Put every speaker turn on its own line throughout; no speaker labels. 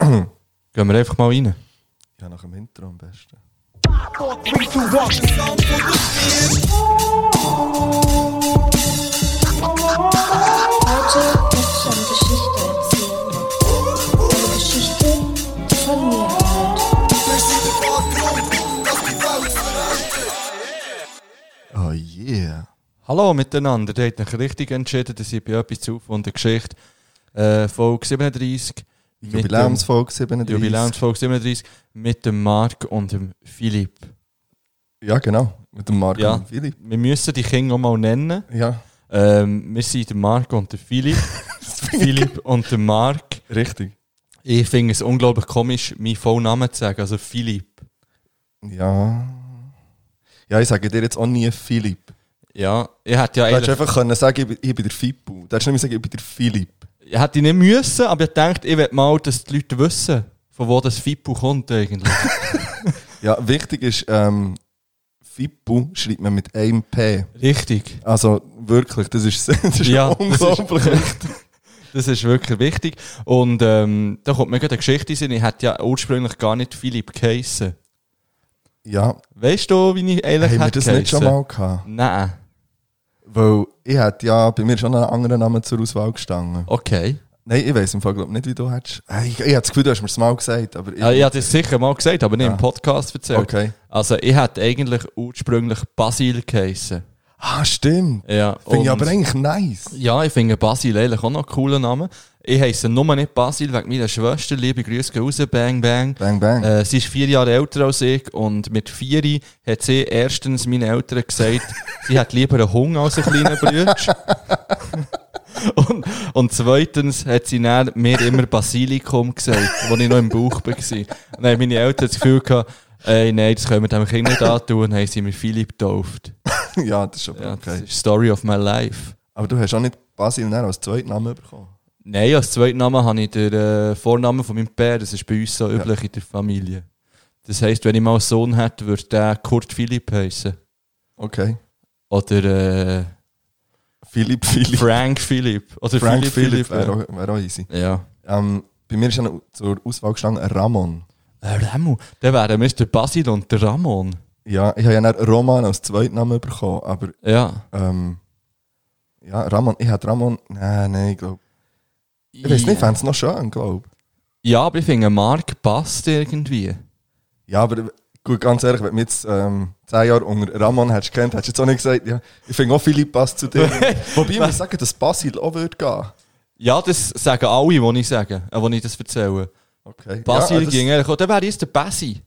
Gehen wir einfach mal rein.
Ja, nach dem Intro am besten.
Heute möchte ich eine Geschichte erzählen. Eine Geschichte, die von mir handelt.
Oh yeah.
Hallo miteinander, ihr habt euch richtig entschieden, dass ich bei etwas zu von der Geschichte äh, Folge 37 mit dem-
Jubiläumsfolge 37.
Jubiläumsfolge 37 mit dem Marc und dem Philipp.
Ja, genau. Mit dem Marco
Ja.
und Philipp.
Wir müssen die Kinder auch mal nennen.
Ja,
Ähm, wir sind der Marc und der Philipp. Philipp und der Marc.
richtig.
Ich finde es unglaublich komisch, meinen Vollnamen zu sagen, also Philipp.
Ja. Ja, ich sage dir jetzt auch nie Philipp.
Ja, ich hätte ja
Du hättest
eigentlich,
einfach können sagen, ich bin, ich bin der Fippo. Du hättest nicht mehr sagen, ich bin der Philipp.
ich hätte nicht müssen, aber ich dachte, ich will mal, dass die Leute wissen, von wo das Fippo kommt eigentlich.
Ja, wichtig ist, ähm, Fippo schreibt man mit einem P.
Richtig.
Also wirklich, das ist, das ist
Ja, das ist-
unglaublich wichtig.
Das ist wirklich wichtig. Und ähm, da kommt mir gerade eine Geschichte in den Sinn. Ich hätte ja ursprünglich gar nicht Philipp geheissen.
Ja,
Weißt du, wie ich eigentlich
haben wir
hätte
das nicht schon
geheissen?
mal gehabt?
Nein.
Weil ich hätte ja bei mir schon einen anderen Namen zur Auswahl gestanden.
Okay.
Nein, ich weiß im Fall glaub nicht, wie du hättest. Hey, Ich, ich habe das Gefühl, du hast mir es mal gesagt, aber ich,
Ja, ich habe das sicher mal gesagt, aber nicht im
Ja.
Podcast erzählt.
Ah. Okay.
Also ich hätte eigentlich ursprünglich Basil geheissen.
Ah, stimmt.
Ja,
Finde ich
und-
aber eigentlich nice.
Ja, ich finde Basil eigentlich auch noch einen coolen Namen. Ich heiße nur nicht Basil wegen meiner Schwester. Liebe Grüße gehen raus, bang bang.
Bang, bang.
Äh, sie ist vier Jahre älter als ich und mit vier hat sie erstens meinen Eltern gesagt, sie hat lieber einen Hunger als einen kleinen Brütsch. und, und zweitens hat sie dann mir immer Basilikum gesagt, als ich noch im Bauch war. Und dann haben meine Eltern das Gefühl gehabt, ey, nein, das können wir dem Kind nicht antun, und haben sie mir Philipp getauft.
ja, das ist aber
Ja, Das
okay.
ist die Story of my life.
Aber du hast auch nicht Basil Nair als zweiten Namen bekommen.
Nein, als zweiten Namen habe ich den äh, Vornamen von meinem Pär. Das ist bei uns so üblich in der Familie. Das heisst, wenn ich mal einen Sohn hätte, würde der Kurt Philipp heißen.
Okay.
Oder äh,
Philipp, Philipp.
Frank Philipp. Oder
Frank
Philipp
Philipp,
Philipp.
wäre auch, wär auch easy.
ja. ja.
Ähm, bei mir ist ja zur Auswahl gestanden Ramon.
Äh, Remo, der wären Mr. Basil und der Ramon.
Ja, ich habe ja nicht Roman als zweiten Namen bekommen, aber
Ja.
ähm, ja, Ramon, ich hatte Ramon, nein, nein, ich glaube. Ich weiß nicht, fände es noch schön, glaube
Ja, aber ich finde, Mark passt irgendwie.
Ja, aber gut, ganz ehrlich, wenn du mich jetzt ähm, zehn Jahre unter Ramon hättest kennt, hättest du jetzt auch nicht gesagt, ja, ich finde auch Philipp passt zu dir. Wobei ich muss sagen, dass Basil auch würde gehen.
Ja, das sagen alle, die ich sage, äh, die ich das erzähle.
Okay.
Basil
ja, ah, das-
ging ehrlich, oh, der wäre jetzt der Bassi.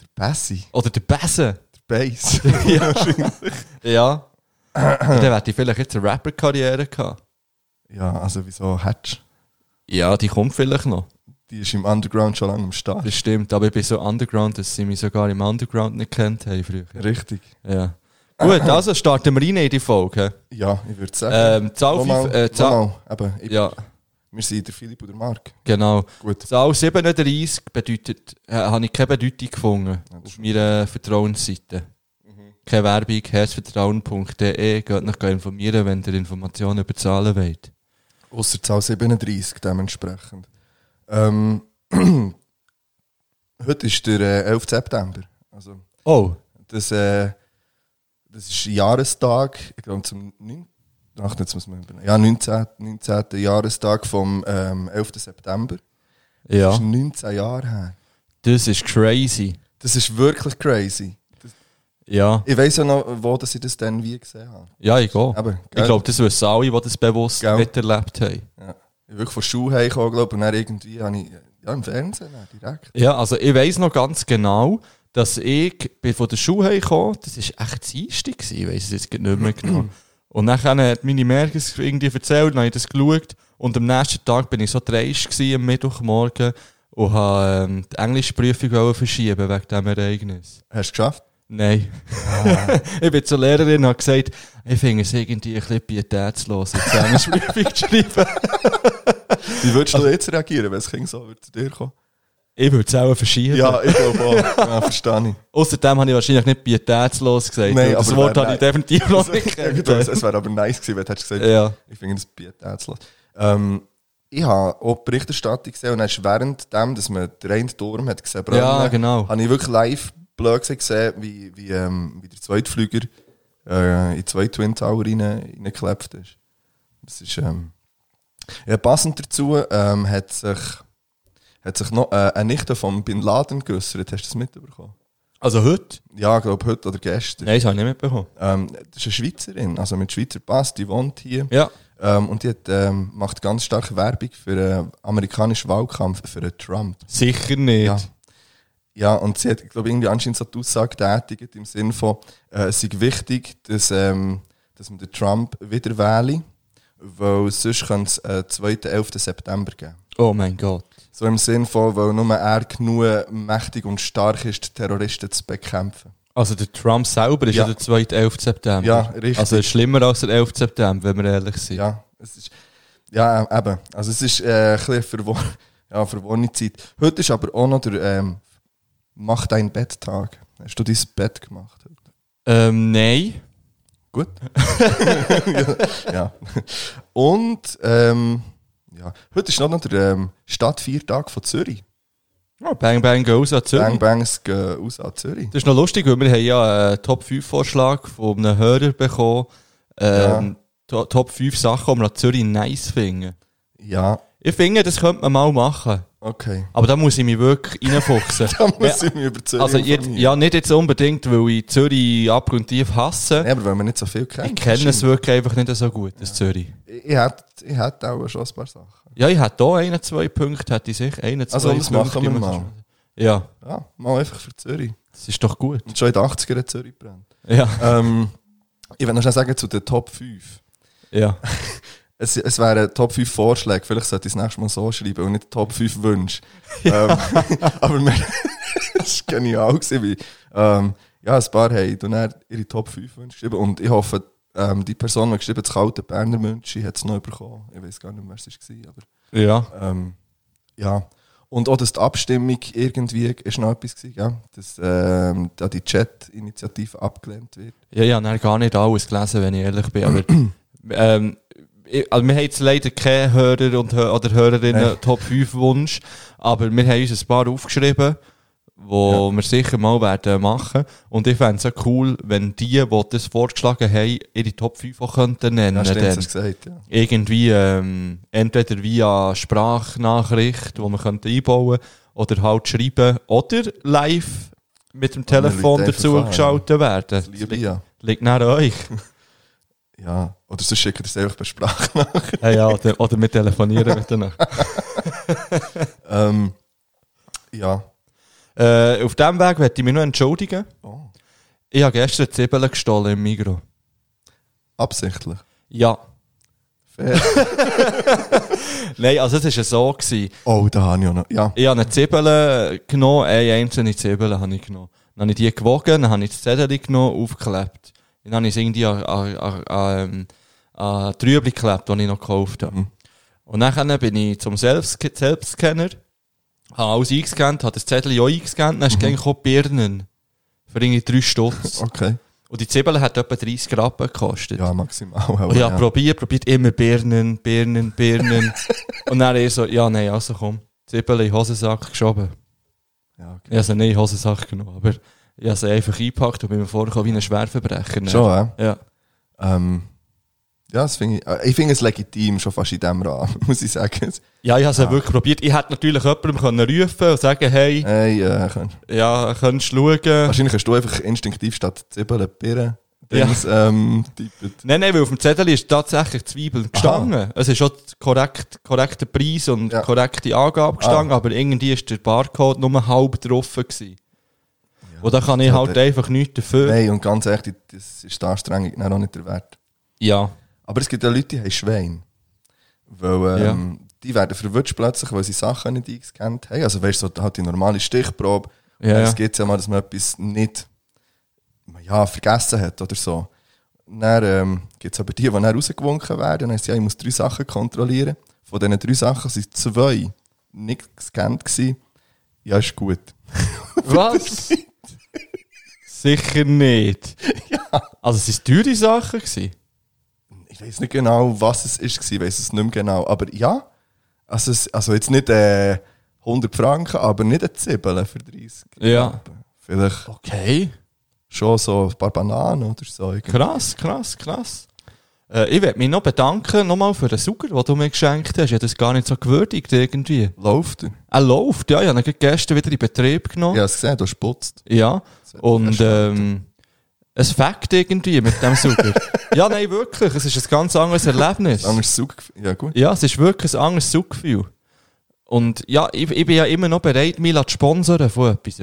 Der Bassi,
Oder der Besse.
der Bass.
Ja. ja. dann hätte ich vielleicht jetzt eine Rapper-Karriere gehabt.
ja, also wieso hättest du?
Ja, die kommt vielleicht noch.
Die ist im Underground schon lange am Start.
Das stimmt. Aber ich bin so underground, dass sie mich sogar im Underground nicht kennt haben früher.
Richtig.
Ja. Gut, also starten wir rein in die Folge.
Ja, ich würde sagen.
Ähm, Zahl
Nochmal,
fünf- äh, Zahl,
nochmal, eben, ich,
ja,
wir sind der Philipp und der Marc.
genau.
Gut.
Zahl 37 bedeutet, äh, habe ich keine Bedeutung gefunden
Ja, das
auf
ist
meiner Vertrauensseite.
Mhm.
Keine Werbung, herzvertrauen.de. Geht euch informieren, wenn ihr Informationen über Zahlen wollt.
Außer Zahl 37 dementsprechend. Ähm, heute ist der äh, 11. September. Also,
Oh,
das, äh, das ist Jahrestag, ich glaube zum 9. Ach, jetzt muss man übernehmen. Ja, 19. 19. Jahrestag vom ähm, 11. September. Das
ja.
ist 19 Jahre her.
Das ist crazy.
Das ist wirklich crazy.
Ja,
Ich weiß ja noch, wo dass ich das dann wie gesehen habe.
ja ich gehe.
Aber,
Ich glaube, das wissen alle, die das bewusst
Gell?
miterlebt haben.
Ich bin wirklich von Schuhe heimgekommen, glaube und dann irgendwie habe ich, ja, im Fernsehen dann direkt.
Ja, also ich weiss noch ganz genau, dass ich bin von der Schule heimgekommen das war echt Dienstag, gewesen, ich weiss es jetzt gerade nicht mehr genau. Und dann hat meine Merke es irgendwie erzählt, dann habe ich das geschaut und am nächsten Tag bin ich so dreist gewesen, am Mittwochmorgen und habe ähm, die Englischprüfung wollen verschieben wegen diesem Ereignis.
Hast du geschafft?
Nein. ich bin zur Lehrerin und habe gesagt, ich finde es irgendwie ein bisschen pietätslos, jetzt eine Englischprüfung zu schreiben.
Wie würdest du jetzt reagieren, wenn es Kind so würde zu dir kommen?
Ich würde es auch verschieben.
Ja, ich glaube auch. Ja, verstehe ich.
Außerdem habe ich wahrscheinlich nicht pietätslos gesagt.
Nein,
weil das
aber
Wort
wer-
habe ich definitiv noch nicht
es
gekannt.
wäre aber nice gewesen, wenn du hättest gesagt,
Ja.
ich finde das pietätslos. Ähm, ich habe auch die Berichterstattung gesehen und dann ist währenddem, dass man den einen Turm hat gesehen brennen,
Ja, genau.
habe ich wirklich live blöd gesehen, wie, wie, ähm, wie der Zweitflüger äh, in zwei Twin Tower rein- reingeklebt ist. Das ist... Ähm, ja, passend dazu ähm, hat, sich, hat sich noch äh, eine Nichte von Bin Laden geäussert. Hast du das mitbekommen?
Also heute?
Ja, ich glaube heute oder gestern.
Nein, das habe ich nicht mitbekommen.
Ähm, das ist eine Schweizerin, also mit Schweizer Pass, die wohnt hier.
Ja.
Ähm, und die hat, ähm, macht ganz starke Werbung für den amerikanischen Wahlkampf, für den Trump.
Sicher nicht.
Ja. Ja, und sie hat, glaube ich, irgendwie anscheinend so die Aussage tätigt im Sinne von, äh, es sei wichtig, dass, ähm, dass man den Trump wieder wähle, weil sonst könnte es äh, 2. 11. September geben.
Oh mein Gott.
So im Sinn von, weil nur er genug mächtig und stark ist, die Terroristen zu bekämpfen.
Also der Trump selber ist ja,
Ja.
der 2. 11. September.
Ja, richtig.
Also ist schlimmer als der 11. September, wenn wir ehrlich sind.
Ja, es ist, ja äh, eben. Also es ist äh, ein bisschen verwor ja, verworrene Zeit. Heute ist aber auch noch der ähm, Mach dein Betttag. Hast du dein Bett gemacht? heute?
Ähm, nein.
Gut. ja. Und ähm, ja. heute ist noch der ähm, Stadtviertag von Zürich.
Oh, bang, bang, go raus an Zürich.
Bang Bangs gehen aus an Zürich.
Das ist noch lustig, weil wir haben ja einen Top-5-Vorschlag von einem Hörer bekommen. Ähm, to Top 5 Sachen, die wir an Zürich nice finden.
Ja,
Ich finde, das könnte man mal machen.
okay.
Aber da muss ich mich wirklich reinfuchsen.
Da muss ich mich über Zürich
also jetzt,
informieren.
ja, nicht jetzt unbedingt, weil ich Zürich ab und tief hasse.
Nee, aber weil man nicht so viel kennt.
ich kenne es wirklich einfach nicht so gut, das Zürich.
Ich, ich hätte ich hätte auch schon ein paar Sachen.
Ja, ich hätte hier einen, zwei Punkte, hätte ich sicher. Einen, zwei
Also, das
Punkte,
machen wir
die
mal.
Ja,
Ja, mal einfach für Zürich.
das ist doch gut.
Und schon in den 80ern Zürich brennt.
Ja,
Ähm, ich will noch schnell sagen zu den Top 5.
ja.
Es, es wären Top 5 Vorschläge. Vielleicht sollte ich das nächste Mal so schreiben und nicht Top 5 Wünsche. Ähm, aber mir das war genial. Gewesen, wie, ähm, ja, ein paar haben und dann ihre Top 5 Wünsche geschrieben. Und ich hoffe, ähm, die Person, die geschrieben hat, das kalte Berner Wünsche, hat es noch bekommen. Ich weiß gar nicht, wer es war. Aber
Ja.
Ähm, ja. Und auch, dass die Abstimmung irgendwie ist noch etwas gewesen, ja? dass ähm, da die Chat-Initiative abgelehnt wird.
Ja, ja, nein, gar nicht alles gelesen, wenn ich ehrlich bin. Aber, ähm, ich- also wir haben jetzt leider keinen Hörer und, Hö- oder Hörerinnen
Nein.
Top 5 Wunsch, aber wir haben uns ein paar aufgeschrieben, wo wir sicher mal werden machen. Und ich fände es auch cool, wenn die, die das vorgeschlagen haben, ihre Top 5 auch könnten nennen.
Ja, stimmt,
dann.
hast du gesagt. Ja.
irgendwie ähm, entweder via Sprachnachricht, die man könnte einbauen oder halt schreiben oder live mit dem
Oder
Telefon
Leute einfach
dazu
fahren.
geschaltet werden.
Das liebe ich ja.
Liegt nach euch.
ja. Oh, Oder sonst schickt ihr es einfach per Sprache.
ja, ja, oder, oder wir telefonieren miteinander.
ähm, ja.
Äh, auf diesem Weg möchte ich mich noch entschuldigen.
Oh.
Ich habe gestern Zwiebeln gestohlen im Migros.
Absichtlich.
Ja.
Fair.
Nein, also es war ja so. Gewesen.
oh, da habe ich auch noch. Ja.
Ich habe eine Zwiebel genommen, eine einzelne Zwiebel habe ich genommen. Dann habe ich die gewogen, dann habe ich das Zettel genommen, aufgeklebt. Dann habe ich es irgendwie an, an, an, an, ähm, an die Rüebli geklebt, die ich noch gekauft habe.
Mhm.
Und dann bin ich zum Selbst Selbstscanner, habe alles eingescannt, habe das Zettel auch eingescannt, dann hast du mhm. Birnen. Für irgendwie drei Stutz.
Okay.
Und die Zwiebel hat etwa 30 Rappen gekostet.
Ja, maximal. Aber,
Und ja, probiert, probiert immer Birnen, Birnen, Birnen. und dann er so, ja, nein, also komm, Zwiebeln in den Hosensack geschoben.
Ja, okay.
Ich habe sie nicht in die Hosensack genommen, aber ich habe sie einfach eingepackt und bin mir vorgekommen wie ein Schwerverbrecher. ne?
Schon, ja.
Ja.
Ähm, ja, das finde ich. äh, Ich finde es legitim, schon fast in diesem Rahmen, muss ich sagen.
Ja, ich habe es
Ah.
wirklich probiert. Ich hätte natürlich jemandem können rufen und sagen, hey,
Hey, äh, können-
ja, könntest du schauen.
Wahrscheinlich hast du einfach instinktiv statt Zwiebeln, Birnen,
Ja.
Dings, ähm, tippen.
Nein, nein, weil auf dem Zettel ist tatsächlich Zwiebeln gestanden. Es ist schon korrekt, korrekter Preis und
Ja. Ah.
korrekte Angabe gestanden, aber irgendwie ist der Barcode nur halb drauf gewesen. Und da kann ich
Ja,
halt
der-
einfach nichts dafür.
Nein, und ganz ehrlich, das ist die Anstrengung dann auch nicht der Wert.
Ja.
Aber es gibt ja Leute, die haben Schwein. Weil, ähm, die werden verwirrt plötzlich, weil sie Sachen nicht eingescannt haben. Also weißt du, so halt die normale Stichprobe. Und
Ja, ja.
Es geht ja mal, dass man etwas nicht, ja, vergessen hat oder so. Dann ähm, gibt es aber die, die dann rausgewunken werden und dann ja, ich muss drei Sachen kontrollieren. Von diesen drei Sachen sind zwei nicht gescannt gewesen. Ja, ist gut.
Was? Sicher nicht. Also es waren teure Sachen. Gewesen.
ich weiß nicht genau, was es ist, gewesen, ich weiß es nicht mehr genau, aber ja, Also, es- also jetzt nicht äh, 100 Franken, aber nicht ein Zibbeln für 30.
Ja.
Vielleicht
Okay.
schon so ein paar Bananen oder so. irgendwie.
Krass, krass, krass. Äh, ich werde mich noch bedanken, nochmal für den Sugar, den du mir geschenkt hast. Ich habe das gar nicht so gewürdigt irgendwie.
Läuft er?
Er läuft, ja. Ich habe ihn gerade gestern wieder in Betrieb genommen.
Ich habe es gesehen, du hast putzt.
Ja, und ähm, es fängt irgendwie mit dem Sugar. ja, nein, wirklich. Es ist ein ganz anderes Erlebnis.
Anders Saugef- Ja, gut.
Ja, es ist wirklich ein anderes Suchgefühl. Und ja, ich, ich bin ja immer noch bereit, mich zu sponsern von etwas.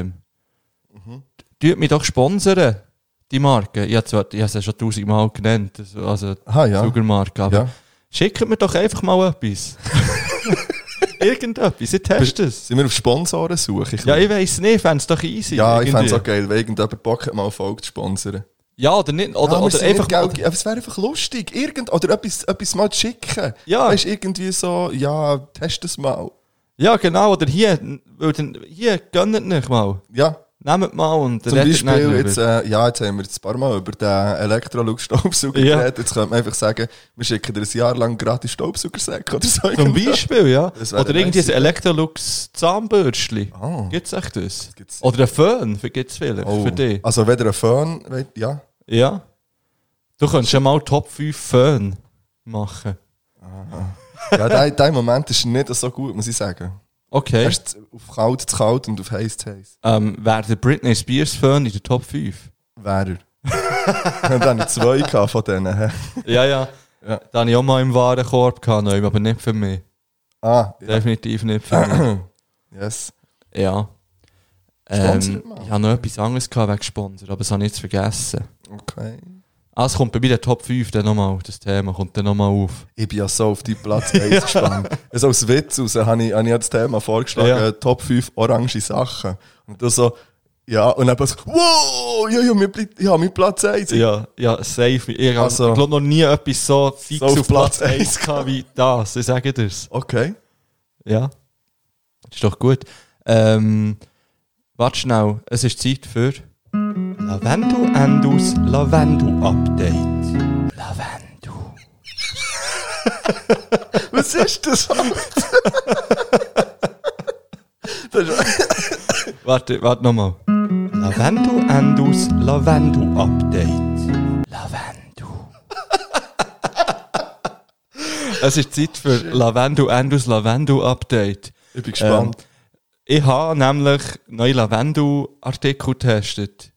Tut mich doch sponsern, die Marke. Ich habe zwar- ich habe es ja schon tausendmal genannt, also- also
Aha, Ah, ja.
Sugarmarke, aber
ja.
schickt mir doch einfach mal etwas. Irgendetwas, ich teste es.
Sind wir auf Sponsorensuche?
Ja, ich weiß nicht, fände es doch easy.
ja, ich fände es
irgendwie.
auch geil, weil irgendjemand Bock hat, mal Folge zu sponsern.
Ja, oder nicht, oder,
ja, wir
oder
sind nicht
einfach
Geld,
oder-
aber es wäre einfach lustig. Irgend, oder etwas, etwas mal zu schicken.
Ja.
Weißt, irgendwie so, ja, test es mal.
Ja, genau, oder hier, weil dann- hier, gönnt nicht mal.
Ja,
Nehmt mal und
zum
redet nicht
Beispiel,
drüber.
jetzt, äh, ja, jetzt haben wir jetzt ein paar Mal über den Elektrolux-Staubsauger
Ja.
geredet. Jetzt könnte man einfach sagen, wir schicken dir ein Jahr lang gratis Staubsaugersäcke oder so.
Zum Beispiel, ja.
Das wäre
Oder irgendwie ein
nice.
Electrolux-Zahnbürstchen.
Ah.
Gibt's echt das?
Gibt's-
Oder ein Föhn, gibt es vielleicht
Oh.
für dich.
Also, weder ein Föhn, weit- ja.
Ja. Du könntest ja mal Top 5 Föhn machen.
Ja, dein, dein Moment ist nicht so gut, muss ich sagen.
Okay.
Erst auf kalt zu kalt und auf heiß zu heiß.
Ähm, wäre der Britney Spears Föhn in der Top 5?
Wäre er. und dann hatte ich zwei gehabt von denen. hä?
ja, ja.
Ja.
Da habe ich auch mal im Warenkorb gehabt, neu, aber nicht für mich.
Ah, ja.
Definitiv nicht für mich.
yes.
Ja.
Sponsert
Ähm,
mal.
ich habe noch etwas anderes gehabt wegen Sponsor, aber das habe ich jetzt vergessen.
Okay.
Ah, es kommt bei mir der Top 5 dann nochmal, das Thema kommt dann nochmal auf.
Ich bin ja so auf deinen Platz 1 gespannt. Also aus Witz raus habe ich, habe ich das Thema vorgeschlagen,
Ja.
äh, Top 5 orange Sachen. Und du so, ja, und dann so, wow, ja, ja, mein, Pli- ja, mein Platz 1.
Ja, ja, safe. Ich habe
Also-
ich glaube noch nie etwas so fix
So
auf Platz
Platz
1 gehabt wie das. Ich sage dir's.
Okay.
Ja. Das ist doch gut. Ähm, warte schnell, es ist Zeit für Lavendu Endus Lavendu Update. Lavendu.
Was ist das? das ist,
Warte, warte nochmal. Lavendu Endus Lavendu Update. Lavendu. es ist Zeit für Lavendu Endus Lavendu Update.
ich bin gespannt.
Ich habe nämlich neue Lavendel-Artikel getestet.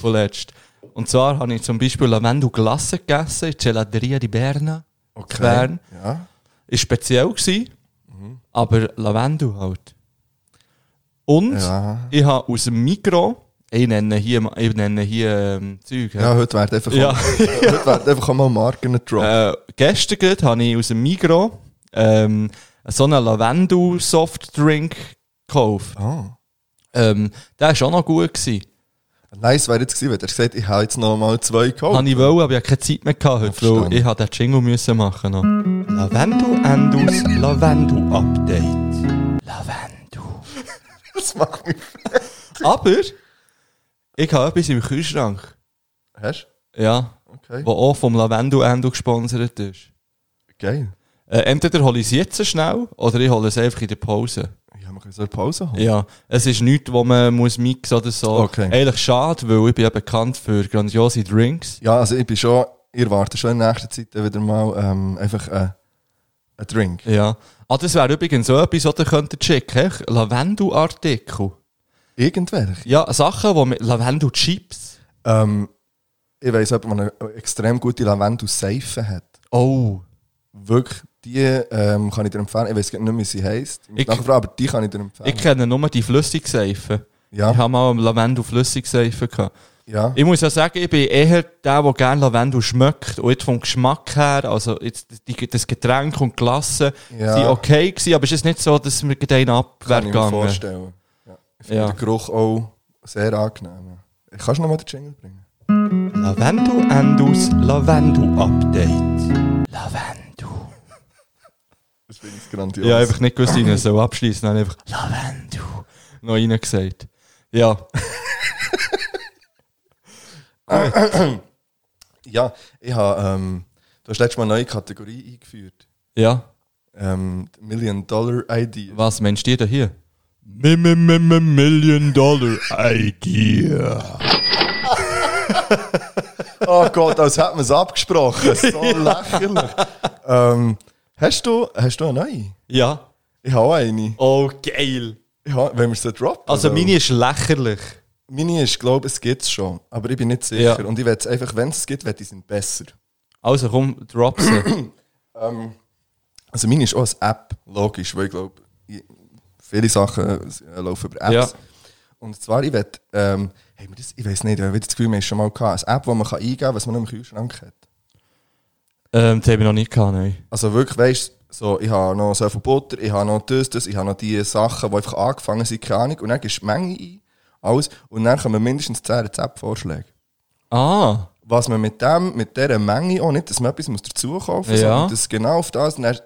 Zuletzt. Und zwar habe ich zum Beispiel Lavendel-Glasse gegessen in Gelateria di Berna.
okay.
Bern.
Ja.
Ist speziell gewesen, aber Lavendel halt. Und
Ja.
ich habe aus dem Mikro, ich nenne hier, ich nenne hier ähm, Zeug.
ja, heute werden einfach,
Ja.
auch- heute werden einfach auch mal Marken gedroppt.
Äh, gestern gerade habe ich aus dem Mikro ähm, so einen Lavendel-Softdrink gekauft.
Ah.
Ähm, der war auch noch gut. Gewesen.
Nice wäre jetzt gewesen, wenn er gesagt ich habe jetzt noch mal zwei geholt.
Habe ich wollen, aber ich hatte keine Zeit mehr gehabt heute, weil
Verstanden.
ich habe den Jingle müssen machen noch. Lavendel Endus Lavendel Update. Lavendel.
Das macht mich.
Aber ich habe etwas im Kühlschrank,
Hast
ja,
du? Okay.
wo auch vom Lavendel Endus gesponsert ist.
Geil.
Äh, entweder hole ich es jetzt schnell oder ich hole es einfach in der Pause.
Ja, wir können so eine Pause haben.
Ja, es ist nichts, wo man muss mixen oder so.
Okay.
Eigentlich schade, weil ich bin ja bekannt für grandiose Drinks.
Ja, also ich bin schon, ihr wartet schon in nächster Zeit wieder mal ähm, einfach äh, einen Drink.
Ja. Ah, das wäre übrigens so etwas, was ihr könntet checken. hä? Lavendel-Artikel.
Irgendwelche.
Ja, Sachen, die mit Lavendel-Chips.
Ähm, ich weiss, ob man eine äh, extrem gute Lavendel-Seife hat.
Oh.
Wirklich, die ähm, kann ich dir empfehlen. Ich weiss gar nicht mehr, wie sie heisst. Ich muss
Ich-
nachfragen, aber die kann ich dir empfehlen.
Ich kenne nur die Flüssigseife. Ich
ja,
habe mal eine Lavendel-Flüssigseife gehabt.
ja.
Ich muss ja sagen, ich bin eher der, der gerne Lavendel schmeckt. Und jetzt vom Geschmack her, also jetzt die, das Getränk und die Glasse,
Ja.
sind okay gewesen, aber es ist nicht so, dass mir den
kann
abwärts
ich mir
gegangen
vorstellen. Ja. Ich finde
Ja.
den Geruch auch sehr angenehm. Kannst du noch mal den Jingle bringen?
Lavendel Endus Lavendel Update. Lavendel.
Das finde ich grandios.
Ja, einfach nicht gewusst, wie ich so abschließen. Dann einfach Lavendel noch reingesagt. Ja.
Ja, ich habe, ähm, du hast letztes Mal eine neue Kategorie eingeführt.
Ja.
ähm, Million Dollar Idea.
Was meinst du denn hier?
Million Dollar Idea.
Oh Gott, als hätten wir es abgesprochen. So lächerlich. Ähm, hast, du, hast du eine neue?
Ja.
Ich habe auch eine.
Oh, geil.
Ich habe, wenn wir sie droppen.
Also
weil-
meine ist lächerlich.
meine ist, glaube ich, es gibt es schon. Aber ich bin nicht sicher.
Ja.
Und ich will es einfach, wenn es gibt, will ich sind besser.
Also komm, drop sie.
Also meine ist auch eine App, logisch, weil ich glaube, ich- viele Sachen äh, laufen über
Ja.
Apps. Und zwar, ich will, ähm, haben wir das, ich weiß nicht, ich habe das Gefühl, wir haben es schon mal gehabt, eine App, wo man kann eingeben kann, was man nicht im Kühlschrank hat.
ähm, das habe ich noch nicht gehabt, nein.
Also wirklich, weißt du, so, ich habe noch so viel Butter, ich habe noch das, das, ich habe noch die Sachen, die einfach angefangen sind, keine Ahnung. Und dann gibst du die Menge ein, alles. Und dann kommen mindestens 10 Rezeptvorschläge.
Ah,
was man mit dem, mit dieser Menge auch nicht, dass man etwas muss dazu kaufen
Ja.
muss, sondern dass genau auf das, dann,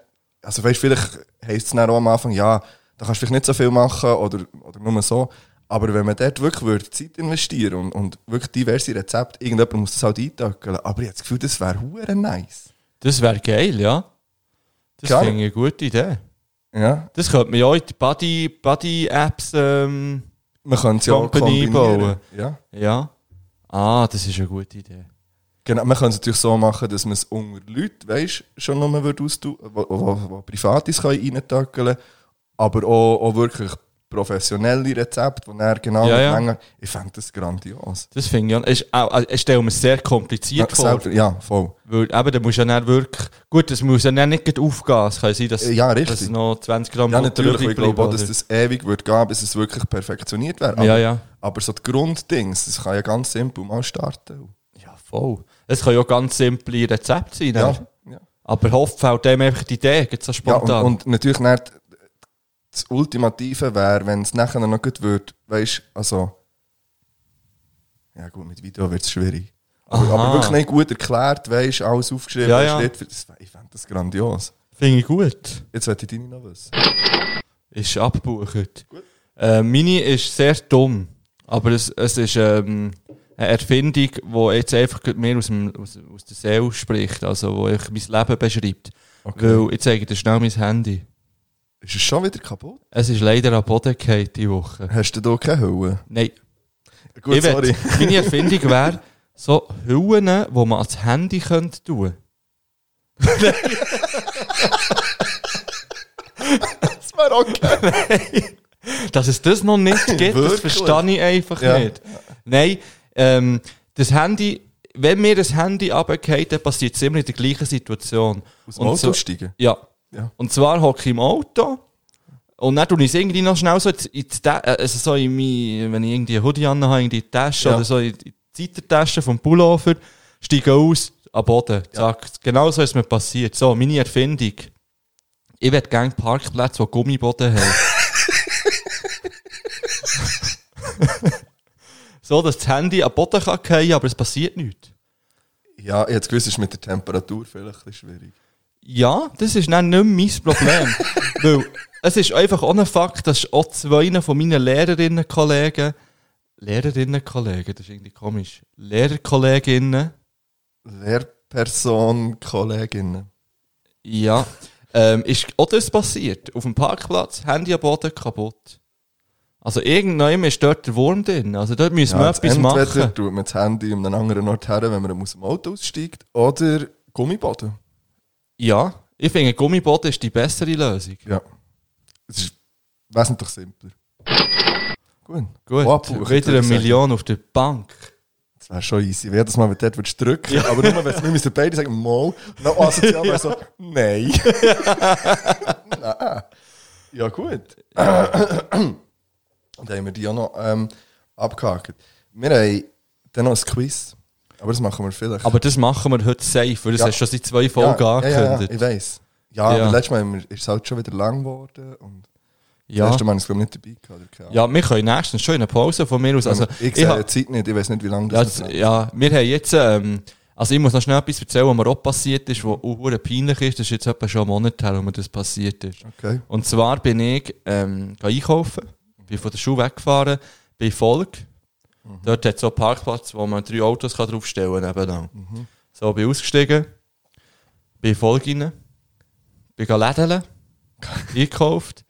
also weißt, vielleicht heisst es dann auch am Anfang, ja, da kannst du vielleicht nicht so viel machen oder, oder nur so, aber wenn man dort wirklich würde, Zeit investieren und, und wirklich diverse Rezepte, irgendjemand muss das halt eintacken, aber ich habe das Gefühl, das wäre hure nice.
das wäre geil, ja. Das
Klar.
finde ich eine gute Idee.
Ja,
Das könnte man ja auch in die Body- Body-Apps, ähm,
man könnte es ja auch
Company
kombinieren.
bauen.
Ja.
ja. Ah, das ist eine gute Idee.
Genau, man könnte es natürlich so machen, dass man es unter Leute, weißt schon nur würde austun, wo, wo, wo Privates kann reintackeln aber auch, auch wirklich professionelle Rezepte, die er genau
Ja,
mit
ja.
Mengen- Ich fände das grandios.
Das finde ich auch. Ich, auch, also, ich stelle mir sehr kompliziert
Ja,
vor.
selber- ja, voll.
Weil eben, da musst du ja dann wirklich. Gut, das muss ja dann nicht gleich aufgehen. Es kann sein, dass,
Äh, ja, richtig.
dass noch 20 Gramm
Ja,
Butter
natürlich, weil
übrig
ich glaube auch,
bleiben,
dass
oder?
das ewig wird gehen, bis es wirklich perfektioniert wäre. Aber,
Ja, ja.
aber so die Grunddings, das kann ja ganz simpel mal starten.
Ja, voll. Es kann ja ganz simple Rezepte sein.
Ja,
dann.
ja.
Aber Hopf fällt dem einfach die Idee, geht so
Ja,
spontan.
und, und natürlich nicht das Ultimative wäre, wenn es nachher noch gut wird, weißt also. Ja, gut, mit Video wird es schwierig. Aber,
Aha.
aber wirklich nicht gut erklärt, weißt alles aufgeschrieben,
Ja, ja.
Schritt für das, ich fände das grandios.
Finde ich gut.
Jetzt hätte ich deine noch was.
Ist abgebucht. Äh, meine ist sehr dumm. Aber es, es ist ähm, eine Erfindung, die jetzt einfach gerade mir aus, dem, aus, aus der Seele spricht. Also, die ich mein Leben beschreibt. Weil ich zeige dir schnell mein Handy.
Ist es schon wieder kaputt?
Es ist leider am Boden gefallen diese Woche.
Hast du da keine Höhe?
Nein,
Gut,
ich
sorry.
wett- meine Erfindung wäre so Hüllen, die man ans Handy könnte tun
Das wäre okay.
Dass es das noch nicht gibt, das
Wirklich?
verstehe ich einfach
Ja.
nicht. Nein, ähm, das Handy, wenn mir das Handy runterfällt, dann passiert es immer in der gleichen Situation.
Aus dem
Und
Auto
so-
steigen?
Ja.
Ja.
Und zwar hocke ich im Auto und dann tue ich es irgendwie noch schnell so, in, die- in die Ta- äh, also so in mein, wenn ich irgendwie einen Hoodie anhabe, irgendwie in die Tasche
Ja.
oder so in die Zeitertasche vom Pullover, steige aus, am Boden. Zack. Genau so ist mir passiert. So, meine Erfindung. Ich will gerne Parkplätze, die Gummiboden haben. so, dass das Handy am Boden kann fallen, aber es passiert nichts.
Ja, ich hätte gewusst, es ist mit der Temperatur vielleicht ein bisschen schwierig.
Ja, das ist dann nicht mehr mein Problem. weil es ist einfach auch ein Fakt, dass auch zwei von meinen Lehrerinnen-Kollegen, Lehrerinnen-Kollegen, das ist irgendwie komisch, Lehrerkolleginnen,
Lehrperson, Kolleginnen.
ja, ähm, ist auch das passiert. Auf dem Parkplatz, Handy am Boden kaputt. Also irgendwann ist dort der Wurm drin. Also dort müssen wir
jetzt
etwas
entweder
machen.
tut man das Handy an einen anderen Ort her, wenn man aus dem Auto aussteigt, oder Gummiboden.
Ja, ich finde, Gummiboden ist die bessere Lösung.
Ja. Es ist wesentlich simpler. Gut.
Gut,
Abbuchen,
wieder
würde
eine
Oh, ich sagen.
Million auf der Bank.
Das wäre schon easy. Jedes Mal, wenn du dort würdest drücken aber nur, wenn wir müssen beide sagen, mal. Und dann asozial ja. so, nein. nein. Ja, gut. Und dann haben wir die auch noch ähm, abgehakt. Wir haben dann noch ein Quiz. Aber das machen wir vielleicht.
Aber das machen wir heute safe, weil das
Ja.
hast du schon seit zwei Folgen
ja,
angekündigt.
ich weiß. Ja,
Ja.
aber letztes Mal haben wir- ist es halt schon wieder lang geworden. Und das
Ja,
erste Mal ist es, glaube ich, nicht dabei gehabt. Oder? keine Ahnung.
ja wir können nächstens schon in eine Pause von mir aus. Also,
ich
ich
sehe
ha-
die Zeit nicht, ich weiß nicht, wie lange
ja,
das
das,
noch dauert.
ja, wir haben jetzt, ähm, also ich muss noch schnell etwas erzählen, was mir auch passiert ist, was auch verdammt peinlich ist. Das ist jetzt etwa schon einen Monat her, wo mir das passiert ist.
Okay.
Und zwar bin ich ähm, gegangen einkaufen, bin von der Schule weggefahren, bin Volk. Dort hat es so einen Parkplatz, wo man drei Autos kann draufstellen kann. So bin ich ausgestiegen, bin Volk rein, bin gelädelt. eingekauft.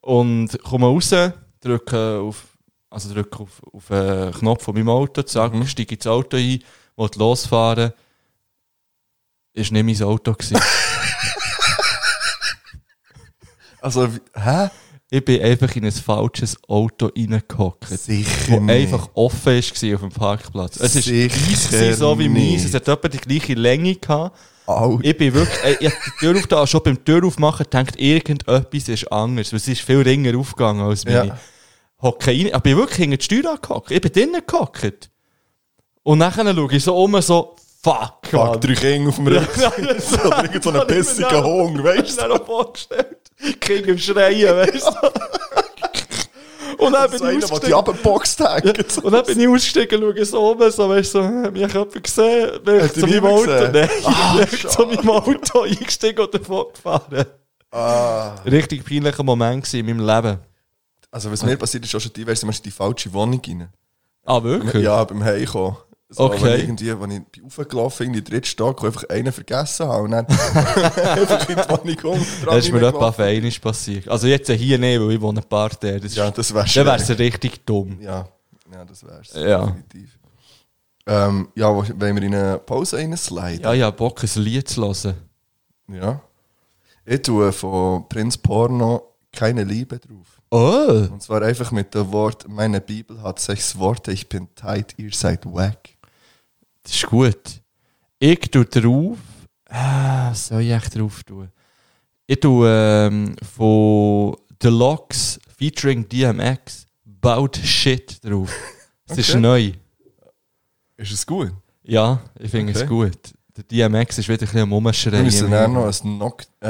Und komme raus, drücke auf, also drücke auf, auf den Knopf von meinem Auto, sage, mhm. steige ins Auto ein, will losfahren. Ist nicht mein Auto gewesen.
Also, wie- hä?
ich bin einfach in ein falsches Auto reingehockt.
Sicher
wo einfach offen war auf dem Parkplatz. Es ist
Sicher
eins gewesen, so wie meins.
nicht.
Es hat etwa die gleiche Länge gehabt.
Alter.
Ich bin wirklich, äh, ich hab die Tür auf da, schon beim Tür aufmachen, denkt irgendetwas ist anders. weil Es ist viel ringer aufgegangen als meine.
Ja.
Hocke rein, ich bin wirklich hinter die Steuer angehockt. Ich bin drinnen gehockt. Und nachher schaue ich so um, so, fuck,
Fuck, drei Kinder auf dem
Ja,
Rücken.
nein, das-
Oder irgend so einen
Kann ich mir
pissigen
nicht-
Hunger,
Ich
weißt
habe mir vorgestellt. Krieg im Schreien, weißt du? Und dann bin
du? So Also einer,
ich
der die
ausgestiegen.
abgeboxt hat.
Und dann bin ich ausgestiegen, schaue so oben, so, weißt du, so, hä, hat mich jemand gesehen? Bin ich zu
Hat dich
meinem
niemand
Auto,
gesehen?
nein, ich bin zu meinem Auto eingestiegen und davon gefahren.
Ah.
Richtig peinlicher Moment gewesen in meinem Leben.
Also, was mir passiert ist, auch schon diverse, man ist in die falsche Wohnung rein.
Ah, wirklich?
Ja, beim Heimkommen. So,
Okay.
Wenn ich irgendwie, wenn ich bin raufgelaufen in den dritten Stock, wo einfach einen vergessen habe und dann einfach in die Wohnung umgetragen.
Das ist mir etwa auf einmal passiert. Also jetzt hier nicht, weil ich wohne ein paar der. Das ist,
Ja, das wär's.
dann wäre es richtig dumm.
Ja, ja, das wär's.
Ja.
Definitiv. Ähm, ja, wo- wollen wir in eine Pause reinsliden?
Ja, ja, Bock, ein Lied zu hören.
Ja. Ich tue von Prinz Porno keine Liebe drauf.
Oh!
Und zwar einfach mit dem Wort, meine Bibel hat sechs Worte, ich bin tight, ihr seid wack.
Das ist gut. Ich tue drauf. Ah, was soll ich echt drauf tun? Ich tue ähm, von The Locks featuring DMX Bout Shit drauf. Es ist
Okay.
neu.
Ist es gut?
Ja, ich finde es
Okay.
gut. Der DMX ist wieder ein bisschen am
Wir müssen dann
Umschreien.
noch ein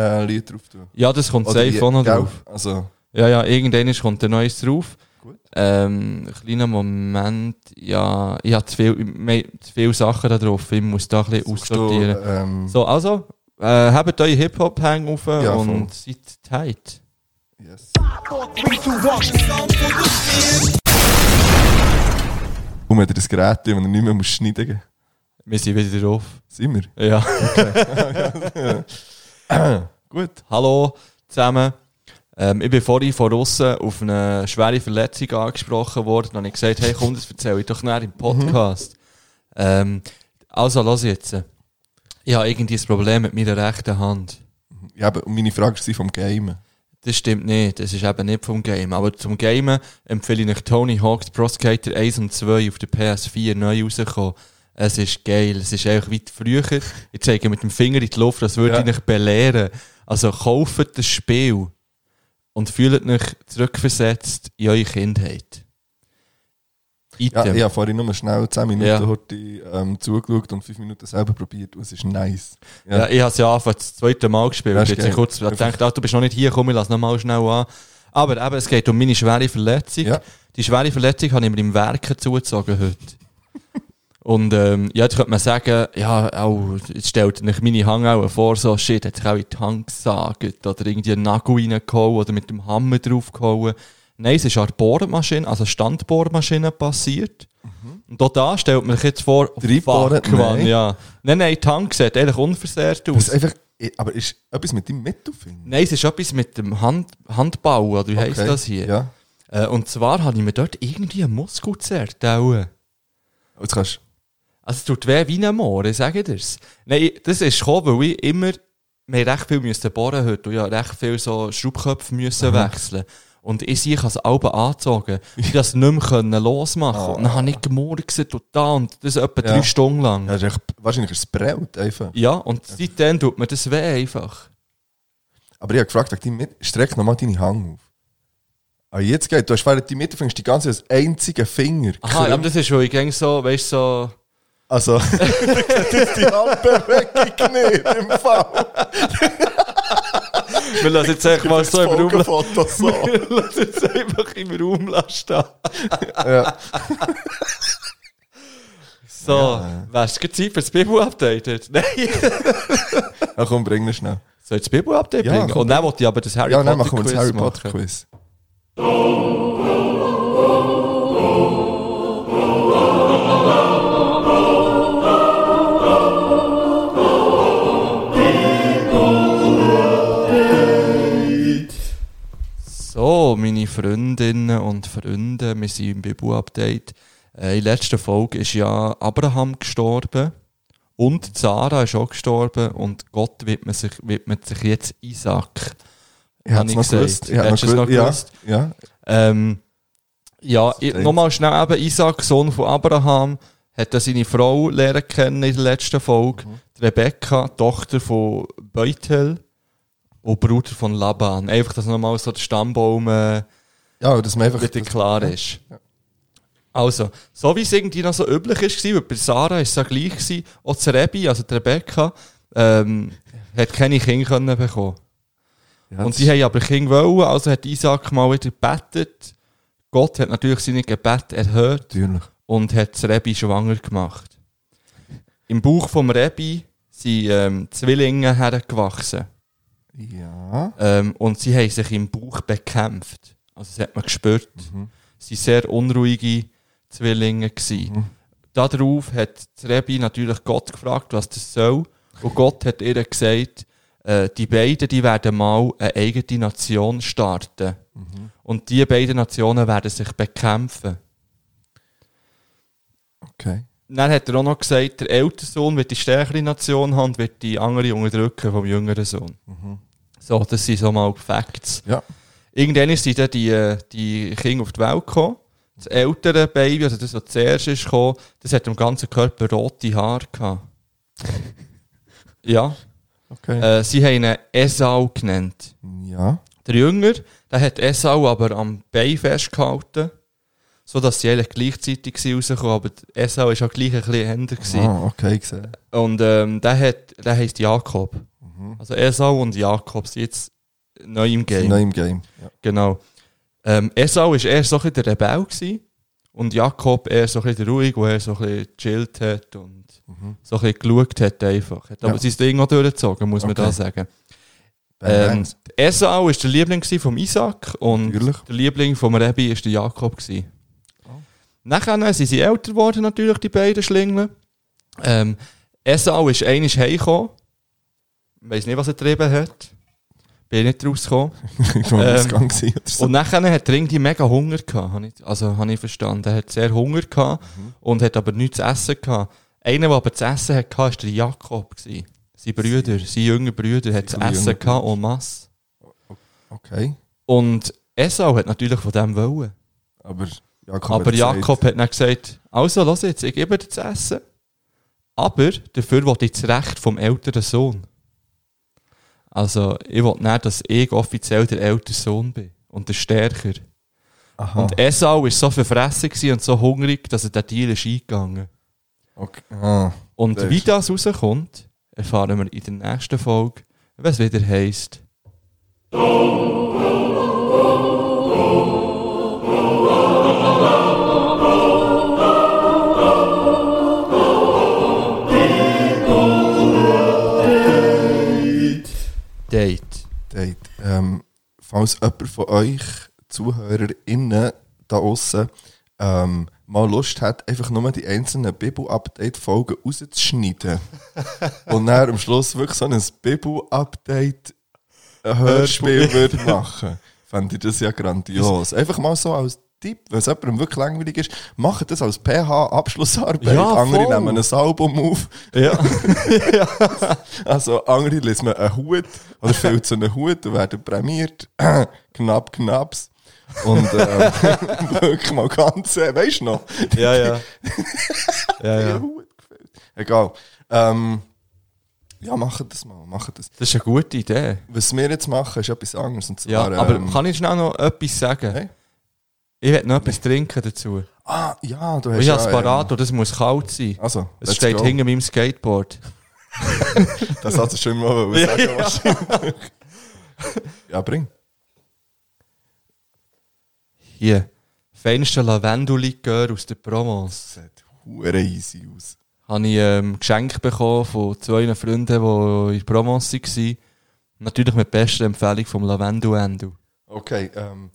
Knock-Lied drauf tun.
Ja, das kommt
wie-
safe auch noch
gell?
drauf.
Also,
Ja, ja, irgendwann kommt ein neues drauf.
Gut.
Ähm, kleiner Moment, ja, ich habe zu, viel, mehr- zu viele Sachen da drauf. Ich muss da ein bisschen
suchst
aussortieren.
Du, ähm,
So, also, äh, habt eure Hip-Hop-Hang auf
Ja, voll.
und seid tight.
yes. Und wenn ihr das Gerät, das ihr nicht mehr muss schneiden muss,
Wir sind wieder drauf.
sind wir.
Ja.
Gut.
Hallo zusammen. Ähm, ich bin vorhin von außen auf eine schwere Verletzung angesprochen worden. Dann habe ich gesagt, hey komm, das erzähle ich doch näher im Podcast.
Mhm.
Ähm, also, los jetzt. Ich habe irgendwie ein Problem mit meiner rechten Hand.
Ja, aber meine Frage war vom Gamen.
Das stimmt nicht, das ist eben nicht vom Game. Aber zum Gamen empfehle ich euch Tony Hawk's Pro Skater 1 und 2 auf der PS4 neu rausgekommen. Es ist geil, es ist eigentlich wie früher. Ich zeige mit dem Finger in die Luft, das würde
Ja.
ich euch belehren. Also kauft das Spiel und fühlt euch zurückversetzt in eure Kindheit.
Ja,
Item.
Ich habe vorhin nur schnell 10 Minuten
Ja.
heute, ähm, zugeschaut und 5 Minuten selber probiert und es ist nice.
Ja. ich habe es ja einfach das zweite Mal gespielt.
Ja, ist
Jetzt habe ich
geil.
kurz gedacht, ah, du bist noch nicht hier, komm, ich lass noch mal schnell an. Aber eben, es geht um meine schwere Verletzung.
Ja.
Die schwere Verletzung habe ich mir im Werken zugezogen heute. Und ähm, ja, jetzt könnte man sagen, ja, au, jetzt stellt euch meine Hangauen vor, so shit, hat sich auch in die Hand gesagt oder irgendwie einen Nagel reingehauen oder mit dem Hammer draufgehauen. Nein, es ist an der Bohrmaschine, also Standbohrmaschine passiert. Und auch da stellt man sich jetzt vor,
Drei
fuck, Mann,
Mhm. nein.
ja. Nein, nein, die Hand sieht eigentlich unversehrt aus.
Das ist einfach, ich- aber ist etwas mit deinem Mittelfinger?
Nein, es ist etwas mit dem Hand, Handbauen, oder wie heisst das hier?
Ja.
Äh, und zwar habe ich mir dort irgendwie einen Muskel zertauen.
Und Jetzt kannst
Also es tut weh wie ein Moor, ich sage dir's. Nein, ich- das ist gekommen, weil ich immer, wir haben recht viel müssen bohren heute und ja recht viel so Schraubköpfe müssen wechseln. Und ich sehe, ich habe es Alben angezogen. Ich das nicht mehr können losmachen. Und dann habe ich gemurkt und da und das etwa
Ah. Ja.
drei Stunden lang.
ja, ist echt, wahrscheinlich ist es brellt einfach.
Ja, und seitdem tut mir das weh einfach.
Aber ich habe gefragt, wegen deinem Mit- streck nochmal deine Hand auf. Aber jetzt geht, du hast während deinem Mittelfinger die ganze Zeit als einzigen Finger.
Aha, aber das ist, weil ich gäng so, weißt du, so...
Also, das ist die Handbewegung nicht im Fall.
Wir lassen jetzt einfach mal so im Raum lassen.
Folgenfoto so.
Wir lassen jetzt einfach im Raum lassen.
ja.
So, wärst du Zeit für das Bibu-Update jetzt? Nein.
ja, komm, bring das schnell.
Soll ich das Bibu-Update
Ja,
bringen?
komm.
Und dann wollte ich aber das Harry
Ja, dann machen wir
Potter-Quiz
das Harry Potter
machen.
Quiz.
Ende. Wir sind im Bibu-Update. Äh, in der letzten Folge ist ja Abraham gestorben. Und Sarah ist auch gestorben. Und Gott widmet sich, widmet sich jetzt Isaac.
Ich
Hab
hab's
ich
noch
gesagt.
gewusst. Ich hab
Hättest
noch
du es
gewusst.
noch
Ja,
gewusst?
ja.
Ähm, ja, ich-
denkt-
nochmal schnell eben, Isaac, Sohn von Abraham, hat ja seine Frau lernen kennen in der letzten Folge. Die Rebecca, Tochter von Beutel und Bruder von Laban. Einfach, dass nochmal so der Stammbaum äh,
Ja, und dass man einfach.
wieder klar ist. Also, so wie es irgendwie noch so üblich ist, weil bei Sarah war es ja gleich, gewesen, auch die Rebi, also die Rebecca, ähm, hat keine Kinder können bekommen.
Ja,
Und sie haben aber Kinder wollen, also hat Isaac mal wieder gebetet. Gott hat natürlich seine Gebet erhört
natürlich.
und hat das Rebi schwanger gemacht. Im Bauch vom Rebi sind ähm, Zwillinge hergewachsen
Ja.
ähm, und sie haben sich im Bauch bekämpft. Also das hat man gespürt. Sie waren sehr unruhige Zwillinge. Mhm. Darauf hat das Rebi natürlich Gott gefragt, was das soll. Und Gott hat ihr gesagt, äh, die beiden die werden mal eine eigene Nation starten. Und die beiden Nationen werden sich bekämpfen.
Okay.
Dann hat er auch noch gesagt, der ältere Sohn wird die stärkere Nation haben und wird die andere unterdrücken vom jüngeren Sohn. So, das sind so mal die Facts.
Ja.
Irgendwann sind dann die, äh, die Kinder auf die Welt gekommen. Das ältere Baby, also das, was zuerst ist gekommen, das hat am ganzen Körper rote Haare gehabt. ja.
Okay.
Äh, sie haben ihn Esau genannt.
Ja.
Der Jünger, der hat Esau aber am Bein festgehalten, sodass sie alle gleichzeitig sind rausgekommen aber Esau war auch gleich ein bisschen älter. gewesen.
Ah, okay, gesehen.
Und ähm, der, hat, der heisst Jakob. Also Esau und Jakob sind jetzt neu im Game.
Neu im Game. Ja.
Genau. Ähm, Esau war eher so ein bisschen der Rebell gewesen, und Jakob eher so ein bisschen der ruhig, der eher so ein bisschen gechillt hat und so ein bisschen geschaut hat einfach. Hat aber
Mhm. Ja.
sein Ding auch durchgezogen, muss
Okay.
man da sagen.
Bang,
Ähm,
bang.
Esau war der Liebling gewesen vom Isaac und
Natürlich. Oh.
der Liebling vom Rebbe war der Jakob. gewesen. Nachher sind sie älter geworden, natürlich, die beiden Schlingel. Ähm, Esau ist einmal heimgekommen. Ich weiß nicht, was er getrieben hat. Bin nicht rausgekommen.
Ich war
ähm,
im Ausgang gewesen oder so.
Und nachher hat er irgendwie mega Hunger gehabt, hab ich- also habe ich verstanden. Er hat sehr Hunger gehabt und hat aber nichts zu essen gehabt. Einer, der aber zu essen hatte, war der Jakob. gewesen. Seine Brüder, seine jüngeren Brüder, hat zu
Seine jüngeren
essen gehabt en masse.
Okay.
Und Esau hat natürlich von dem wollen.
Aber Jakob.
aber
hat gesagt-
Jakob hat dann gesagt, also lass jetzt, ich gebe dir zu essen. Aber dafür will ich das Recht vom älteren Sohn. Also ich will nicht, dass ich offiziell der ältere Sohn bin und der Stärker.
Aha.
Und Esau war so verfressen gewesen und so hungrig, dass er den Deal ist eingegangen
okay. ah.
Und
Sehr
wie
schön.
das rauskommt, erfahren wir in der nächsten Folge, wenn es wieder heisst. Date.
Date. Ähm, falls jemand von euch, ZuhörerInnen da aussen, ähm, mal Lust hat, einfach nur die einzelnen Bibu-Update-Folgen rauszuschneiden und dann am Schluss wirklich so ein Bibu-Update-Hörspiel würde machen, fände ich das ja grandios. Einfach mal so als Tipp, wenn es jemandem wirklich langweilig ist, macht das als PH-Abschlussarbeit.
Ja,
Andere
voll.
nehmen ein Album auf.
Ja.
Also andere lesen mir einen Hut oder fällt so einen Hut und werden prämiert. knapp, knapps. Und ähm, wirklich mal ganz, äh, weißt du noch?
Ja, ja. ja,
Der
ja.
Hut gefällt. Egal. Ähm, ja, machen das mal, machen das.
Das ist eine gute Idee.
Was wir jetzt machen, ist etwas anderes. Und zwar,
Ja, aber
ähm,
kann ich schnell noch etwas sagen?
Hey.
Ich will noch etwas trinken dazu.
ah, ja, du hast
Ich
ja,
habe es
ähm,
parat und das muss kalt sein.
Also,
es
let's
steht
go.
hinter meinem Skateboard.
Das hat er schon mal wollen sagen
Ja.
wahrscheinlich. ja, bring.
Hier. Feinster Lavendellikör aus der Provence.
Das sieht hure easy aus.
Habe ich ähm, geschenkt bekommen von zwei Freunden, die in der Provence waren. Natürlich mit bester Empfehlung vom Lavendu-Endu.
Okay, ähm,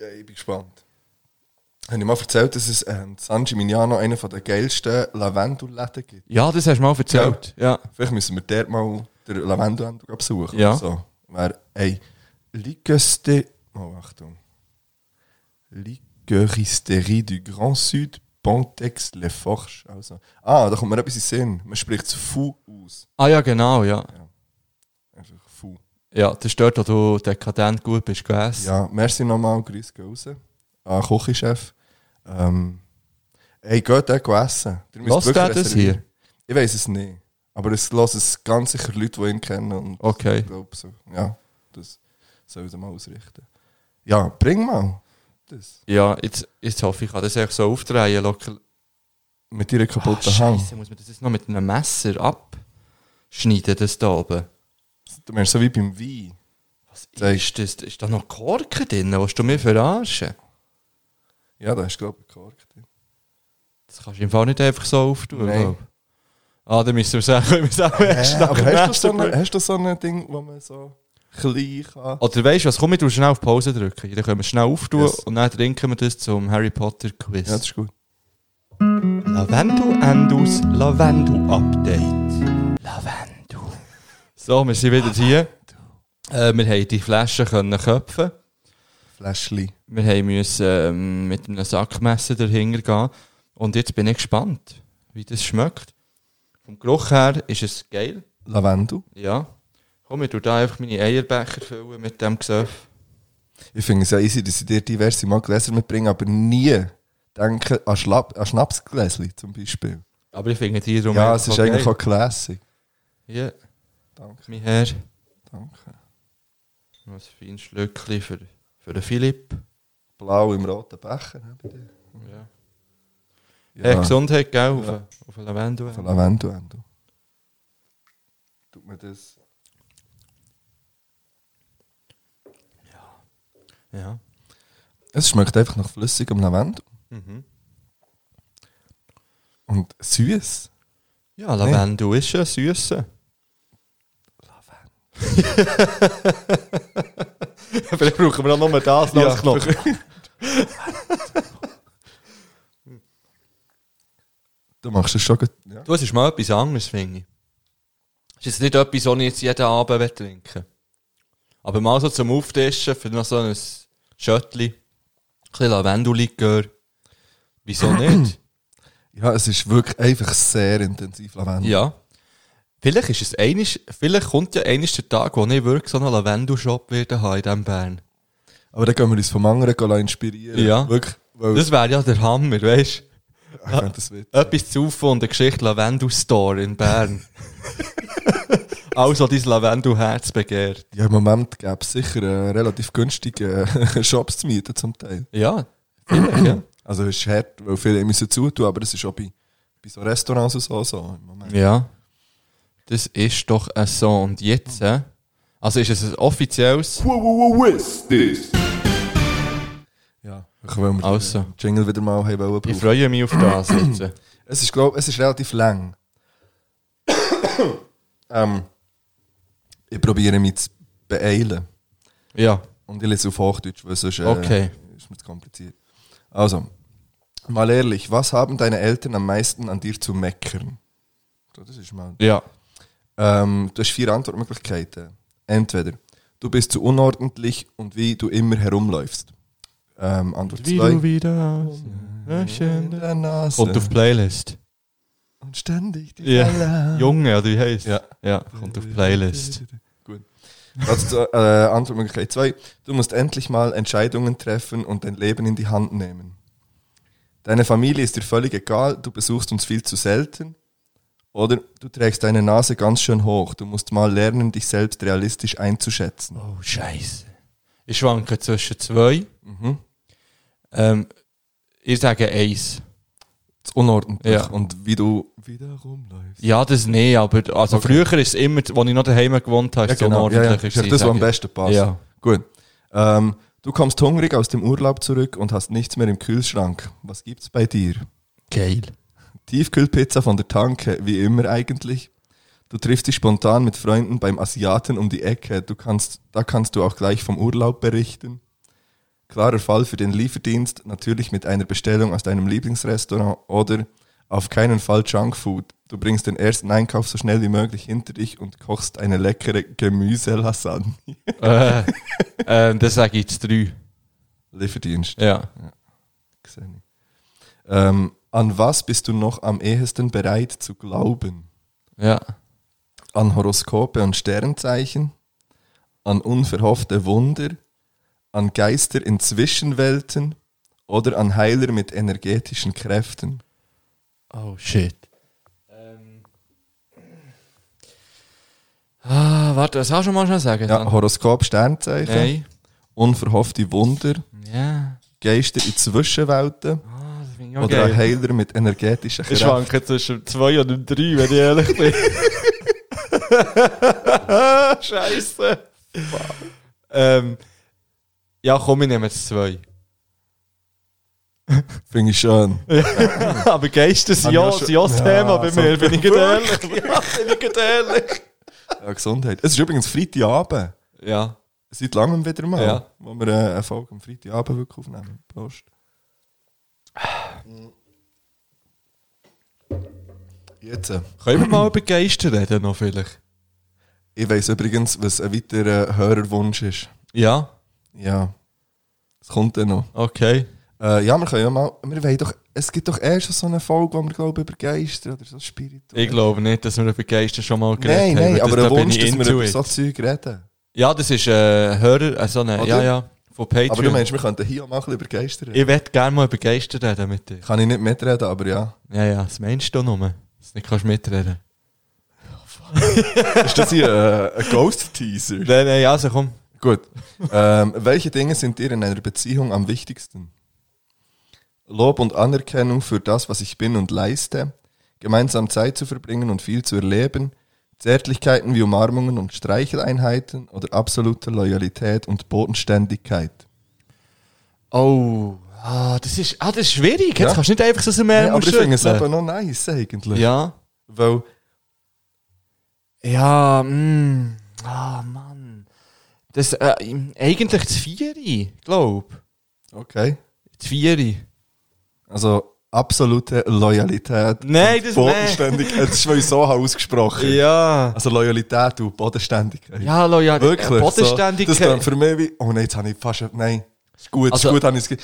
ja, ich bin gespannt. Habe ich mal erzählt, dass es ähm, in San Gimignano einen der geilsten Lavendelläden gibt?
Ja, das hast du mal erzählt. Ja.
Vielleicht müssen wir dort mal den Lavendelhändler gehen besuchen.
Ja.
So, wer, ey, liegeste... Oh, Achtung. Liqueuristerie du Grand Sud, Pontex, Le Forge. Also. Ah, da kommt mir etwas in den Sinn. Man spricht es Fou aus.
Ah ja, genau, ja.
Also Fou.
Ja, das ist dort, wo du dekadent gut bist gewesen.
Ja, merci nochmal, grüß gehen raus. An den Küchenchef. Ähm, hey, geht auch essen. Ihr müsst
Hört
wirklich
der das
reservieren.
hier?
Ich weiß es nicht. Aber es hören es ganz sicher Leute, die ihn kennen. Und
Okay.
Ich glaube so. Ja, das soll ich mal ausrichten. Ja, bring mal. Das.
Ja, jetzt, jetzt hoffe ich, ich kann das echt so aufdrehen. Lokal.
Mit deiner
Ah,
kaputten Hand.
Scheiße, muss man das jetzt noch mit einem Messer abschneiden, das da oben?
Du meinst so wie beim Wein.
Was
Zeig.
ist das? Ist da noch Korken drin? Willst du mich verarschen?
Ja, da hast du, glaube ich, gekorkt.
Äh, Das kannst du im Fall nicht einfach so auftun.
Nein.
glaub. Ah, dann müssen wir sagen, wir müssen auch
Äh,
erst nach
aber
dem
hast du,
Messer
so
bringen.
eine, hast du so ein Ding, wo man so klein kann?
Oder weißt du was? Komm, ich tu schnell auf Pause drücken. Dann können wir schnell auftun
Yes.
und dann trinken wir das zum Harry Potter Quiz.
Ja, das ist gut.
Lavendu Endus Lavendu Update. Lavendu. So, wir sind wieder hier. Äh, wir haben die Flaschen können köpfen.
Fläschchen.
Wir haben müssen, ähm, mit einem Sackmesser dahinter gehen. Und jetzt bin ich gespannt, wie das schmeckt. Vom Geruch her ist es geil.
Lavendel.
Ja. Komm, ich tu da einfach meine Eierbecher füllen mit dem Gesöff.
Ich finde es ja easy, dass ich dir diverse Mal Gläser mitbringe, aber nie denke an, Schlapp, an Schnapsgläschen zum Beispiel.
Aber ich finde die darum
ja, es ist
geil.
eigentlich auch classic.
Ja,
Danke,
mein Herr.
danke.
Noch ein feines Schlückchen für, für den Philipp.
Blau im roten Becher. hä, bei dir?
Ja.
Ja,
Hey, Gesundheit, gell? Auf,
Ja.
auf den Lavendel.
Von Lavendel. Endo. Tut mir das...
Ja.
Es schmeckt einfach nach flüssigem Lavendel.
Mhm.
Und süß.
Ja, Lavendel ist ja süß. Vielleicht brauchen wir auch nur das
Ja,
als Knopf.
Du machst es schon gut. Ja.
Du, es ist mal etwas anderes, finde ich. Es ist jetzt nicht etwas, was ich jetzt jeden Abend will trinken will. Aber mal so zum Auftischen, für noch so ein Schöttli, ein bisschen Lavendellikör. Wieso nicht?
ja, es ist wirklich einfach sehr intensiv Lavendel.
ja. Vielleicht ist es einisch, vielleicht kommt ja einisch der Tag, wo ich wirklich so einen Lavendelshop werde haben in diesem Bern.
Aber dann können wir uns vom anderen gehen lassen inspirieren.
Ja.
Wirklich. Weil
Das wäre ja der Hammer, weißt du?
ich fände das wird.
Etwas zu Aufwand und eine Geschichte Lavendel Store in Bern. also dein Lavendelherz begehrt.
Ja, im Moment gäbe es sicher äh, relativ günstige äh, Shops zu mieten zum Teil.
Ja, vielleicht, ja.
Also es ist hart, weil viele müssen zutun, aber es ist auch bei, bei so Restaurants und so, so im Moment.
Ja. Das ist doch ein so. Und jetzt, äh? Also ist es ein offizielles.
Ja. Ich will mir
Also.
den Jingle wieder mal haben wollen
Ich
brauchen.
freue mich auf das jetzt.
Es ist, glaub, es ist relativ lang. ähm, ich probiere mich zu beeilen.
Ja.
Und ich lese auf Hochdeutsch, weil sonst äh,
Okay.
ist mir zu kompliziert. Also, mal ehrlich, was haben deine Eltern am meisten an dir zu meckern? So, Das ist mal
Ja.
Ähm, du hast vier Antwortmöglichkeiten. Entweder du bist zu unordentlich und wie du immer herumläufst. Ähm, Antwort 2.
wieder aus.
Und
Und auf Playlist.
und ständig die
Ja.
Welle.
Junge, oder wie heisst
Ja.
ja, kommt auf Playlist.
Gut. Also, äh, Antwortmöglichkeit 2. Du musst endlich mal Entscheidungen treffen und dein Leben in die Hand nehmen. Deine Familie ist dir völlig egal, du besuchst uns viel zu selten. Oder du trägst deine Nase ganz schön hoch. Du musst mal lernen, dich selbst realistisch einzuschätzen.
Oh, Scheiße. Ich schwanke zwischen zwei.
Mhm.
Ähm, ich sage eins.
zu unordentlich
Ja.
und wie du wieder rumläufst.
Ja, das nicht, aber also
Okay.
früher ist es immer, als ich noch daheim gewohnt habe, ist es unordentlich.
ja, ja.
gewesen,
Ist das, was
sage
am
ich.
besten passt.
Ja.
Gut. Ähm, du kommst hungrig aus dem Urlaub zurück und hast nichts mehr im Kühlschrank. Was gibt's bei dir?
Geil.
Tiefkühlpizza von der Tanke, wie immer eigentlich. Du triffst dich spontan mit Freunden beim Asiaten um die Ecke. Du kannst, da kannst du auch gleich vom Urlaub berichten. Klarer Fall für den Lieferdienst, natürlich mit einer Bestellung aus deinem Lieblingsrestaurant oder auf keinen Fall Junkfood. Du bringst den ersten Einkauf so schnell wie möglich hinter dich und kochst eine leckere Gemüselasagne.
äh, ähm, dann sage ich jetzt drei.
Lieferdienst.
Ja.
Sehe ich. Ähm, an was bist du noch am ehesten bereit zu glauben?
Ja.
An Horoskope und Sternzeichen? An unverhoffte Wunder? An Geister in Zwischenwelten? Oder an Heiler mit energetischen Kräften?
Oh shit. Ähm. Ah, warte, das hast du schon mal schon sagen.
Ja,
dann?
Horoskop, Sternzeichen,
Nein.
unverhoffte Wunder,
Ja.
Geister in Zwischenwelten
Ah, das bin ich
oder
okay.
an Heiler mit energetischen
Ich
Kräften.
schwanke zwischen 2 und 3, wenn ich ehrlich bin. Scheiße. Ähm, ja, komm, ich nehme jetzt 2.
Finde ich schön.
Aber Geister sind
Hab
ja
ich auch
sind ja das
schon-
Thema
Ja,
bei
so-
mir, bin ich gerade ehrlich. Ja, bin ich gerade ehrlich.
Ja, Gesundheit. Es ist übrigens Freitagabend.
Ja.
Seit langem wieder mal,
Ja.
wo wir äh, eine Folge am Freitagabend wirklich aufnehmen. Prost. Jetzt. äh,
Können wir mal über Geister reden noch vielleicht?
Ich weiss übrigens, was ein weiterer äh, Hörerwunsch ist.
Ja,
Ja. Es kommt dann noch.
okay.
Äh, ja, wir können ja mal. Wir wollen doch, es gibt doch erst so eine Folge, wo wir glaube über Geister oder so spirituell.
Ich glaube nicht, dass wir über Geister schon mal geredet
Nein,
haben.
nein,
weil das-
aber der
da bin
Wunsch,
ich
dass wir
into
über
it.
so Zeug reden.
Ja, das ist äh, Hörer, äh, so eine,
Oder?
ja, ja, von Patreon.
Aber du meinst, wir könnten hier auch mal ein bisschen über Geister reden?
ich würde gerne mal über Geister reden mit dir.
Kann ich nicht mitreden, aber ja.
Ja, ja, das meinst du nur. Das nicht kannst mitreden.
Ist das hier äh, ein Ghost-Teaser?
Nein, nein, also komm.
Gut. Ähm, welche Dinge sind dir in einer Beziehung am wichtigsten? Lob und Anerkennung für das, was ich bin und leiste, gemeinsam Zeit zu verbringen und viel zu erleben, Zärtlichkeiten wie Umarmungen und Streicheleinheiten oder absolute Loyalität und Bodenständigkeit.
Oh, ah, das, ist, ah, das ist schwierig. Jetzt
Ja.
kannst du nicht einfach so aus dem Meer
Nein, aber ich finde es
schütteln.
eben noch nice eigentlich.
Ja.
Weil,
Ja,
mm,
mh. Ah, Mann. Das, äh, eigentlich das Vieri, glaub.
okay,
Das Vieri.
also absolute Loyalität
Nein, das-
und Bodenständigkeit. Das ist, weil ich so habe ausgesprochen
Ja.
Also Loyalität und Bodenständigkeit.
Ja, hallo, ja.
Wirklich.
äh,
So, das
Bodenständigkeit.
klingt für mich wie, oh nein, jetzt habe ich fast, nein, ist gut,
Also-
ist gut, habe ich es ge-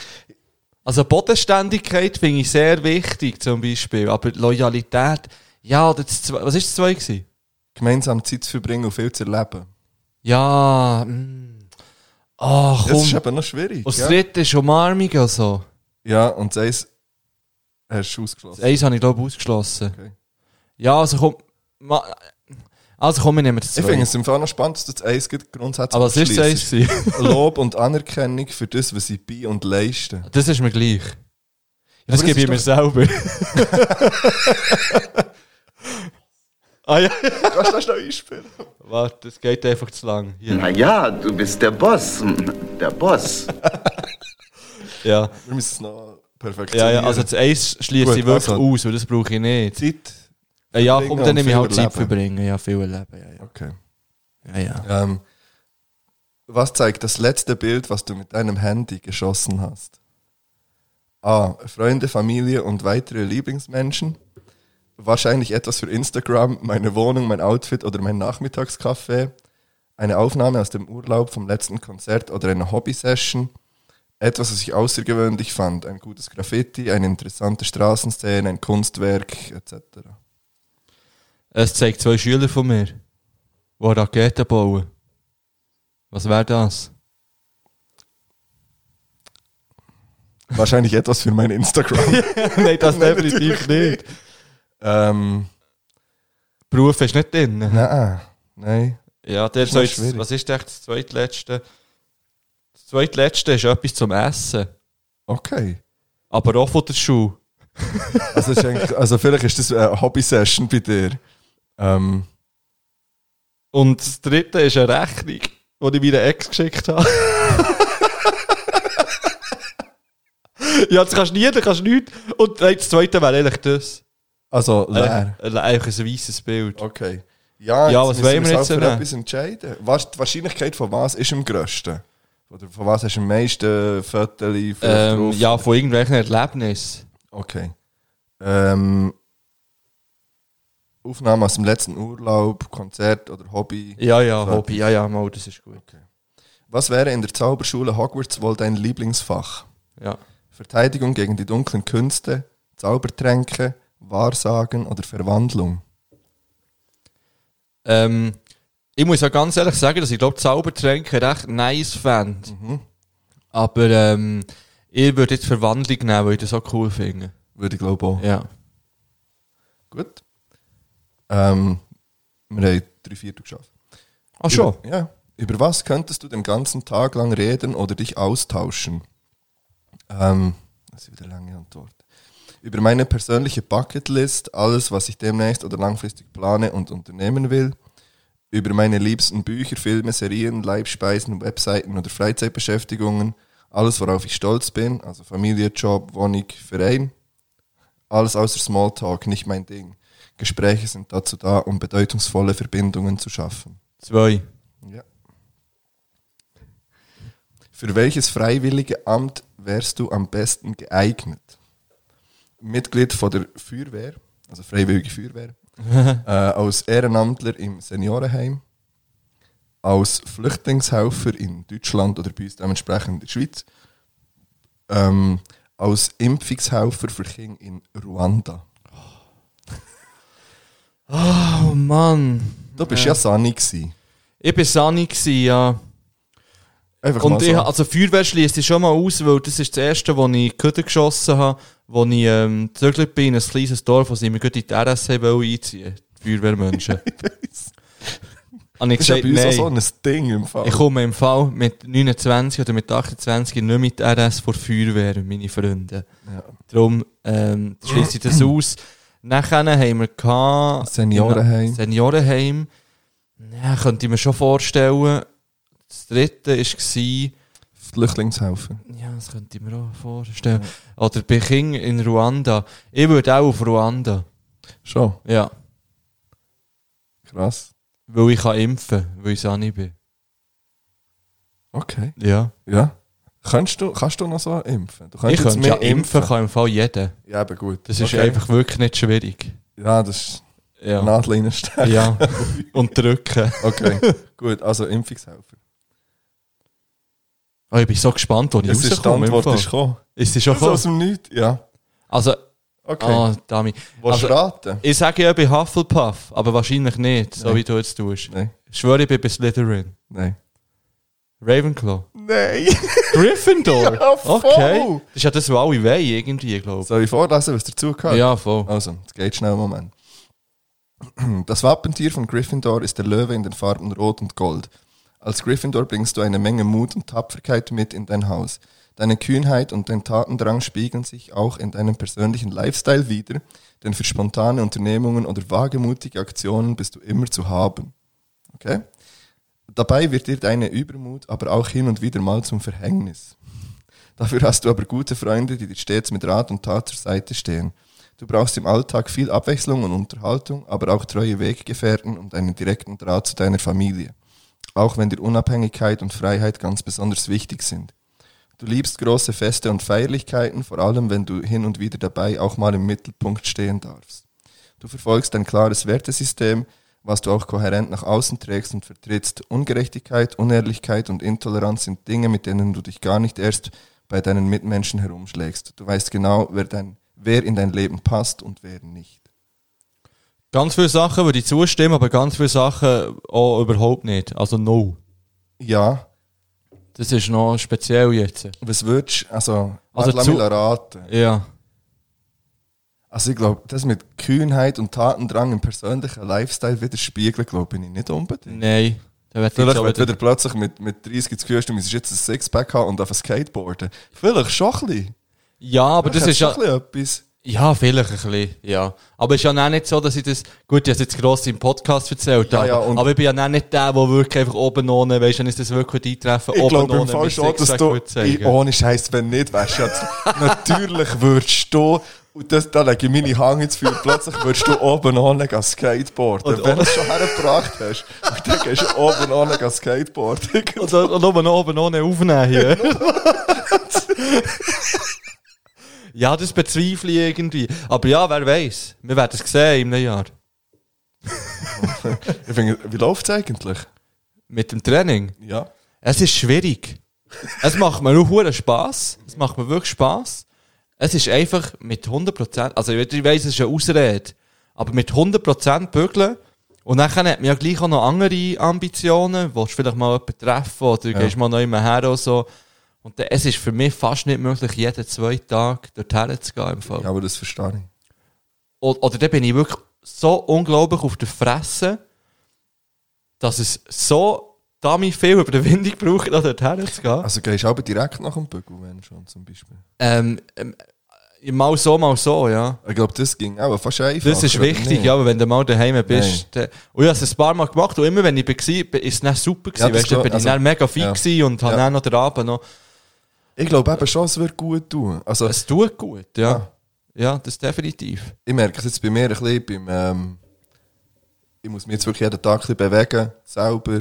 Also Bodenständigkeit finde ich sehr wichtig, zum Beispiel. Aber Loyalität, ja, oder das Zwe- was ist das zwei gewesen?
Gemeinsam Zeit zu verbringen und viel zu erleben.
Ja, mm. Ah,
Das ist
komm.
eben noch schwierig.
Und das
ja.
dritte ist Umarmung oder so.
ja, und das eins hast du
Das
ausgeschlossen.
eins habe ich, glaube ich, ausgeschlossen.
Okay.
Ja, also komm, ma, also komm, wir nehmen das
Ich finde
zwei.
es im Fall noch spannend, dass du das eins gibt, grundsätzlich
Aber was ist das eins
ausschliessest.
gewesen?
Lob und Anerkennung für das, was ich bin und leiste.
Das ist mir gleich. das
aber das
gebe ich mir
ist
selber. ah ja.
Kannst du das noch einspielen?
Warte, das geht einfach zu lang. Hier.
Na ja, du bist der Boss. Der Boss.
Ja.
Wir müssen es noch
Ja,
perfektionieren.
ja, also das Eis schließe
Gut,
ich wirklich
also-
aus, weil das brauche ich nicht.
Zeit.
Äh, ja, komm,
verbringen
dann nehme ich
und
halt
viel
Zeit
erleben.
verbringen. Ja, viel erleben, ja, ja.
Okay.
ja, ja.
Ähm, was zeigt das letzte Bild, was du mit deinem Handy geschossen hast? A. Freunde, Familie und weitere Lieblingsmenschen. Wahrscheinlich etwas für Instagram, meine Wohnung, mein Outfit oder mein Nachmittagskaffee. Eine Aufnahme aus dem Urlaub vom letzten Konzert oder eine Hobby-Session. Etwas, was ich außergewöhnlich fand. Ein gutes Graffiti, eine interessante Straßenszene, ein Kunstwerk etc.
Es zeigt zwei Schüler von mir, die Raketen bauen. Was wäre das?
Wahrscheinlich etwas für mein Instagram.
Nein, das
Nein,
definitiv
natürlich
nicht.
ähm,
Beruf ist nicht drin.
nein, nein.
Ja, der
ist noch
soll jetzt-
schwierig.
was ist echt das zweitletzte? Das zweitletzte ist etwas zum Essen.
Okay.
Aber auch von der Schule.
Also, es ist eigentlich, also vielleicht ist das eine Hobby-Session bei dir. Ähm,
Und das dritte ist eine Rechnung, die ich meiner Ex geschickt habe. ja, das kannst du nie, das kannst du nicht. Und nein, das zweite wäre eigentlich das.
also leer.
Äh, äh, Einfach ein weißes Bild.
Okay. Ja,
Ja, was
jetzt
wollen
müssen
wir
uns
jetzt
auch für
nehmen?
etwas entscheiden. Was, die Wahrscheinlichkeit von was ist am grössten? Oder von was hast du am meisten Fotos
Ähm, ja, von irgendwelchen Erlebnissen.
Okay. Ähm, Aufnahme aus dem letzten Urlaub, Konzert oder Hobby.
Ja, ja,
So.
Hobby, ja, ja, mal, das ist gut.
Okay. Was wäre in der Zauberschule Hogwarts wohl dein Lieblingsfach?
Ja.
Verteidigung gegen die dunklen Künste, Zaubertränke, Wahrsagen oder Verwandlung?
Ähm, ich muss ja ganz ehrlich sagen, dass ich glaube, Zaubertränke recht nice fände. Aber ähm, ich würde jetzt Verwandlung nehmen, weil ich das auch cool finde.
Würde ich glaube auch.
Ja.
Gut. Ähm, wir haben drei Viertel geschafft.
Ach schon.
Über, ja. Über was könntest du den ganzen Tag lang reden oder dich austauschen? Ähm, das ist wieder eine lange Antwort. Über meine persönliche Bucketlist, alles, was ich demnächst oder langfristig plane und unternehmen will. Über meine liebsten Bücher, Filme, Serien, Leibspeisen, Webseiten oder Freizeitbeschäftigungen. Alles, worauf ich stolz bin, also Familie, Job, Wohnung, Verein. Alles außer Smalltalk, nicht mein Ding. Gespräche sind dazu da, um bedeutungsvolle Verbindungen zu schaffen.
Zwei.
Ja. Für welches freiwillige Amt wärst du am besten geeignet? Mitglied von der Feuerwehr, also Freiwillige Feuerwehr, äh, als Ehrenamtler im Seniorenheim, als Flüchtlingshelfer in Deutschland oder bei uns dementsprechend in der Schweiz, ähm, als Impfungshelfer für Kinder in Ruanda.
Oh Mann.
Du bist ja, ja Sani gewesen.
Ich war Sani, gewesen, ja.
Einfach mal
Und
so.
ich, also Feuerwehr schließt ich schon mal aus, weil das ist das erste, wo ich Köder geschossen habe, wo ich ähm, zurückgelegt bin in ein kleines Dorf, wo sie mir gut in die RSC wollen einziehen Die Feuerwehrmenschen. Und ich
das ist ja
gesagt,
bei uns
nein,
auch so ne? ein Ding im Fall.
ich komme im Fall mit 29 oder mit 28 nicht mit RS vor Feuerwehr, meine Freunde.
Ja.
Darum ähm, schließe ich das aus. Nachher haben wir gehabt,
Seniorenheim.
Seniorenheim. Ja, könnte ich mir schon vorstellen. Das dritte war...
Flüchtlingshelfer.
Ja, das könnte ich mir auch vorstellen. Oder bei King in Ruanda. Ich würde auch auf Ruanda.
Schon,
Ja.
krass.
Weil ich kann impfen, weil ich Sani bin.
Okay.
Ja.
Ja. Kannst du, kannst du noch so impfen? Du
Ich
könntest
könnte ja impfen, kann im Fall jeder.
Ja, aber gut.
Das ist
Okay.
einfach wirklich nicht schwierig.
Ja, das ist
Ja.
Nadel reinstechen.
Ja. Und drücken.
Okay, gut. Also Impfungshelfer.
Oh, ich bin so gespannt, wo ich
Das ist die
rauskomme. im
Antwort,
Fall.
ist Also- gekommen.
Ist sie schon
Das
voll?
aus dem Nichts? Ja.
Also,
Okay.
ah, Dami.
Willst
also-
du raten?
Ich sage ja, ich bin Hufflepuff, aber wahrscheinlich nicht, so
Nein.
wie du jetzt tust.
Nein.
Ich schwöre, ich bin bei Slytherin.
Nein.
Ravenclaw.
Nein!
Gryffindor?
Ja, voll.
Okay. Das ist ja das, was alle wollen, irgendwie, glaube ich.
Soll ich vorlesen, was dazu gehört?
Ja, voll.
Also, es geht schnell, Moment. Das Wappentier von Gryffindor ist der Löwe in den Farben Rot und Gold. Als Gryffindor bringst du eine Menge Mut und Tapferkeit mit in dein Haus. Deine Kühnheit und dein Tatendrang spiegeln sich auch in deinem persönlichen Lifestyle wider, denn für spontane Unternehmungen oder wagemutige Aktionen bist du immer zu haben. Okay? Dabei wird dir deine Übermut aber auch hin und wieder mal zum Verhängnis. Dafür hast du aber gute Freunde, die dir stets mit Rat und Tat zur Seite stehen. Du brauchst im Alltag viel Abwechslung und Unterhaltung, aber auch treue Weggefährten und einen direkten Draht zu deiner Familie. Auch wenn dir Unabhängigkeit und Freiheit ganz besonders wichtig sind. Du liebst große Feste und Feierlichkeiten, vor allem wenn du hin und wieder dabei auch mal im Mittelpunkt stehen darfst. Du verfolgst ein klares Wertesystem, was du auch kohärent nach außen trägst und vertrittst. Ungerechtigkeit, Unehrlichkeit und Intoleranz sind Dinge, mit denen du dich gar nicht erst bei deinen Mitmenschen herumschlägst. Du weißt genau, wer, dein, wer in dein Leben passt und wer nicht.
Ganz viele Sachen würde ich zustimmen, aber ganz viele Sachen auch überhaupt nicht. Also no.
Ja,
Das ist noch speziell jetzt.
was würdest also,
Also
also lass
zu-
mich raten.
Ja.
Also ich glaube, das mit Kühnheit und Tatendrang im persönlichen Lifestyle widerspiegeln, glaube ich nicht unbedingt.
Nein. Da wird
Vielleicht, wenn du wieder plötzlich mit, mit 30 das Gefühl hast, du müsstest jetzt ein Sixpack haben und auf ein Skateboarden. Vielleicht schon ein bisschen.
Ja, aber das
Vielleicht
ist ja.
schon ein bisschen etwas.
Ja, vielleicht ein bisschen. Ja. Aber es ist ja auch nicht so, dass ich das. Gut, ich habe es jetzt gross im Podcast erzählt.
Ja,
aber-
ja, und-
aber ich bin ja auch nicht der, der wirklich einfach oben ohne, weißt du, wenn ich das wirklich eintreffen
Ich
oben
glaube im
ohne
Fall
mein
schon, dass
Sixpack
du,
würde zeigen.
ich, ohne Scheiß, wenn nicht, wärst du jetzt, natürlich würdest du, und das, da lege ich meine Hang ins Feuer, plötzlich würdest du oben ohne gehen Skateboarden.
Und
wenn
ohne-
du es schon hergebracht hast, und dann gehst du oben ohne gehen Skateboarden.
Und, und nur noch oben ohne aufnehmen hier. ja, das bezweifle ich irgendwie. Aber ja, wer weiß. Wir werden es sehen im Jahr.
Ich finde, wie läuft es eigentlich?
Mit dem Training.
Ja.
Es ist schwierig. Es macht mir nur hure Spass. Es macht mir wirklich Spass. Es ist einfach mit 100%, also ich we- ich weiss, es ist eine Ausrede, aber mit 100% bügeln. Und dann hat man ja gleich auch noch andere Ambitionen. Willst du vielleicht mal jemanden treffen oder gehst mal neu her oder so. Und da- es ist für mich fast nicht möglich, jeden zwei Tage dorthin zu gehen. Im Fall.
Ja, aber das verstehe ich.
Oder, oder dann bin ich wirklich so unglaublich auf der Fresse, dass es so damit viel Überwindung braucht, da dorthin zu gehen.
Also gehst du aber direkt nach dem Bügel, wenn schon, zum Beispiel.
Ähm, ähm, mal so, mal so, ja.
Ich glaube, das ging auch fast einfach.
Das ist wichtig, ja, aber wenn du mal daheim bist. Dann, und ich habe es ein paar Mal gemacht und immer wenn ich war, war ist es dann super.
Ja,
Gewesen, weißt
das
du, dann
glaub-
bin ich
also-
dann mega fit
ja.
gewesen und habe
Ja.
dann noch den Abend noch.
Ich glaube eben schon, es wird gut tun. Also,
Es tut gut, ja.
Ja.
ja. das definitiv.
ich merke es jetzt bei mir ein bisschen, beim, ähm, ich muss mich jetzt wirklich jeden Tag ein bisschen bewegen, selber.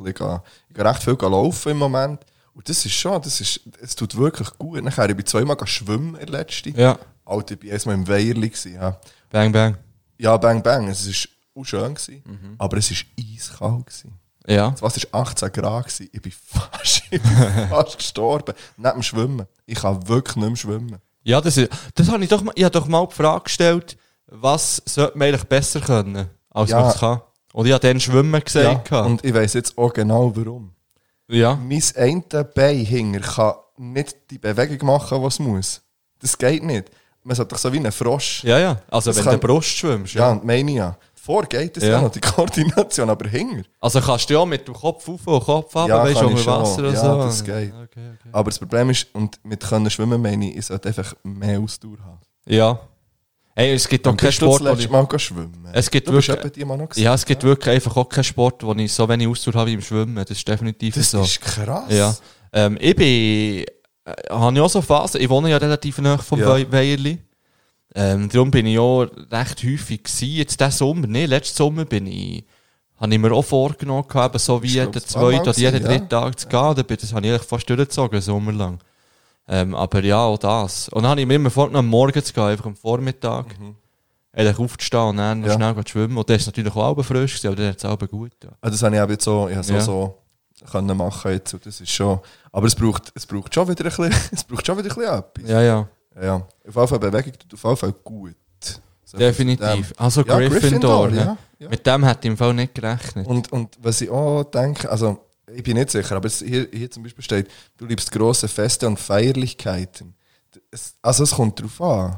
Ein bisschen gehen. Ich gehe recht viel laufen im Moment. Und das ist schon, das ist, es tut wirklich gut. Nachher, ich bin zweimal gegangen schwimmen, der letzte.
Ja.
Alter, ich war erstmal im Weierli. gewesen, Ja.
Bang, bang.
ja, Bang Bang, es war auch schön, gewesen, aber es war eiskalt. Gewesen.
Ja.
Das Wasser war 18 Grad, gewesen. ich bin fast, ich bin fast gestorben. Nicht dem Schwimmen. Ich kann wirklich nicht mehr schwimmen.
Ja, das, ist, das habe ich doch mal, ich habe doch mal die Frage gestellt, was sollte man eigentlich besser können, als
Ja.
man es kann. Und ich habe dann Schwimmen gesagt. Ja.
Und ich weiss jetzt auch genau warum.
ja.
Mein eine Bein hinger kann nicht die Bewegung machen, die es muss. Das geht nicht. Man sagt doch so wie ein Frosch.
ja, ja. Also
Das
wenn
kann-
du Brust schwimmst.
Ja,
Ja.
und meine ich ja. Vor geht es
Ja.
ja. noch, die Koordination, aber hinger.
Also kannst du ja mit dem Kopf auf und Kopf ab,
Ja,
weißt du,
kann
unter
ich schon.
Wasser oder
Ja,
so.
das
Okay,
geht.
okay.
Aber das Problem ist, und mit können schwimmen meine ich, ich sollte einfach mehr Ausdauer haben.
Ja. Ey, es gibt doch
Und
keinen
bist du das
Sport, wo
letzte
ich,
Mal gegangen schwimmen?
Es gibt
du bist
wirklich-
eben die mal noch gewesen.
ja, es gibt wirklich einfach auch keinen Sport, wo ich so wenig Ausdauer habe wie im Schwimmen. Das ist definitiv
Das
so.
ist krass.
Ja. Ähm, ich bin. Äh, habe ich auch so Phasen. Ich wohne ja relativ nahe vom
Ja.
ja. Weierli. Ähm, darum bin ich auch recht häufig gewesen. Jetzt diesen Sommer, nee, letzten Sommer bin ich. Habe ich mir auch vorgenommen, gehabt, eben so wie
Ist, glaub,
jeden
zweimal
zweiten oder jeden
gewesen,
dritten Tag zu gehen. Da bin- Das habe ich eigentlich fast durchgezogen, einen Sommer lang. Ähm, aber ja, auch das. Und dann habe ich mir immer vorgenommen, am Morgen zu gehen, einfach am Vormittag. Eigentlich aufzustehen und dann noch
Mhm. Ja.
schnell zu schwimmen. Und das ist natürlich auch halb frisch, gewesen, aber dann hat es halb gut. Ja.
Ah, Das habe ich eben jetzt so, ich habe so,
Ja.
so können machen jetzt. Und das ist schon, aber es braucht, es braucht schon wieder ein bisschen, es braucht schon wieder ein bisschen etwas.
ja, ja.
Ja, ja. Auf jeden Fall Bewegung tut auf jeden Fall gut. So viel
Definitiv.
von dem.
Also
Ja,
Gryffindor.
Gryffindor,
ja.
ja, ja.
Mit dem hätte ich im Fall nicht gerechnet.
Und, und was ich auch denke, also ich bin nicht sicher, aber es hier, hier zum Beispiel steht, du liebst große Feste und Feierlichkeiten. Es, also es kommt drauf an.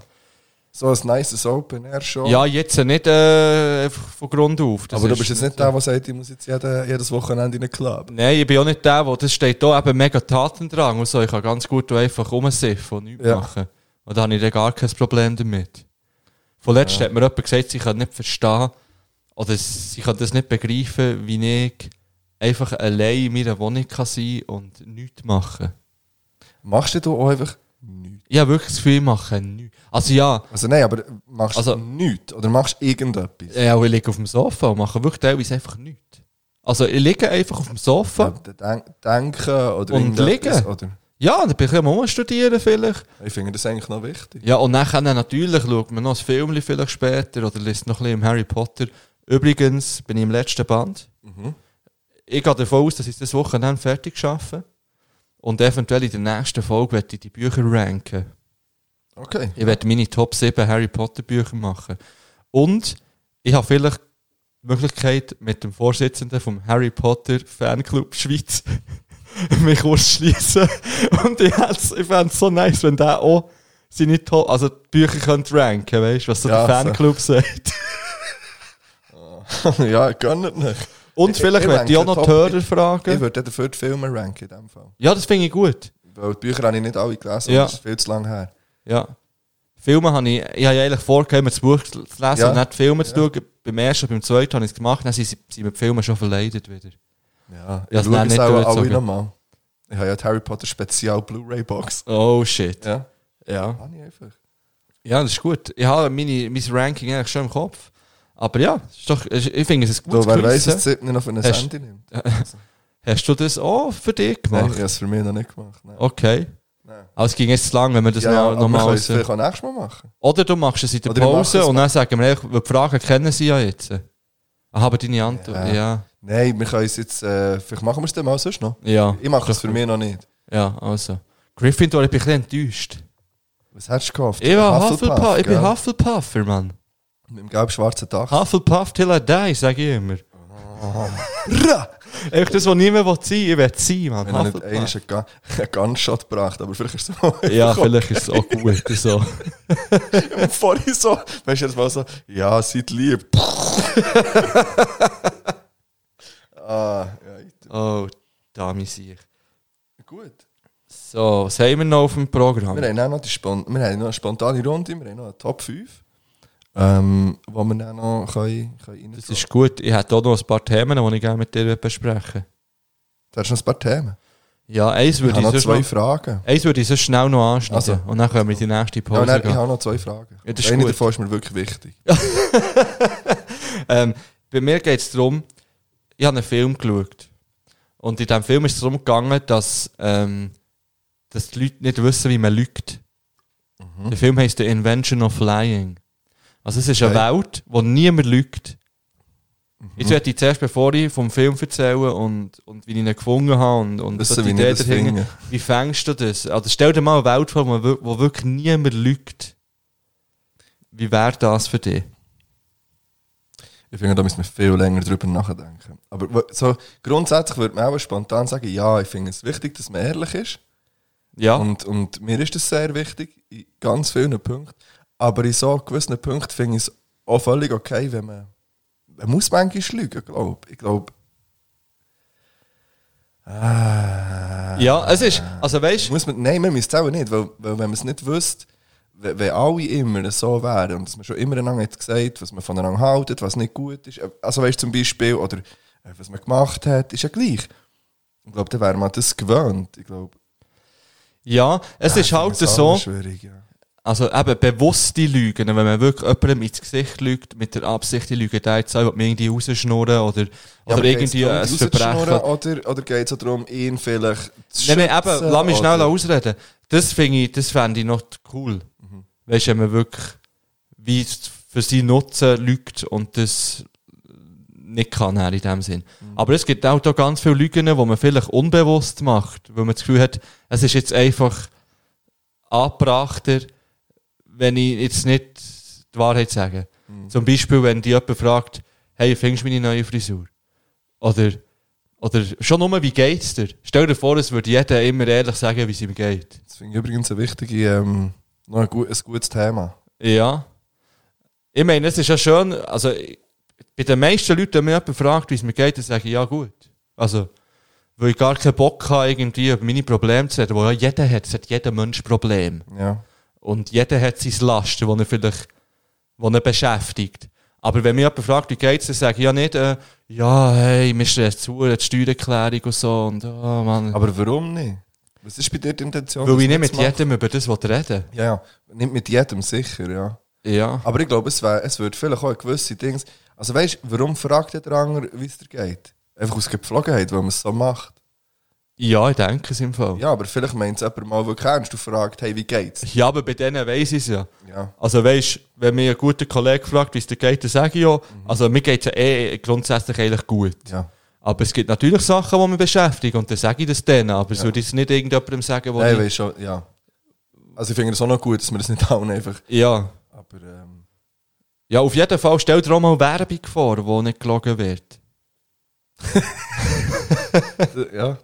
So ein nices Open Air schon.
ja, jetzt nicht äh, einfach von Grund auf. Das
Oh. aber du
ist
bist jetzt nicht der, der sagt, ich muss jetzt jeden, jedes Wochenende in einen Club.
Nein, ich bin auch nicht der, wo das steht da eben mega Tatendrang und so. Ich kann ganz gut einfach rumsiffen und nichts
Ja.
machen. Und da habe ich dann gar kein Problem damit. Vorletzt hat mir jemand gesagt, sie kann nicht verstehen oder sie kann das nicht begreifen, wie ich einfach allein in meiner Wohnung kann sein und nichts machen.
Machst du auch einfach nichts?
Ich habe wirklich das Gefühl, ich mache nichts. Also ja,
Also nein, aber machst
Also-
du nichts oder machst du irgendetwas?
Ja, und ich liege auf dem Sofa und mache wirklich teilweise einfach nichts. Also ich liege einfach auf dem Sofa.
Äh, Denk, denken oder
Und
irgendetwas,
liegen.
Oder,
Ja, dann bin ich am Umstudieren vielleicht.
ich finde das eigentlich noch wichtig.
Ja, und nachher dann natürlich schaut man noch ein Film vielleicht später oder liest noch ein bisschen im Harry Potter. Übrigens bin ich im letzten Band. Ich gehe davon aus, dass ich das Wochenende fertig schaffe. Und eventuell in der nächsten Folge werde ich die Bücher ranken.
Okay.
Ich werde meine Top 7 Harry Potter Bücher machen. Und ich habe vielleicht die Möglichkeit, mit dem Vorsitzenden vom Harry Potter Fanclub Schweiz mich kurz schließen. Und ich, hätt's- ich fände es so nice, wenn der auch seine Top, also die Bücher könnte ranken, weißt du, was so
Ja, also.
der
so.
Fanclub sagt.
ja, gönnt nicht.
Und vielleicht
ich
werde ich auch
ranke
noch
Top-
die Hörer
Ich
fragen.
würde dann dafür die Filme ranken in dem Fall.
Ja, das finde ich gut.
Weil die Bücher habe ich nicht alle gelesen,
Ja.
das ist viel zu lange her.
Ja. Filme habe ich, ich habe ja eigentlich vorgegeben, das Buch zu lesen
Ja.
und nicht die Filme zu schauen. Beim ersten, beim zweiten habe ich es gemacht, dann sind, sie- sind mir die Filme schon verleidet wieder.
Ja,
Ja,
ich
das
schaue
nein,
es
nicht
auch alle
durchgezogen.
nochmal. Ich habe ja die Harry Potter Spezial Blu-ray-Box.
Oh shit.
Ja,
Ja.
habe ich einfach.
Ja, das ist gut. Ich habe meine, mein Ranking eigentlich schon im Kopf. Aber ja, ist doch, ich finde es ein
Du,
gutes
wer weiß,
Quiz,
dass Zip nicht noch für eine
Hast-
Sendung nimmt. Also,
Hast du das auch für dich
Nein, ich
gemacht?
habe es für mich noch nicht gemacht. Nein.
Okay.
Nein.
Aber es ging jetzt zu lang, wenn wir das
ja,
noch, noch
aber wir
mal
können es
raus...
vielleicht auch nächstes Mal machen.
Oder du machst es in der
Oder ich mache
Pause
es
und dann sagen wir, echt, weil die Fragen kennen sie ja jetzt. Ah, Aber deine Antwort, ja.
Ja. Nein, wir können es jetzt. Äh, vielleicht machen wir es dann mal sonst noch.
Ja.
Ich mache es für mich noch nicht.
Ja, also. Gryffindor, ich bin ein bisschen enttäuscht.
Was hast du gehofft?
Ich, war Hufflepuff, ich bin
gell?
Hufflepuffer, Mann.
Mit dem gelb-schwarzen Dach.
Hufflepuff till I die, sag ich immer. Echt das, was niemand will sein will. Ich will sein, Mann.
Wenn er nicht einmal
Hufflepuff.
einen Gun- einen Gunshot gebracht aber vielleicht ist es so.
Ja, vielleicht ist es auch gut. So.
Und vorhin so, weißt du, jetzt mal so, ja, seid lieb. ah, ja, ich-
Oh, Dami sehe ich.
gut.
So, was haben wir noch auf dem Programm?
Wir haben auch noch, die Spon wir haben noch eine spontane Runde, wir haben noch eine Top 5, ähm, wo wir dann noch können, können
Das
das
ist gut. Ich hätte auch noch ein paar Themen, die ich gerne mit dir besprechen
Du hast noch ein paar Themen.
will. Ja, eins
Ich
würde
habe
ich,
noch
sonst noch,
zwei Fragen.
eins würde ich sonst schnell noch anschneiden.
Also.
und dann können wir in die nächste
Ja,
Pause
und dann, ich
gehen.
habe noch zwei Fragen.
Ja, das ist
Eine
gut.
davon ist mir wirklich wichtig.
Ähm, bei mir geht es darum, ich habe einen Film geschaut. Und in diesem Film ist es darum gegangen, dass, ähm, dass die Leute nicht wissen, wie man lügt.
Mhm.
Der Film heißt The Invention of Lying. Also es ist eine
Okay. Mhm.
Welt, wo niemand lügt. Jetzt werde ich zuerst, bevor ich vom Film erzähle und, und wie ich ihn gefunden habe und, und
Wissen,
so
wie ich
Idee
das
dahinter,
finde.
wie fängst du das? Also stell dir mal eine Welt vor, wo wir- wo wirklich niemand lügt. Wie wäre das für dich?
Ich finde, da müssen wir viel länger drüber nachdenken. Aber wo- so, grundsätzlich würde man auch spontan sagen, ja, ich finde es wichtig, dass man ehrlich ist.
Ja.
Ah. Und, und mir ist das sehr wichtig, in ganz vielen Punkten. Aber in so gewissen Punkten finde ich es auch völlig okay, wenn man. Man muss manchmal lügen, glaube ich. Ich glaube,
ja, es ist, also weißt
muss man, nein, man müsste es auch nicht, weil, weil wenn man es nicht wüsste, wenn, wenn alle immer so wären und dass man schon immer einander hat gesagt, was man voneinander haltet, was nicht gut ist, also weißt du zum Beispiel, oder äh, was man gemacht hat, ist ja gleich. Ich glaube, dann wäre man das gewöhnt. Ich glaube,
Ja, es ist halt
das
so,
alles Schwierig, ja.
also eben bewusste Lügen, wenn man wirklich jemandem ins Gesicht lügt, mit der Absicht, die Lüge da jetzt mir irgendwie rausschnurren oder,
Ja,
oder
aber geht's
irgendwie
darum,
ein
die rauszuschnurren,
Verbrechen.
Oder, oder geht es darum, ihn vielleicht zu
Nein, nein,
schützen,
eben, lass mich schnell
oder-
ausreden. Das finde ich, das fände ich noch cool. Weißt du, wenn man wirklich wie es für sie Nutzen lügt und das nicht kann er in dem Sinn. Aber es gibt auch da ganz viele Lügen, die man vielleicht unbewusst macht, weil man das Gefühl hat, es ist jetzt einfach angebrachter, wenn ich jetzt nicht die Wahrheit sage. Zum Beispiel, wenn dich jemand fragt, hey, findest du meine neue Frisur? Oder, oder schon nur, wie geht's dir? Stell dir vor, es würde jeder immer ehrlich sagen, wie es ihm geht.
Das finde ich übrigens ein wichtiges, ähm, noch ein, gut, ein gutes Thema.
Ja. Ich meine, es ist ja schön, also ich- bei den meisten Leuten, wenn mich jemand fragt, wie es mir geht, dann sage ich, ja gut. Also, weil ich gar keinen Bock habe, irgendwie über meine Probleme zu reden, weil ja jeder hat, es hat jeder Mensch Probleme.
Ja.
Und jeder hat seine Lasten, die er vielleicht die er beschäftigt. Aber wenn mich jemand fragt, wie geht's, dann sage ich ja nicht, äh, ja, hey, mir stresst zu, die Steuererklärung und so. Und, oh, Mann.
Aber warum nicht? Was ist bei dir die Intention?
Weil ich
das
nicht mit
zu machen?
jedem über das reden
Ja, ja. Nicht mit jedem sicher, ja.
will. Ja.
Aber ich glaube, es, wär, es würde vielleicht auch gewisse Dinge. Also weißt du, warum fragt der andere, wie es dir geht? Einfach aus Gepflogenheit, weil man es so macht.
ja, ich denke es im Fall. Ja,
Ja, aber vielleicht meint es jemand mal wirklich ernst und fragt, hey, wie geht's?
aber bei denen weiss ich es ja.
Ja.
Also weißt wenn mir ein guter Kollege fragt, wie es dir geht, dann sage ich ja, also mir geht es ja eh grundsätzlich eigentlich gut.
Ja.
Aber es gibt natürlich Sachen, die mich beschäftigen und dann sage ich das denen, aber es würde ich es nicht irgendjemandem sagen, wo
Nein,
ich...
weißt schon, ja. Also ich finde es auch noch gut, dass wir das nicht allen einfach.
Ja.
Aber ähm,
Ja, auf jeden Fall stell dir auch mal Werbung vor, die nicht gelogen wird.
d- ja.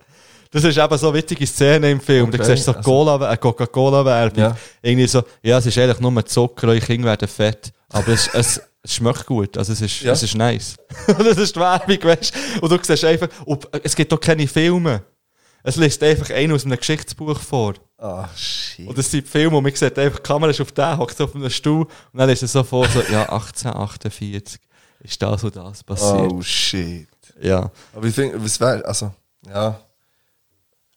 Das ist eben so eine wichtige Szene im Film. Du
Okay,
siehst so
also-
Cola, äh, Coca-Cola-Werbung.
Ja.
Irgendwie so, ja, es ist eigentlich nur Zucker, eure Kinder werden fett. Aber es, es, es schmeckt gut, also es ist,
Ja.
es ist nice. Und das ist die Werbung, weißt du? Und du siehst einfach, ob- es gibt doch keine Filme. Es liest einfach einen aus einem Geschichtsbuch vor.
Ah, shit.
Und es sind Filme, und man sieht einfach, die Kamera ist auf den, hockt auf einem Stuhl. Und dann ist es so vor, so, ja, 1848 ist das und das passiert.
Oh, shit.
Ja.
Aber ich finde, was wäre, also, ja.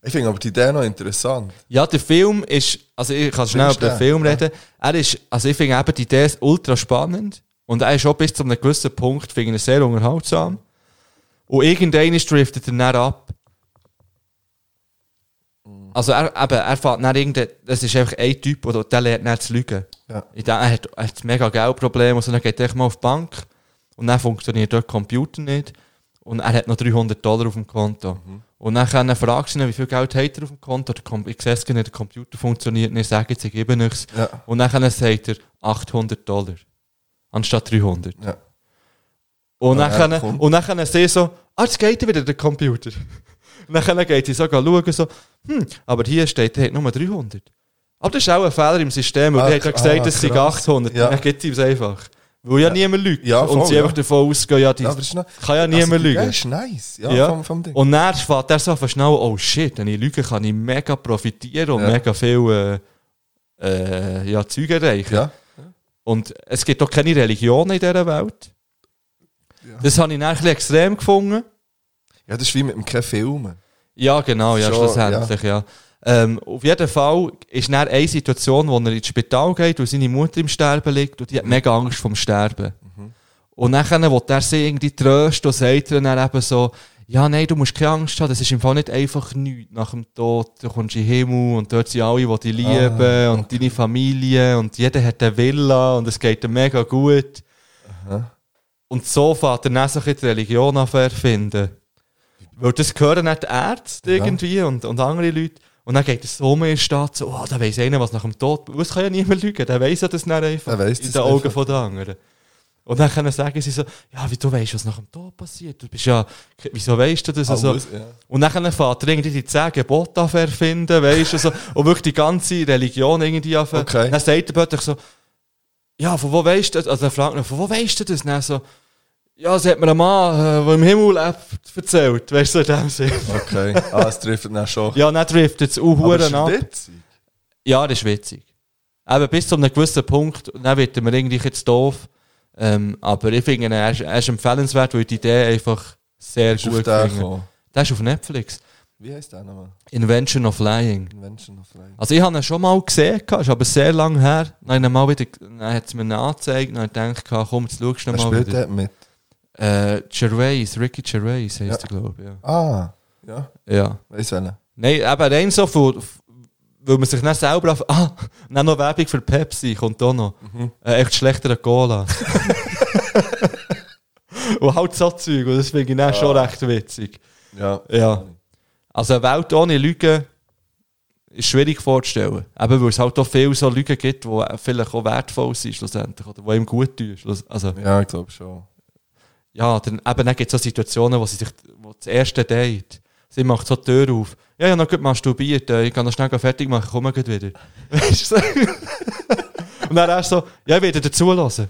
Ich finde aber die Idee noch interessant.
Ja, der Film ist, also ich kann schnell
Findest
über den
du?
Film reden. Er ist, also ich finde eben die Idee ultra spannend und er ist auch bis zu einem gewissen Punkt finde ich ihn sehr unterhaltsam. Und irgendwann driftet er dann ab. Also er, eben, er fährt dann irgendein, das ist einfach ein Typ, oder der lernt dann zu lügen.
Ja.
Ich denke, er hat, er hat mega Geldprobleme, also dann geht er echt mal auf die Bank und dann funktioniert dort der Computer nicht. Und er hat noch 300 Dollar auf dem Konto.
Mhm.
Und dann kann er fragst du ihn, wie viel Geld hat er auf dem Konto? Der Kom ich sehe es nicht, der Computer funktioniert nicht, sagen sie, geben nichts.
Ja.
Und dann sagt er 800 Dollar. Anstatt 300.
Ja.
Und
Ja,
dann,
ja, komm.
und dann sehe ich so, ah, jetzt geht wieder der Computer. Und dann geht sie so schauen, so, hm, aber hier steht, er hat nur 300. Aber das ist auch ein Fehler im System, weil
Ah,
die hat ja gesagt,
ah,
es sind
krass.
800.
Ja.
Dann gibt sie ihm einfach. Weil ja, niemand lügt.
Ja,
und
voll,
sie
ja.
einfach davon ausgehen, ja, die
Ja, aber das ist noch- Also,
kann ja niemand
die
lügen.
Idee ist nice. Ja,
Ja.
Vom, vom Ding.
Und dann fährt er so schnell, oh shit, wenn ich lüge, kann ich mega profitieren und
Ja.
mega viel äh, äh, ja, Zeug erreichen.
ja.
Und es gibt auch keine Religion in dieser Welt. Das habe ich dann ein bisschen extrem gefunden.
ja, das ist wie mit dem kein Filmen.
Ja, genau, ja,
Schon,
schlussendlich, ja. Ähm, auf jeden Fall ist dann eine Situation, wo er ins Spital geht, wo seine Mutter im Sterben liegt und die hat mega Angst vom Sterben. Und dann will er sie irgendwie trösten und sagt ihr dann eben so, ja, nein, du musst keine Angst haben, das ist im Fall nicht einfach nichts nach dem Tod. Du kommst in den Himmel und dort sind alle, die dich lieben und deine Familie und jeder hat eine Villa und es geht dir mega gut. Und so fängt er dann so ein bisschen die Religion an zu erfinden. Weil das hören nicht die Ärzte irgendwie und, und andere Leute. Und dann geht es so mehr in die Stadt, so, oh, da weiss einer, was nach dem Tod... Was kann ja niemand lügen, der weiss ja das nicht einfach.
Der weiss
in
das
den Augen
einfach.
von den anderen. Und dann können sagen sie so, ja, wie du weißt, was nach dem Tod passiert. Du bist ja, wieso weißt du das? Also,
Alles, ja.
Und dann fährt er irgendwie die zehn Gebote an zu erfinden, weißt du, so, und wirklich die ganze Religion irgendwie an.
Okay.
Dann sagt er plötzlich so, ja, von wo weißt du das? Also er fragt noch, von wo weißt du das? Und Dann so, ja, das hat mir ein Mann, äh, der im Himmel lebt, erzählt, weißt du, in dem Sinn.
Okay. Ah, es trifft dann schon.
Ja, dann trifft es auch
Aber es
Huren
ist
ab.
witzig.
Ja, das ist witzig. Aber bis zu einem gewissen Punkt, und dann wird er mir irgendwie jetzt doof. Ähm, aber ich finde, ihn, er ist, er ist empfehlenswert, weil ich die Idee einfach sehr
Ist auf
gut
den
finde.
gekommen.
Der ist auf Netflix.
Wie heisst der nochmal?
Invention of Lying.
Invention of Life.
Also ich habe ihn schon mal gesehen, gehabt, ist aber sehr lange her. Dann habe ich ihn mal wieder, dann hat es mir ihn angezeigt, dann habe ich gedacht, gehabt, komm, jetzt schaust du
Er
ihn mal
spielt
wieder.
dort mit.
Äh, Gervais, Ricky Gervais heisst
Ja.
er, glaube ich. Ja.
Ah. Ja.
ja.
Weiss welchen.
Nein, eben rein so, von, weil man sich dann selber... auf- Ah, dann noch Werbung für Pepsi kommt auch noch. Äh, echt schlechterer Cola. und halt so Zeug, und das finde ich dann schon recht witzig.
Ja.
Ja. Also eine Welt ohne Lügen ist schwierig vorzustellen. Eben weil es halt auch viele so Lügen gibt, die vielleicht auch wertvoll sind schlussendlich oder die ihm gut tun. Schluss- Also
Ja, ich glaube schon.
ja, dann, eben dann gibt es so Situationen, wo sie sich wo das erste Date, sie macht so die Tür auf. Ja, ja, noch gut masturbiert, äh, ich kann noch schnell fertig machen, komm mal gleich wieder. Weißt du? so. Und dann erst so, ja, ich werde dazu hören.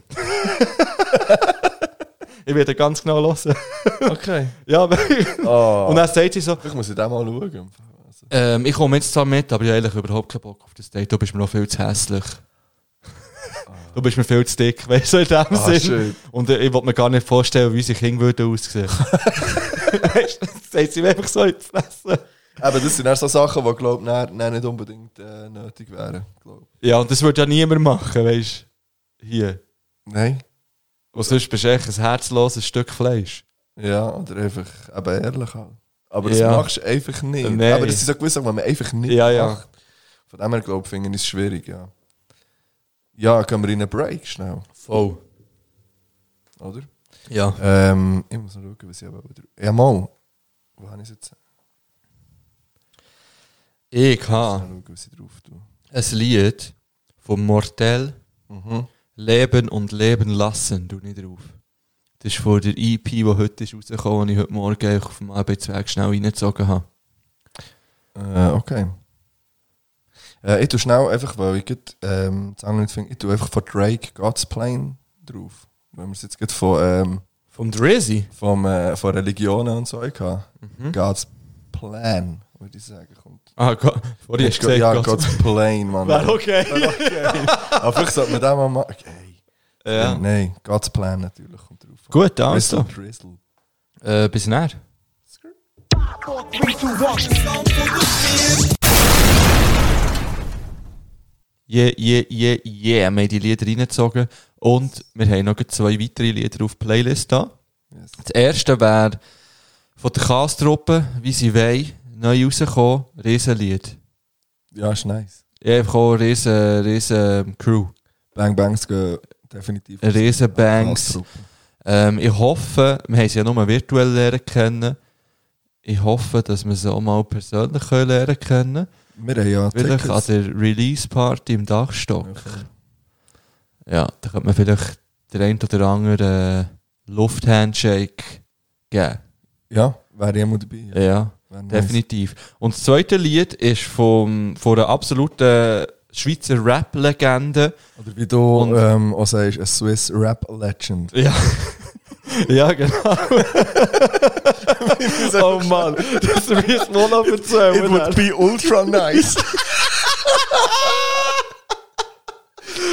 ich werde ganz genau hören.
Okay.
ja,
Ah.
und dann sagt sie so,
Ich muss in dem mal schauen. Also,
Ähm, ich komme jetzt zwar mit, aber ich habe eigentlich überhaupt keinen Bock auf das Date. Du bist mir noch viel zu hässlich. Du bist mir viel zu dick, weißt du, in dem Sinn.
schön.
Und äh, ich wollte mir gar nicht vorstellen, wie unsere Kinder würden aussehen. weißt du, das sagt sie mir einfach so in die Fresse.
Aber das sind dann so Sachen, die, glaube ich, dann- dann nicht unbedingt äh, nötig wären. Glaub.
Ja, und das würde ja niemand machen, weißt du. Hier.
Nein.
Und sonst bist du echt ein herzloses Stück Fleisch.
Ja, oder einfach eben ehrlich halt. Aber das
Ja.
machst du einfach nicht.
Nein.
Aber das ist so gewisse Sachen, die man einfach nicht
Ja, ja.
macht. Von dem her, glaube ich, finde ich es schwierig, ja. Ja, gehen wir in nou, einen Break schnell,
Voll.
oder?
Ja. Ehm,
Ähm, ich muss noch schauen, was ich aber wieder... Ja, mal. Wo habe ich es jetzt?
Ich
Mal
habe
schauen, was ich drauf tue.
ein Lied von Mortel.
Mhm.
Leben und Leben lassen, du nicht drauf. Das ist von der EP, die heute ist rausgekommen ist, die ich heute Morgen eigentlich auf dem Arbeitsweg schnell reingezogen habe.
Äh, okay. Äh, ich tue schnell einfach, weil ich gerade, ähm, das andere nicht finde, ich tue einfach von Drake God's Plane drauf. Wenn wir es jetzt gerade von, ähm,
Vom Drizzy?
vom, äh, von Religionen und so hatten. God's Plan, würde ich sagen. Kommt.
Ah, Gott. Vorhin hast du gesagt,
ja,
Gott.
God's Plane, Mann.
Wäre okay.
Aber vielleicht sollte man den mal machen. Okay.
Ja.
Nein, God's Plan natürlich kommt drauf.
Gut,
Drizzle,
also.
Drizzle.
Äh, bis näher. Yeah, yeah, yeah, yeah. Wir haben die Lieder reingezogen. Und wir haben noch zwei weitere Lieder auf die Playlist da.
Yes.
Das erste wäre von der Kastruppe, wie sie wollen, neu rausgekommen, Riesenlied.
Ja, ist nice.
Ja, einfach auch eine riesen, riesen ehm, Crew.
Bang Bangs gehen definitiv.
Riesen Bangs.
Als Truppe.
Ähm, ich hoffe, wir haben sie ja nur virtuell lernen kennen. Ich hoffe, dass wir sie auch mal persönlich können lernen können.
Wir haben ja
Vielleicht an
Tickets.
der Release-Party im Dachstock. Ja, da könnte man vielleicht den einen oder anderen äh, Lufthandshake geben.
Ja, wäre jemand dabei. Ja,
Ja,
Wäre nice.
definitiv. Und das zweite Lied ist vom, von einer absoluten Schweizer Rap-Legende.
Oder wie du
Und-
ähm, auch sagst, ein Swiss Rap Legend.
Ja. ja, genau. oh Mann, das wirst du noch erzählen. ne?
be ultra nice.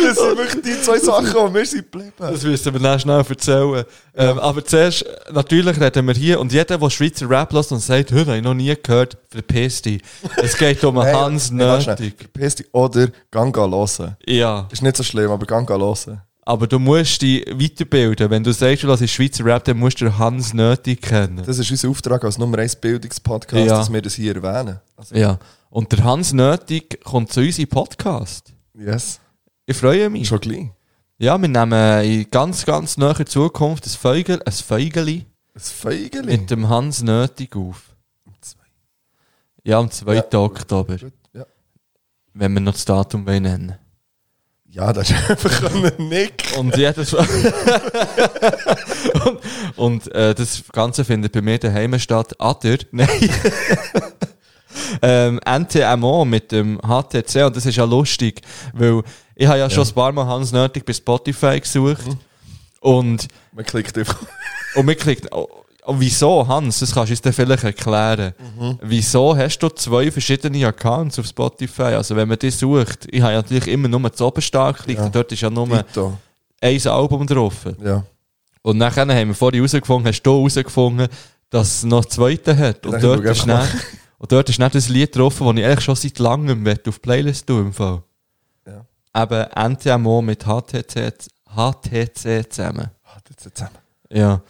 das sind wirklich die zwei Sachen, die wir sind geblieben.
Das müssen wir dann schnell erzählen. Ähm, aber zuerst, natürlich reden wir hier, und jeder, der Schweizer Rap lässt und sagt, «Hö, habe ich noch nie gehört, verpiss dich. Es geht um
Hey,
Hans
hey, warte schnell.
Nötig.
Verpiss dich oder gang gehen hören.
Ja,
Ist nicht so schlimm, aber gang gehen hören.
aber du musst dich weiterbilden. Wenn du sagst, du hörst Schweizer Rap, dann musst du Hans Nötig kennen.
Das ist unser Auftrag als Nummer 1 Bildungspodcast,
Ja.
dass wir das hier erwähnen. Also,
Ja. Und der Hans Nötig kommt zu uns in den Podcast.
yes.
Ich freue mich.
Schon gleich.
Ja, wir nehmen in ganz, ganz naher Zukunft ein Feugel, ein Feugeli
Ein Feigeli.
mit dem Hans Nötig auf. Ja, am 2. Oktober.
Gut, Ja.
wenn wir noch das Datum wollen nennen
ja, das ist einfach ein Nick.
Und jedes und, und äh, das Ganze findet bei mir daheim statt. Ader, nein. ähm, NTMO mit dem HTC und das ist ja lustig, weil ich habe ja, schon ein paar Mal Hans Nötig bei Spotify gesucht und,
Man klickt einfach.
und mir klickt, oh, oh, wieso Hans, das kannst du uns dann vielleicht erklären. Wieso hast du zwei verschiedene Accounts auf Spotify? Also wenn man die sucht, ich habe ja natürlich immer nur zu oben stark geklickt
Ja.
und dort ist ja nur...
Tito.
ein Album drauf.
Ja.
Und nachher haben wir vorhin herausgefunden, hast du herausgefunden, dass es noch das zweite hat. Und
Dann
dort,
schau ich
ist
einfach
dann, und dort ist nicht das Lied drauf, das ich eigentlich schon seit langem möchte auf die Playlist tun im Fall.
Ja.
Eben NTMO mit HTC, HTC zusammen.
Ah, das ist zusammen.
Ja.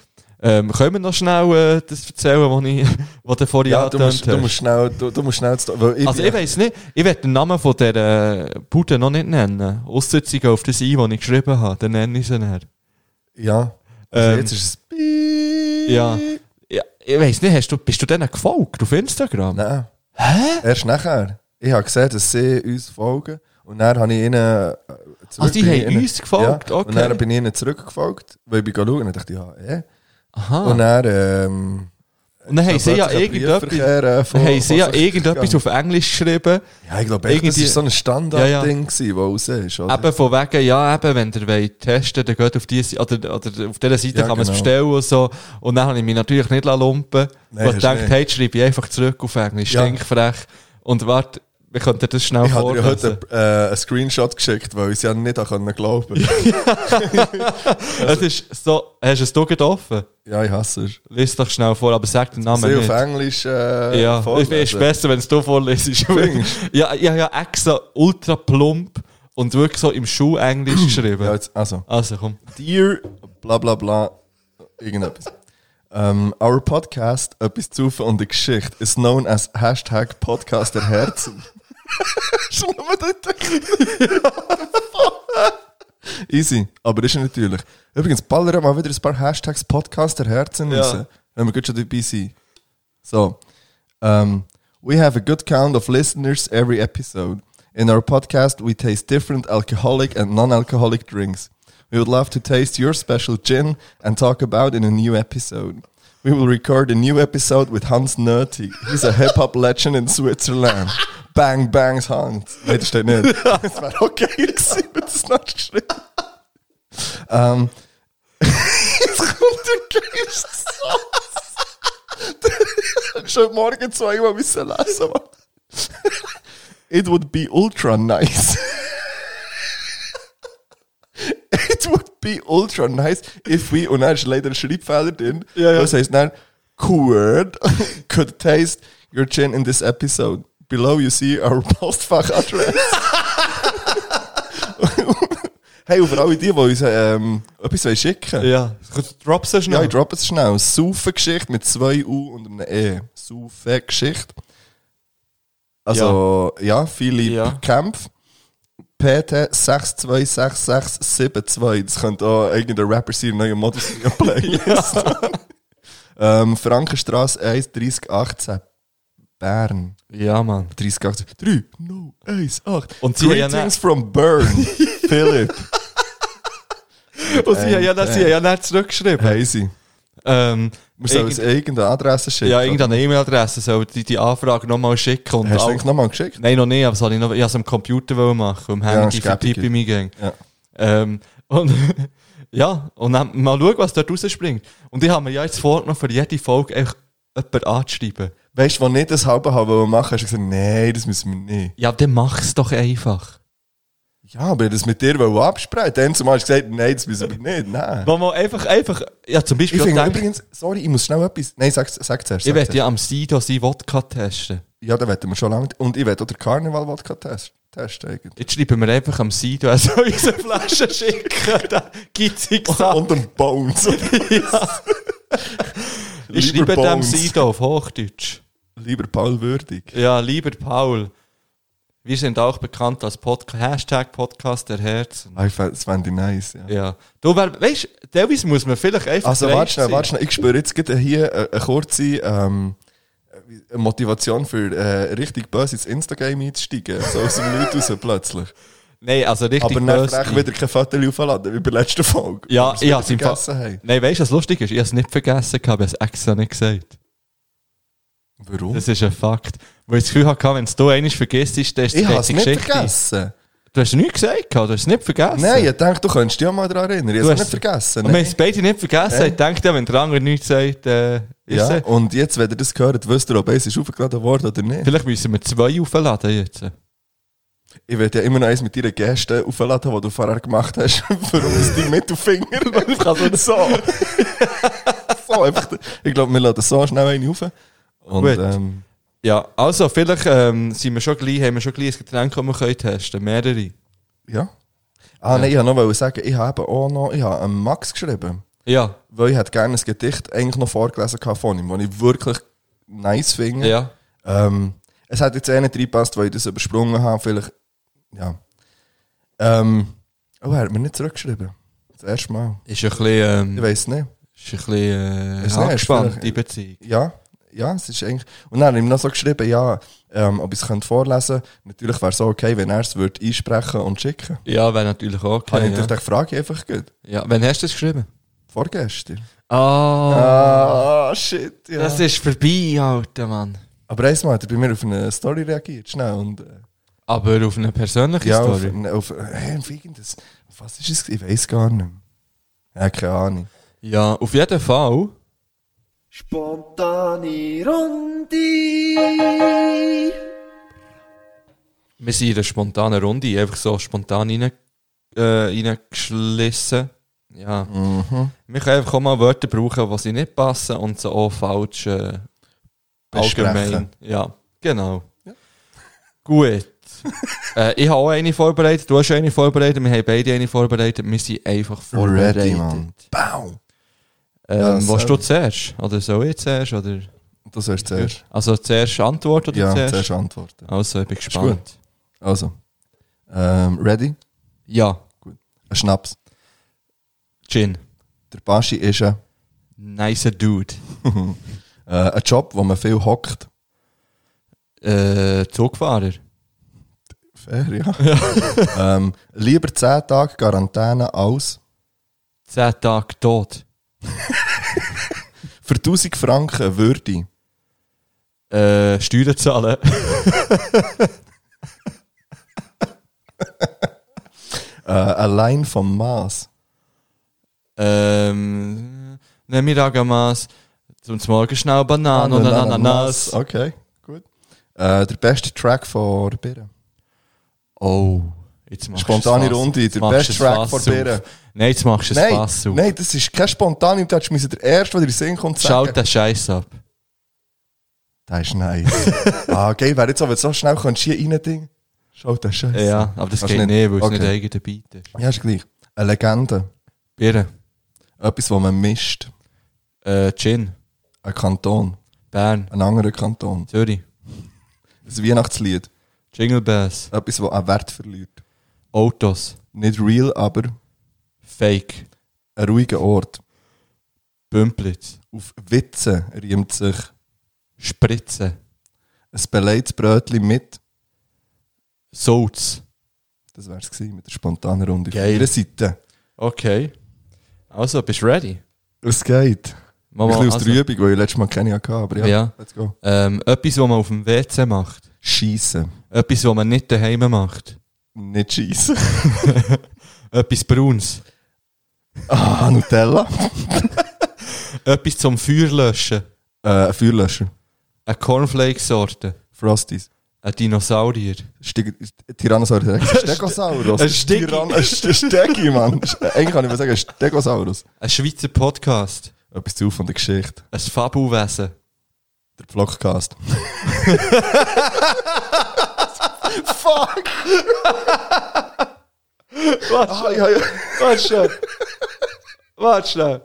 Ähm, können wir noch schnell äh, das erzählen, was ich was du vorhin
Ja, du musst,
angetönt
du
hast?
musst schnell, du, du musst schnell, zu- weil ich
Also
bin-
ich weiß nicht, ich werde den Namen von dieser Bude noch nicht nennen. Ausser sie gehen auf das ein, was ich geschrieben habe, dann nenne ich sie nachher.
ja. Also
Ähm,
jetzt ist es Beep.
Ja. ja ich weiß nicht, hast du, bist du denen gefolgt auf Instagram?
Nein. Hä? Erst nachher. Ich habe gesehen, dass sie uns folgen. Und dann habe ich ihnen. äh, zurück-
Ah, die
bin ich
haben uns gefolgt, okay.
Und dann bin ich ihnen zurückgefolgt, weil ich bin schauen und dachte, ja, eh.
Aha.
Und
Und
dann. Ähm,
dann haben sie ja
plötzlich ein
irgendetwas,
Briefverkehr, äh, von-
haben sie ja
von sich
irgendetwas
gegangen.
auf Englisch geschrieben.
Ja, ich glaube, echt, das
irgendwie-
war so ein
Ja, Ah, ja.
Standardding, das raus ist. Oder?
Eben von wegen, ja, eben, wenn ihr wollt testen, dann geht auf diese oder, oder auf dieser Seite
Ja,
kann man es
genau.
bestellen und so. Und dann habe ich mich natürlich nicht lumpen
Nein,
lassen. Ich
hast
dachte,
nicht.
hey, jetzt schreibe ich einfach zurück auf Englisch,
Ja.
stinkfrech. Und warte, wir könnten das schnell
Ich habe dir
vorlesen.
heute äh, einen Screenshot geschickt, weil ich es ja nicht an können glauben konnte.
Es ist so, hast du es getroffen?
Ja, ich hasse es.
Lies doch schnell vor, aber sag den Namen
Sie
nicht.
auf Englisch äh,
Ja, ich
vorlesen.
finde es besser, wenn es du vorlesest.
Findest
ja, ich habe ja extra ultra plump und wirklich so im Schulenglisch geschrieben.
Ja, jetzt, also.
Also komm.
Dear bla bla bla irgendetwas. Um, our podcast, etwas zu von der Geschichte, is known as Hashtag Podcast der Herzen. Schon mal Easy, aber ist er natürlich. Übrigens, ballern mal wieder ein paar Hashtags Podcast der Herzen
Ja.
raus, wenn wir gut schon dabei sind. So, um, we have a good count of listeners every episode. In our podcast, we taste different alcoholic and non alcoholic drinks. We would love to taste your special gin and talk about in a new episode. We will record a new episode with Hans Nerty. He's a hip hop legend in Switzerland. Bang, bangs, Hans. Nein, das steht nicht. Das wäre okay gewesen, wenn das nicht geschrieben Ähm, Jetzt kommt der Geist. Schon morgen zweimal müssen lesen. Mann. It would be ultra nice. It would be ultra nice if we, und dann ist leider ein Schreibfehler drin.
Ja, ja.
Das heißt dann, could, could taste your gin in this episode. Below you see our Postfachadresse. hey, und für alle die, die uns ähm, etwas wollen schicken wollen.
Ja, drop so
Ja,
schnell.
ich droppe es schnell. Saufen-Geschichte mit zwei U und einem E. Saufen-Geschichte. Also, ja, viele
Ja.
Kämpfe. PT 626672. Das könnte auch irgendein Rapper sein, neuer Modus in der Playlist. ähm, Frankenstraße 1, 3018. Bern.
Ja, Mann.
3018. 3, 0, 1, 8.
Und sie haben ja
Greetings from Bern. Philipp.
Und sie haben ja dann, sie haben ja dann zurückgeschrieben.
Hey, sie.
Ähm,
Wir sollen uns
irgend-
irgendeine Adresse schicken.
ja, irgendeine E-Mail-Adresse soll die, die Anfrage nochmal schicken. Und
Hast
all-
du es eigentlich nochmal geschickt?
Nein, noch nicht, aber das habe ich noch, ich habe es am Computer wollen machen, am
Ja,
Handy
ist
ja, vertippe
gäbiger.
ich mich gegen.
Ja.
Ähm, und ja, und dann mal schauen, was dort rausspringt. Und ich habe mir ja jetzt vorgenommen, für jede Folge echt jemanden anzuschreiben.
Weißt du, wo nicht das halbe halbe machen, hast du gesagt, nein, das müssen wir nicht.
Ja, dann mach es doch einfach.
Ja, aber ich das mit dir wollte absprechen. Dann zumal hast du gesagt, nein, das müssen wir nicht. Nein.
Wo man einfach, einfach, ja, zum
Ich
Beispiel,
finde
denke,
übrigens, sorry, ich muss schnell etwas. Nein, sag, sag zuerst.
ich
sag
werde
zuerst.
ja am Sido sein Wodka testen.
ja, da werden wir schon lange. Und ich werde auch den Karneval-Wodka testen. testen eigentlich.
Jetzt schreiben wir einfach am Sido, er soll uns eine Flasche schicken, dann gibt es
Und den Bones.
Ich
Lieber
schreibe dem
Bones.
Sido auf Hochdeutsch.
Lieber Paul Würdig.
Ja, lieber Paul, wir sind auch bekannt als Podca Hashtag Podcast der Herzen.
Ah, ich fänd- Das fände ich nice. Ja.
Ja. Du, wer, weißt du, teilweise muss man vielleicht einfach.
Also,
frei
warte schnell,
sein.
warte schnell. Ich spüre jetzt gerade hier äh, eine kurze ähm, äh, Motivation für äh, richtig böse ins Instagram einzusteigen. So aus dem Leute raus plötzlich.
Nein, also richtig
Aber dann
böse
frech
sein.
wieder kein Foto aufladen, wie bei der letzten Folge.
Ja,
Weil's
ich
wieder
hab's im Fall.
vergessen haben.
Nein, weißt du, was lustig ist? Ich habe es nicht vergessen, gehabt, ich habe es extra nicht gesagt.
Warum?
Das ist ein Fakt. Weil ich das Gefühl hatte, wenn es du eines vergisst, dann ist das
ich
die
habe es nicht
ganze
vergessen.
Du hast nichts gesagt, gehabt, du hast es nicht vergessen.
Nein, ich dachte, du könntest dich ja mal daran erinnern. Ich
du
habe es nicht vergessen.
Und wir
nein.
haben es beide nicht vergessen.
Ja.
Ich denke, wenn der andere nichts sagt, äh, ist
Ja,
er-
und jetzt, wenn ihr das gehört, wisst ihr, ob eins ist aufgeladen worden oder nicht.
Vielleicht müssen wir zwei aufladen jetzt.
Ich werde ja immer noch eins mit deinen Gästen aufladen, die du vorher gemacht hast, für um uns deinen Mittelfinger. so. so, einfach. Ich glaube, wir laden so schnell einen auf. Und,
Gut.
ähm,
Ja, also vielleicht ähm, sind wir schon gleich, haben wir schon gleich ein Getränk, das wir können testen Mehrere.
ja. Ah, nein, ich wollte noch wollte sagen, ich habe eben auch noch, ich habe ähm, Max geschrieben.
Ja,
weil ich hätte gerne ein Gedicht eigentlich noch vorgelesen gehabt von ihm, das ich wirklich nice
ja.
finde. Ähm, es hat jetzt eh nicht reingepasst, weil ich das übersprungen habe. Vielleicht, ja. Ähm, oh, er hat mir nicht zurückgeschrieben. Das erste Mal.
Ist ein bisschen, ähm,
Ich weiß nicht.
ist ein bisschen äh,
Ist nicht,
angespannt,
ist
die Beziehung.
Ja, ja, es ist eigentlich. Und dann habe ich ihm noch so geschrieben, ja, ähm, ob ich es könnte vorlesen könnte. Natürlich wäre es auch okay, wenn er es würde einsprechen und schicken.
Ja, wäre natürlich auch okay.
Habe ich
Ah, Ja.
natürlich gedacht, frage ich einfach gut.
ja, wann hast du das geschrieben?
Vorgestern.
Ah,
Ah, shit, ja.
das ist vorbei, alter Mann.
Aber einmal hat er bei mir auf eine Story reagiert, schnell. Und, äh,
Aber auf eine persönliche
Ja, auf,
Story.
auf, hey, auf irgendwas. Auf was ist es? Ich weiß gar nicht mehr. Ja, keine Ahnung.
Ja, auf jeden Fall.
Spontani Rundi.
Wir sind in einer spontanen Runde, einfach so spontan rein, äh, reingeschlissen. Ja.
Mhm.
Wir können einfach auch mal Wörter brauchen, die sie nicht passen und so auch falsch äh,
Besprechen.
allgemein. Ja, genau. Gut. äh, ich habe auch eine vorbereitet, du hast eine vorbereitet, wir haben beide eine vorbereitet, wir sind einfach vorbereitet.
Ready, Mann. Bau!
Ähm,
Ja,
was
sorry.
du zuerst? Oder soll ich zuerst? Oder?
Das hast du zuerst.
Also zuerst Antwort oder
Ja,
zuerst?
zuerst antworten.
Also, ich bin gespannt.
Also, ähm, ready?
Ja,
Ein Schnaps.
Gin.
Der Baschi ist ein,
Nicer Dude.
äh, ein Job, wo man viel hockt.
Äh, Zugfahrer.
Fair, ja. ähm, lieber 10 Tage Quarantäne als
10 Tage tot.
für 1000 Franken würde
Äh, Steuern zahlen.
äh, allein vom Maß.
ähm, ne Miragamas. Zum Morgen schnell Bananen und eine Ananas.
Okay, gut. Äh, der beste Track von der Birre.
Oh. Jetzt machst du
Spontane
das Fass-
Runde,
jetzt
der
machst
beste
du
Track
das
von
Fass
Birre.
auf. Nein, jetzt machst du das
Nein,
Fass auf.
nein, das ist kein spontan. Du hättest müssen der Erste, der dir in den Sinn kommt, sagen.
Schaut den Scheiß ab.
Das ist nice. ah, geil, wäre jetzt aber so schnell kannst du hier rein Ding. Schaut das Scheiße.
Ja, aber das
Kannst
geht
nicht.
nicht, weil es
Okay.
nicht eigene Beat ist.
Ja, ist gleich. Eine Legende.
Birre.
Etwas, was man mischt.
Äh, Gin.
Ein Kanton.
Bern.
Ein anderer Kanton.
Zürich.
Ein Weihnachtslied.
Jingle Bells.
Etwas, das an Wert verliert.
Autos.
Nicht real, aber
Fake.
ein ruhiger Ort.
Bümplitz.
Auf Witze riemt sich
Spritze.
ein beleidigtes Brötchen mit.
Salz.
Das wäre es mit der spontanen Runde.
Geil.
Auf jeder Seite.
Okay. Also, bist du ready?
Es geht.
Mama,
ein bisschen aus
also,
der Übung, weil ich letztes Mal keine hatte, aber ja,
Ja.
let's go.
ähm, etwas, was man auf dem WC macht.
Schiessen.
Etwas, was man nicht daheim macht.
Nicht schiessen.
Etwas Brauns.
ah, Nutella.
Etwas zum Feuer löschen.
äh, ein Feuerlöscher.
Eine Cornflakes-Sorte.
Frosties.
Ein Dinosaurier.
Steg Tyrannosaurus Rex. Stegosaurus.
Ein Stegi.
Tyrann- Ein Ste- Stegi, Mann. Eigentlich kann ich mal sagen, ein Stegosaurus.
Ein Schweizer Podcast.
Etwas zu von der Geschichte.
Ein Fabelwesen.
Der Vlogcast.
Warte,
Ah, ja, ja.
warte schnell. Warte schnell.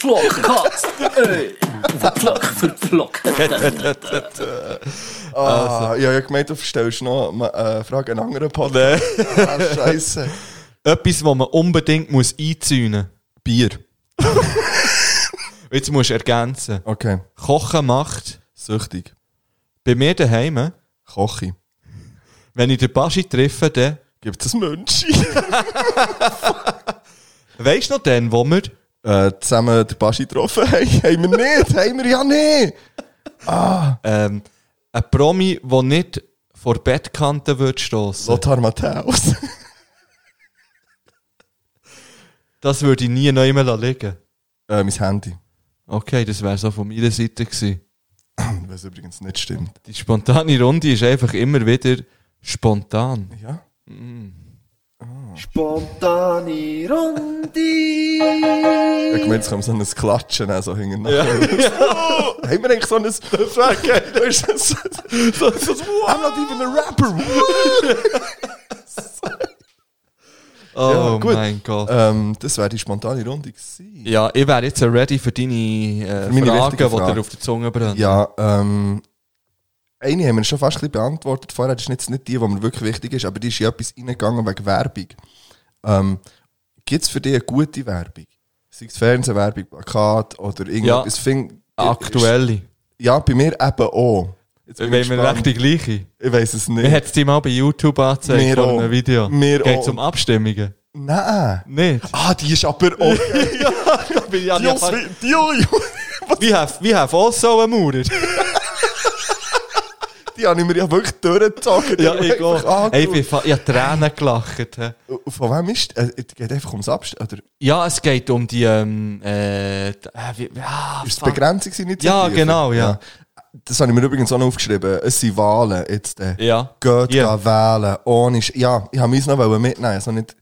Vlogcast. Ey, Vlog für Vlog.
Ah, ja, ich habe gemeint, du stellst noch ma- äh, Frage an anderen Podcast. Ah, Scheiße.
Etwas, was man unbedingt muss einzäunen
Bier.
muss. Jetzt musst du ergänzen.
Okay.
Kochen macht
Süchtig.
bei mir daheim,
Kochi.
wenn ich den Baschi treffe, dann.
Gibt es ein Mönchi?
Weißt du noch den, wo wir.
äh, zusammen den Baschi getroffen haben. haben wir nicht. haben wir ja nicht.
Ähm, ein Promi, der nicht vor Bettkante wird stoßen.
Lothar Matthäus.
Das würde ich nie neu mehr liegen.
äh, mein Handy.
Okay, das wäre so von meiner Seite gewesen.
Was übrigens nicht stimmt.
Die spontane Runde ist einfach immer wieder spontan.
Ja?
Spontane Runde.
Ich meine, jetzt kommt so ein Klatschen also hinten ja. Haben wir eigentlich so ein... Weißt du, so, so, so, so, I'm not even a rapper.
Oh
gut.
mein Gott.
ähm, das wäre die spontane Runde gewesen.
Ja, ich wäre jetzt ready für deine äh,
Für
Fragen,
meine
die
wichtige Frage.
dir auf der Zunge brennen.
Ja, ähm... Eine haben wir schon fast ein bisschen beantwortet vorher. Das ist jetzt nicht die, die mir wirklich wichtig ist, aber die ist ja etwas reingegangen wegen Werbung. Ähm, Gibt es für dich eine gute Werbung? Sei es Fernsehwerbung, Plakat oder irgendwas? Find-
Aktuelle.
Ja, bei mir eben auch. Jetzt bin
Wenn
ich
wir recht
gespannt.
die gleiche.
Ich weiß es
Wir
nicht.
hätten es dir mal bei YouTube angezeigt
Wir
vor
auch.
einem Video.
Wir
Geht
auch.
um Abstimmungen?
Nein.
Nicht?
Ah, die ist aber auch.
ja, bin ich
Die aus- die aus-
We have, we have also a Maurer.
Die habe ich mir ja wirklich durchgezogen. Die
ja,
habe
ich
einfach
auch. Ey, ich bin
angeschaut.
fa- ich hab Tränen gelacht. hä.
Von wem ist. Äh, es geht einfach ums Abstand. Oder
Ja, es geht um die, ähm, äh, d- äh, wie, ah,
ist es
fuck.
Begrenzungsinitiative?
Ja, genau, ja.
Das habe ich mir übrigens auch noch aufgeschrieben. Es sind Wahlen jetzt. Äh.
Ja.
Geht
Ja.
gehen wählen. Ohne Sch ja, ich habe meins noch wollen mitnehmen. Also nicht,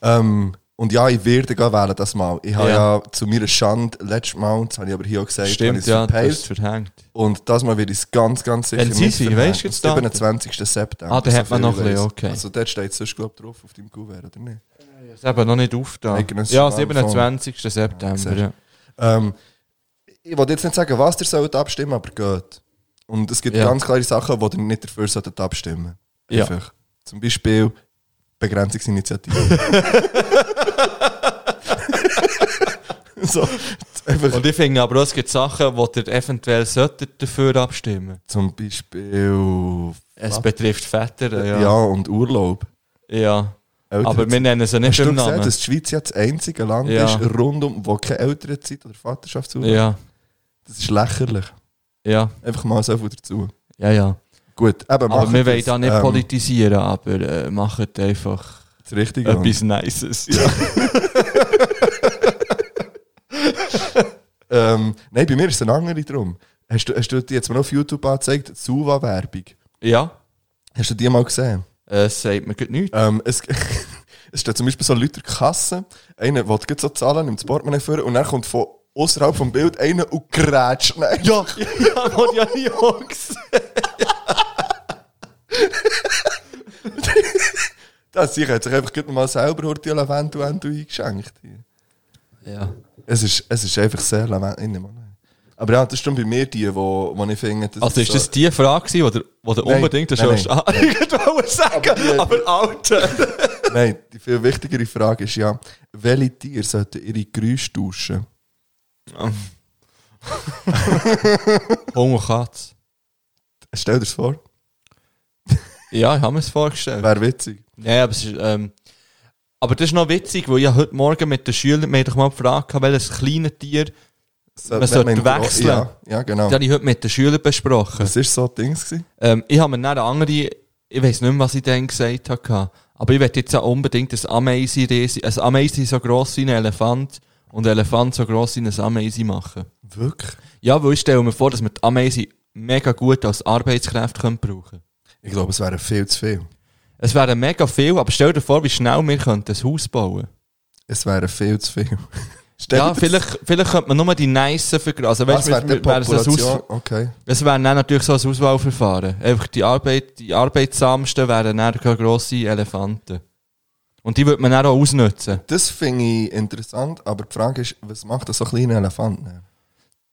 ähm, und ja, ich werde gehen wählen das Mal. Ich habe
Ja.
ja. zu meiner Schande letztes Mal, das habe ich aber hier auch gesagt, habe
Stimmt,
ich's
ja, du
verpeilt.
hast verhängt.
Und das Mal wird es ganz, ganz sicher
Wenn sie sind,
verhängen.
weisst du jetzt
Am
da?
27. September.
Ah, da hat man
viel
noch
ich
ein bisschen,
weiss.
okay.
Also dort steht es sonst, glaube ich, drauf auf deinem Kuvert, oder nicht?
Ist eben noch nicht auf da.
Eigenes
Ja,
Schwarm
27. September.
siehst
Ja.
Ähm, ich wollte jetzt nicht sagen, was ihr sollt abstimmen, aber geht. Und es gibt
Ja.
ganz klare Sachen, die ihr nicht dafür solltet abstimmen.
Ja.
Einfach. Zum Beispiel Begrenzungsinitiative. so, einfach.
Und ich finde aber auch, es gibt Sachen, wo ihr eventuell solltet dafür abstimmen
zum Beispiel.
Es betrifft Väter,
Ja,
ja.
und Urlaub.
Ja.
Eltern-
Aber wir nennen sie
Hast
nicht
du
beim
gesehen,
Namen.
dass die Schweiz ja das einzige Land
Ja.
ist, rund um, wo keine Elternzeit oder Vaterschaftsurlaub
Ja,
Das ist lächerlich.
ja,
Einfach mal so viel dazu.
ja, ja.
Gut, eben,
Aber wir wollen da nicht
politisch.
politisieren, aber äh, macht einfach
Das Richtige. Mann.
etwas Nices. Ja.
Ähm, nein, bei mir ist es eine andere drum. Hast du, hast du die jetzt mal auf YouTube angezeigt? Suva-Werbung.
ja.
Hast du die mal gesehen?
Äh, Es sagt mir gerade nichts.
Ähm, es, es steht zum Beispiel so Leute in der Kasse. Einer will gerade so zahlen, nimmt das Portemonnaie vor und dann kommt von außerhalb vom Bild einer und grätscht. Nein. Ja.
Ja, man ja nie Angst.
Das sicher hat sich einfach gerade mal selber Horti Lavendu Endu eingeschenkt.
Ja.
Es ist, es ist einfach sehr Lavendu. Aber ja, das ist dann bei mir die, wo, wo ich finde, das
Also ist das die Frage, gewesen, die du- die du
Nein,
unbedingt
nein,
hast?
nein.
Ah, ich wollte sagen, aber,
die-
alte.
so, Nein, die viel wichtigere Frage ist ja, welche Tiere sollten ihre Geräusche tauschen?
Hunger und Katz.
Stell dir das vor,
Ja, ich habe mir es vorgestellt.
wäre witzig.
Nein, aber es ist, ähm, aber das ist noch witzig, weil ich habe heute Morgen mit den Schülern, wir haben doch mal gefragt, welches kleine Tier,
So,
Man
wenn
sollte
man-
wechseln.
Ja, ja genau.
das habe ich heute mit den Schülern besprochen.
Das war so ein Ding. gewesen.
Ähm, ich habe mir dann eine andere, ich weiß nicht mehr, was ich dann gesagt habe, aber ich möchte jetzt auch unbedingt ein Ameisi, riesig- ein Ameisi so gross wie ein Elefant und ein Elefant so gross wie ein Ameisi machen.
Wirklich?
Ja, weil ich stelle mir vor, dass wir die Ameisi mega gut als Arbeitskräfte können brauchen können.
Ich glaube, es wäre viel zu viel.
Es wäre mega viel, aber stell dir vor, wie schnell wir könnten ein Haus bauen
Es wäre viel zu viel. Stell
Ja,
dir das-
vielleicht, vielleicht könnte man nur die Nicen vergraben. Also,
Was
weißt
wäre die
du, wäre es ein
Population?
Aus-
Okay.
es wäre dann natürlich so ein Auswahlverfahren. Einfach die, Arbeit, die arbeitsamsten wären dann grosse Elefanten. Und die würde man dann auch ausnutzen.
Das finde ich interessant, aber die Frage ist, was macht das so ein kleiner Elefant? Ne?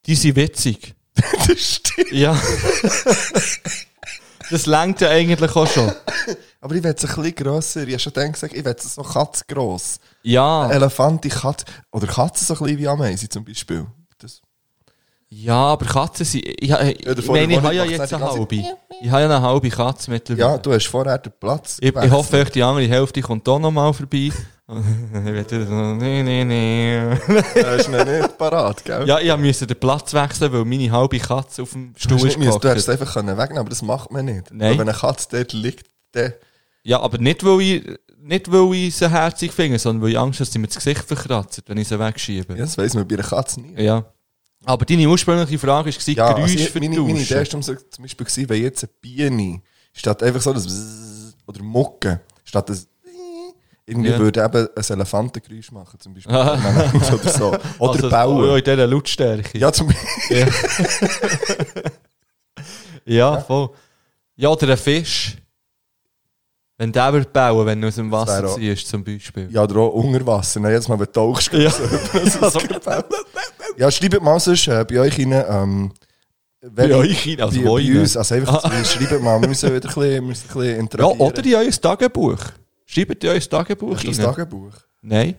Die sind witzig.
das stimmt.
Ja. das lenkt ja eigentlich auch schon.
Aber ich will es ein bisschen grösser. Ich habe schon dann gesagt, ich will es so katzgross.
Ja,
Elefant, die Katze. Oder Katzen so klein wie Ameisen zum Beispiel. Das,
ja, aber Katzen sind. Ich, ich,
Ja, der
ich meine, ich
Vordermann
habe ja
macht
jetzt
die
eine
ganze-
halbe. Ich habe ja eine halbe Katze mittlerweile.
ja, du hast vorher den Platz.
Ich, ich hoffe, euch die andere Hälfte kommt auch nochmal vorbei. ich will so, nee, nee, nee.
Du hast ihn Äh, nicht parat, gell?
Ja, ich musste den Platz wechseln, weil meine halbe Katze auf dem
du,
Stuhl
hast
ist
nicht müssen, du hättest
gehockt.
es einfach können wegnehmen aber das macht man nicht.
Nein.
Weil Wenn eine Katze dort liegt, dann.
Ja, aber nicht, weil ich, nicht, weil ich sie herzig finde, sondern weil ich Angst habe, dass sie mir das Gesicht verkratzt, wenn ich sie wegschiebe.
Ja, das weiss man bei einer Katze nie.
Ja. Aber deine ursprüngliche Frage war,
Ja, also
Geräusche
ich- meine, meine Idee
vertauschen.
ist zum zum Beispiel, gewesen, wenn jetzt eine Biene statt einfach so das Bzzz oder Mucke, statt das irgendwie
Ja.
würde eben ein Elefantengeräusch machen, zum Beispiel. oder so. Oder
also,
bauen.
Oh, in dieser Lautstärke.
Ja, zum Beispiel.
ja. ja, voll. Ja, oder ein Fisch. Wenn der wird bauen, wenn du aus dem Wasser
wär auch-
ziehst, zum Beispiel.
Ja, oder auch unter Wasser. Nein, jetzt mal, wenn du tauchst.
Ja. Also-
Ja, schreibt mal sonst äh, bei euch rein, ähm,
Bei euch rein, also
bei,
wo rein?
bei uns, also einfach, schreibt mal, wir müssen wieder ein bisschen, wir müssen ein bisschen
ja,
interagieren.
oder in euer Tagebuch. Schreibt in euer Tagebuch
Hast du das
rein.
Tagebuch?
Nein?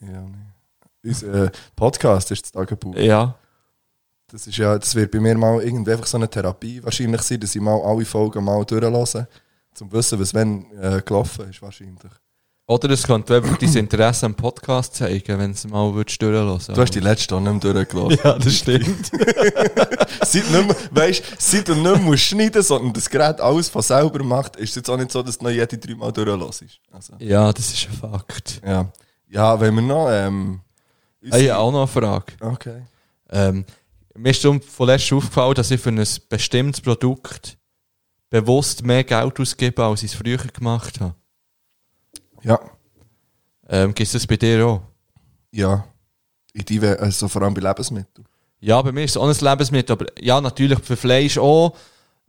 Ja, nee. Unser äh, Podcast ist das Tagebuch.
Ja.
Das, ist ja, das wird bei mir mal irgendwie einfach so eine Therapie wahrscheinlich sein, dass ich mal alle Folgen mal durchlasse, um zu wissen, was wenn äh, gelaufen ist wahrscheinlich.
Oder es könnte einfach dein Interesse am Podcast zeigen, wenn es mal würdest durchlassen
Du hast die letzte auch nicht mehr durchgelassen.
Ja, das stimmt.
Seit, du nicht mehr, weißt, seit du nicht musst schneiden sondern das Gerät alles von selber macht, ist es jetzt auch nicht so, dass du noch jede drei Mal durchlässt. Also,
ja, das ist ein Fakt.
ja. ja, wenn wir noch... Ähm,
Ich habe auch noch eine Frage.
Okay.
Ähm, mir ist darum von letztem aufgefallen, dass ich für ein bestimmtes Produkt bewusst mehr Geld ausgebe, als ich es früher gemacht habe.
Ja,
Ähm, Gibt es das bei dir auch?
ja. In die, We- also vor allem bei Lebensmitteln.
Ja, bei mir ist es auch ein Lebensmittel, aber ja, natürlich für Fleisch auch.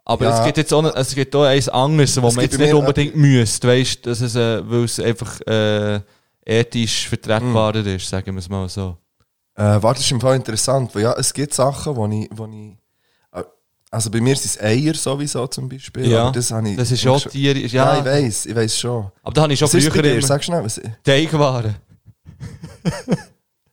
Aber
Ja.
es gibt jetzt auch, ein- es gibt auch eins anderes, wo
Es
man jetzt
gibt bei
nicht
mir- äh,
unbedingt müsste, weißt, dass es, äh, weil es einfach äh, ethisch vertretbarer
Mhm.
ist, sagen wir es mal so.
Äh, warte, das ist im Fall interessant, weil ja, es gibt Sachen, wo ich, wo ich äh, also bei mir sind es Eier sowieso zum Beispiel,
Ja,
aber das habe ich...
das ist auch
schon-
Tier,
Ja,
ja.
ich weiß, ich weiß schon.
aber da habe ich schon
Was ist bei
früher
dir?
immer
Sag schnell, was,
Teigwaren.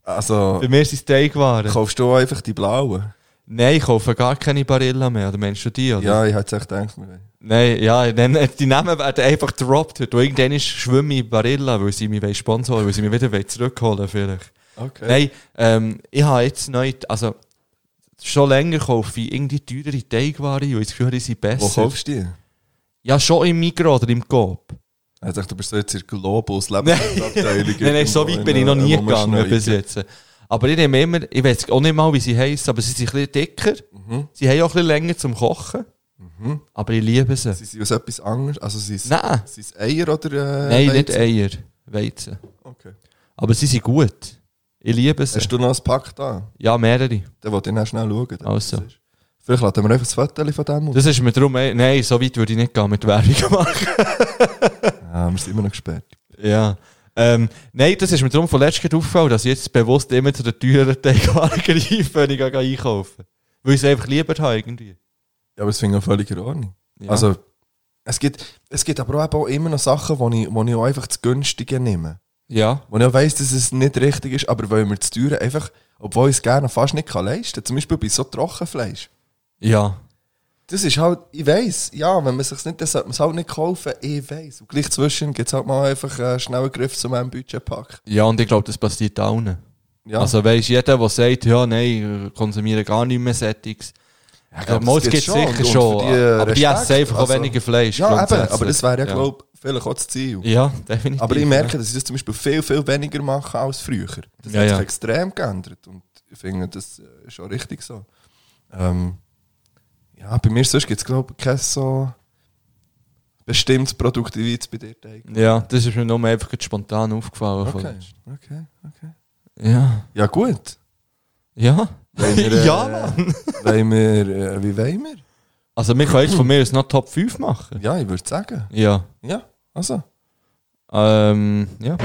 also,
Bei mir sind es Teigwaren.
kaufst du auch einfach die blauen?
Nein, ich kaufe gar keine Barilla mehr. Oder meinst du die? Oder?
Ja, ich hätte echt gedacht, wir-
Nein, ja, nein, die Namen werden einfach gedroppt. heute. Und Irgendwann ist schwimme ich in Barilla, weil sie mich wollen sponsoren weil sie mich wieder wollen zurückholen vielleicht.
okay.
Nein, ähm, ich habe jetzt neu, also schon länger kaufe ich irgendwie teurere Teigwaren, weil ich das Gefühl habe, die sind besser.
Wo kaufst du die?
Ja, schon im Mikro oder im Coop.
Er sagt, du bist so jetzt in der globus
Nein, nein, nein, so weit bin ich noch
äh,
nie gegangen bis jetzt. Aber ich nehme immer, ich weiß auch nicht mal, wie sie heißen, aber sie sind ein bisschen dicker.
Mhm.
Sie haben auch ein bisschen länger zum Kochen. Aber ich liebe sie.
Sie sind aus etwas anderes? Also sie sind
Nein,
sie sind Eier oder äh,
nein, nicht
Weizen?
Eier, Weizen.
Okay.
Aber sie sind gut. Ich liebe sie.
Hast du noch ein Pack da?
Ja, mehrere.
Dann wollte ich dann schnell schauen. dann
Also.
was es ist. Vielleicht laden wir einfach das Foto von dem und
Das ist mir darum, eh- nein, so weit würde ich nicht gehen mit Werbung machen.
ja, wir sind immer noch gesperrt.
Ja. Ähm, nein, das ist mir darum von letztem aufgefallen, dass ich jetzt bewusst immer zu den teuren Teigwaren greife, wenn ich gehe einkaufen. Weil ich es einfach lieber habe irgendwie.
Ja, aber das finde ich auch völlig in Ordnung.
Ja.
Also, es gibt, es gibt aber auch eben auch immer noch Sachen, wo ich, wo ich auch einfach das Günstige nehme.
Ja.
Wo ich auch weiss, dass es nicht richtig ist, aber weil mir das Teure einfach, obwohl ich es gerne fast nicht kann leisten kann. Zum Beispiel bei so Trockenfleisch.
Ja.
Das ist halt, ich weiss, ja, wenn man es sich nicht, dann sollte man es halt nicht kaufen, ich weiss. Und gleich zwischen gibt es halt mal einfach einen schnellen Griff zu meinem Budgetpack.
Ja, und ich glaube, das passiert allen.
Ja,
Also weißt jeder, der sagt, ja, nein, ich konsumiere gar nicht mehr Settings.
ich
Ja,
glaub,
mal,
das
es gibt
gibt's
sicher
und- und
schon.
für die, äh,
aber die essen
Respekt,
einfach auch
also-
weniger Fleisch.
Ja, eben,
grundsätzlich.
aber das wäre,
Ja.
glaube ich, vielleicht auch das Ziel.
Ja, definitiv.
Aber ich
ja.
merke, dass ich das zum Beispiel viel, viel weniger mache als früher. Das
Ja,
hat sich
ja.
extrem geändert und ich finde, das äh, ist schon richtig so. Ähm, ja, bei mir sonst gibt es, glaube ich, kein so bestimmtes Produkt, wie es bei dir denkt.
Ja, das ist mir nur einfach gerade spontan aufgefallen.
Okay,
vorletzt.
okay, okay.
Ja.
Ja gut.
Ja.
Wollen wir, äh,
ja, Mann.
Wollen wir, äh, wie wollen wir?
Also, wir können jetzt von mir aus noch Top 5 machen.
Ja, ich würde sagen.
Ja.
Ja, also.
Ähm, ja.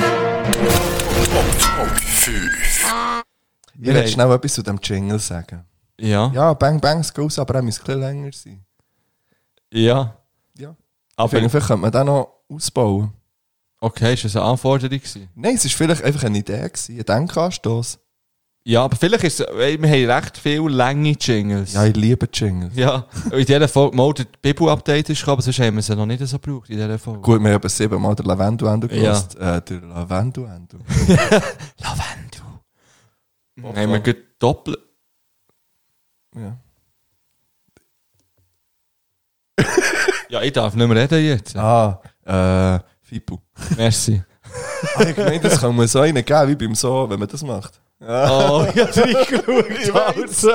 Ich werde schnell etwas zu dem Jingle sagen.
Ja. Ja.
Ja, Bang Bangs Goes, aber er muss ein bisschen länger sein. Ja.
Aber,
Vielleicht könnte man den noch ausbauen.
okay, ist das eine Anforderung gewesen?
Nein, es war vielleicht einfach eine Idee, gewesen, ein Denkanstoss.
Ja, aber vielleicht ist es, weil wir haben recht viele lange Jingles.
Ja, ich liebe Jingles.
Ja, in dieser Folge mal der Bibu-Update ist, aber sonst haben wir sie noch nicht so gebraucht in dieser Folge.
Gut, wir haben eben siebenmal den Lavenduendo
Ja.
gehört. Äh, der Lavenduendo.
Lavendel. Haben wir gut doppelt.
ja.
Ja, ich darf nicht mehr reden jetzt.
Ah, äh, Fipu.
Merci.
Ah, ich meine, das kann man so einen geben, wie beim So, wenn man das macht. Ah.
Oh, ich hab's reingeschaut. also.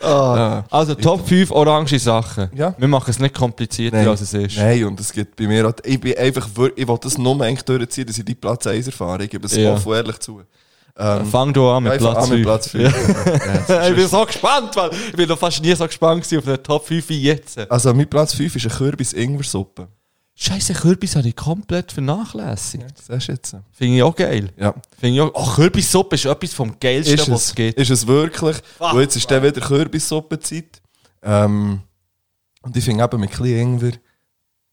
Ah, also, Top 5 orange Sachen.
Ja.
Wir machen es nicht komplizierter, als es ist.
Nein, und es gibt bei mir auch, ich bin einfach, wir- ich will das nur eigentlich durchziehen, dass ich dus die Platz 1 erfahre. Ich gebe es
Ja.
offen und ehrlich zu. Ähm,
Fang du an mit
einfach
Platz
an mit
5.
Platz
Ja.
fünf.
ich bin so gespannt, weil ich bin noch fast nie so gespannt gewesen auf den Top 5 wie jetzt.
Also, mein Platz 5 ist eine Kürbis-Ingwer-Suppe.
Scheiße, Kürbis habe ich komplett vernachlässigt.
Siehst du jetzt?
Finde ich auch geil.
Ja.
Finde ich auch, oh, Kürbissuppe ist etwas vom Geilsten,
Ist
was es
es,
gibt.
ist es wirklich.
Fuck,
und jetzt ist dann wieder Kürbissuppenzeit. Ähm, und ich finde eben mit ein Ingwer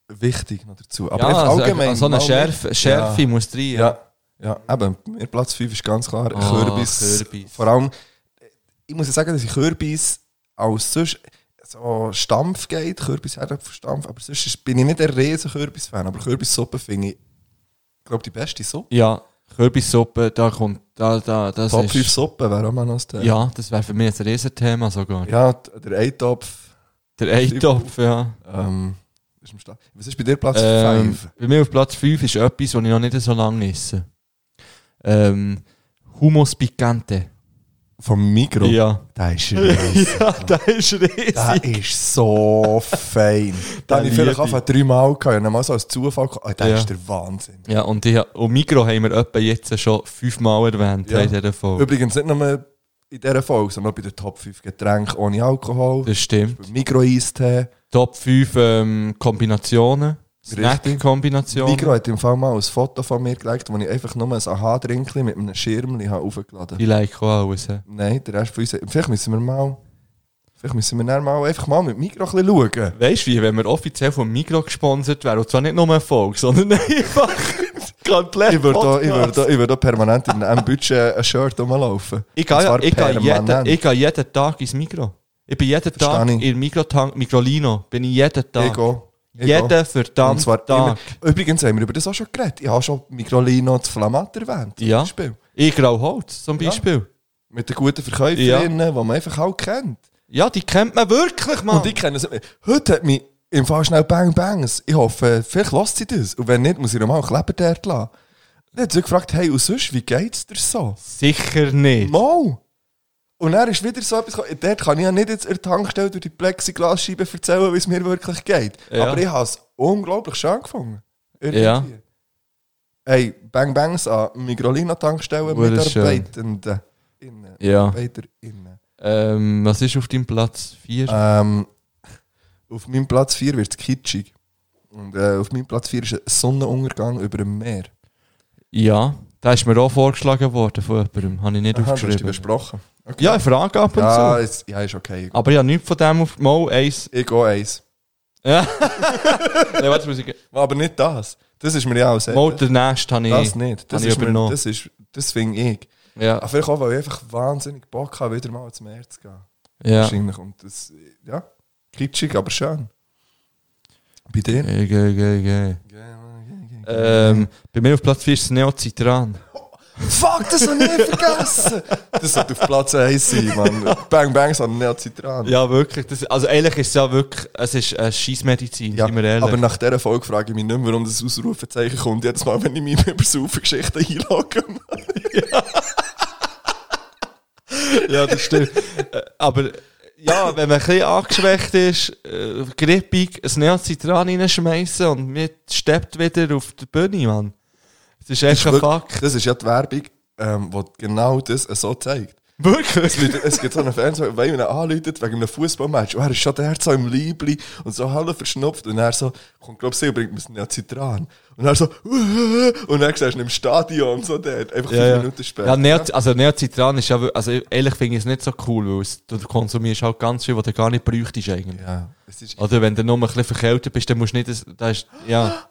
wichtig noch dazu. Aber einfach
also-
allgemein.
also So eine
mal
Schärfe,
mit-
Schärfe muss rein.
Ja, ja, ja. Eben, mir Platz 5 ist ganz klar
Ah,
Kürbis.
Kürbis.
Vor allem, ich muss ja sagen, dass ich Kürbis als sonst so Stampf geht, Kürbis Stampf, aber sonst ist- bin ich nicht ein riesen Kürbis-Fan, aber Kürbissuppe finde ich, glaube die beste Suppe.
ja Kürbissuppe, da kommt, da, da, das
Top
ist...
5 Suppe wäre auch mal noch das Thema.
Ja, das wäre für mich jetzt ein Riesenthema sogar.
Ja, d- der Eintopf
Der Eintopf, ja.
ähm, ist am Start. Was ist bei dir Platz 5?
Ähm, bei mir auf Platz 5 ist etwas, was ich noch nicht so lange esse. Ähm, Hummus Picante.
Vom Mikro?
Ja.
Der ist riesig.
Ja, der ist riesig.
der ist so fein. Den habe ich vielleicht
liebe ich.
einfach dreimal gehabt. Ich habe ihn mal so als Zufall gehabt. Ah, der
Ja.
ist der Wahnsinn.
Ja, und, ich, und Migros haben wir etwa jetzt schon fünfmal erwähnt
Ja.
in dieser Folge.
Übrigens nicht nur in dieser Folge, sondern auch bei den Top 5 Getränke ohne Alkohol.
Das stimmt.
Mikro-Eistee.
Top 5 ähm, Kombinationen. Snack-Kombinationen.
Mikro hat im Fall mal ein Foto von mir gelegt, wo ich einfach nur ein Aha-Drinkchen mit einem Schirm aufgeladen
Die like auch alles. hä?
Nein, der Rest von uns. Vielleicht müssen wir mal. Vielleicht müssen wir dann mal einfach mal mit dem Mikro ein bisschen schauen.
Weißt du, wie wenn wir offiziell vom Migro gesponsert wären, und zwar nicht nur eine Folge, sondern einfach komplett.
Ich würde da, ich
Podcast.
würd da, ich würd da permanent in einem Budget ein Shirt rumlaufen.
Ich gehe
Und
ja-
zwar
ich gehe jeden,
permanent.
ich gehe jeden Tag ins Migro. Ich bin jeden Tag
ich.
in Mikrotank, Mikrolino. Bin ich jeden Tag.
Ich gehe. Ich gehe.
jeden
Und zwar
verdammten
immer.
Tag.
Übrigens haben wir über das auch schon geredet. Ich habe schon Migrolino zu Flamat erwähnt. Zum
Ja.
Beispiel.
Ich Grauholz zum Beispiel.
Mit den guten Verkäuferinnen, die man einfach auch kennt.
Ja. die kennt man wirklich, Mann.
Und ich kenne es. Heute hat mich im Fall schnell Bang Bangs. Ich hoffe, vielleicht lässt sie das. Und wenn nicht, muss ich ihr mal einen Kleber dort lassen. Dann hat sie gefragt, dus hey, und sonst, wie geht's dir so?
Sicher nicht.
Mal! Und er ist wieder so etwas. gekommen. Dort kann ich ja nicht jetzt an der Tankstelle durch die Plexiglasscheibe erzählen, wie es mir wirklich geht.
Ja.
Aber ich habe es unglaublich schön gefunden. Irgendwie.
Ja.
Hey, Bang Bangs an Migrolina-Tankstellen,
Wurde schön.
Mitarbeitenden. Innen.
Ja.
Mitarbeiterinnen.
Ähm, was ist auf deinem Platz 4?
Ähm, auf meinem Platz 4 wird es kitschig. Und äh, auf meinem Platz 4 ist ein Sonnenuntergang über dem Meer.
Ja, da ist mir auch vorgeschlagen worden von jemandem. Habe ich nicht
Aha, du hast die
aufgeschrieben.
besprochen.
Ja, ich frage ab und
Ja,
zu.
ist, ja, ist okay.
Aber ich habe nichts von dem auf Mal eins.
Ich gehe eins.
Nein, warte, muss ich...
Aber nicht das. Das ist mir ja auch sehr.
Mal der nächste habe ich,
Das nicht. Das
habe Eh, ich
ist mir,
übernommen.
das ist, das finde ich. Aber
ja.
vielleicht auch, weil ich einfach wahnsinnig Bock habe, wieder mal zum März zu gehen.
ja.
Wahrscheinlich. Und das, ja, kitschig, aber schön. Bei dir?
Geil, geil, geil, geil. Ähm, bei mir auf Platz 4 ist das Neo Citran.
Fuck, das habe ich vergessen! Das sollte auf Platz 1 sein, Mann. Bang Bangs an Neozitran.
Ja, wirklich. Das, also eigentlich ist es ja wirklich, es ist eine Scheissmedizin,
Ja,
sind wir ehrlich.
aber nach dieser Folge frage ich mich nicht mehr, warum das Ausrufezeichen kommt. Jedes Mal, wenn ich mich über Saufengeschichten einlogge.
ja, das stimmt. Äh, aber ja, wenn man ein bisschen angeschwächt ist, äh, grippig, ein Neocitran reinschmeißen und mir steppt wieder auf die Bühne, Mann. Das ist echt ein
Wirklich,
Fakt.
Das ist ja die Werbung, ähm, die genau das so zeigt. Es,
Wirklich?
wird, es gibt so einen Fernseher, wenn ihn anläutet wegen einem Fußballmatch. Und er ist schon der so im Liebli und so halb verschnupft. Und er so, kommt, glaub ich, bringt mir das Neozitran. Und er so, "Uh", und dann siehst du ihn im Stadion so dort. Einfach fünf
Ja, ja.
Minuten später.
ja Neo, also Neocitran ist ja, wir- also ehrlich finde ich es nicht so cool, weil es, du konsumierst halt ganz viel, was du gar nicht bräuchtest eigentlich.
Ja, es ist,
Oder wenn du nur ein bisschen verkältet bist, dann musst du nicht. Das, das ist, ja.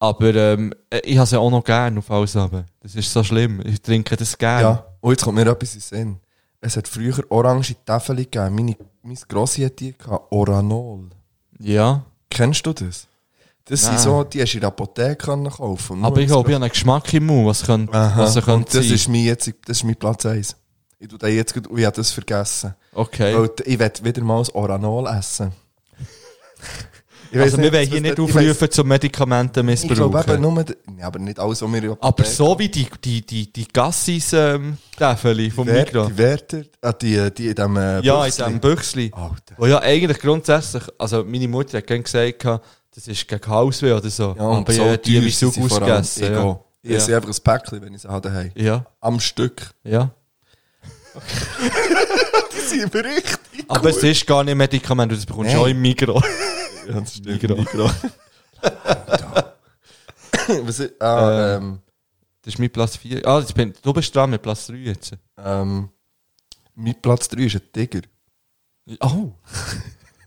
Aber ähm, ich habe es ja auch noch gern auf alles aber. Das ist so schlimm. Ich trinke das gern.
ja. Und jetzt kommt mir etwas in den Sinn. Es hat früher orange Tafel gegeben. Meine, meine Grossi hat die gehabt. Oranol.
Ja.
Kennst du das? Das sind
Nein.
so, die hast du in der Apotheke können kaufen. Nur
Aber ich
das
glaube, ich habe einen Geschmack im Mund, was, könnte,
Aha,
was er
und
Also könnte
das
sein.
ist, mein jetzt, das ist mein Platz 1. Ich tue den jetzt gut, und ich habe das vergessen.
okay.
Weil ich werde wieder mal ein Oranol essen. Ich weiss
also wir wollen
was
hier nicht
das- ich weiss-
aufrufen zum
Ich glaube
Medikamentenmissbrauch.
eben nur, die- nee, aber nicht alles, was wir in der
aber
Apotheke-
so wie die, die, die, die Gassis ähm, Täfeli vom
Wer-
Migros.
Die Wärter, ah, die, die in dem äh,
Ja, in
Büchsli.
diesem Büchsli.
Alter.
Wo ja eigentlich grundsätzlich, also meine Mutter hat gerne gesagt, gehabt, das ist gegen Halsweh oder so.
Ja, und
aber
so
ja, äh, die
teuer
habe ich so
sind sie vor allem. Ich
ausgegessen.
gehe. Ich
Ja.
esse einfach ein Päckchen, wenn ich sie habe daheim.
Ja. ja.
Am Stück.
Ja.
Die sind richtig.
Aber es ist gar nicht Medikament, das bekommst du
Nein.
auch im Migro.
Ja, das stimmt.
Migros.
Was ich, ah, ähm,
Das ist mein Platz 4. Ah, jetzt bin, du bist dran mit Platz 3 jetzt.
ähm, mein Platz 3 ist ein Tiger.
Oh!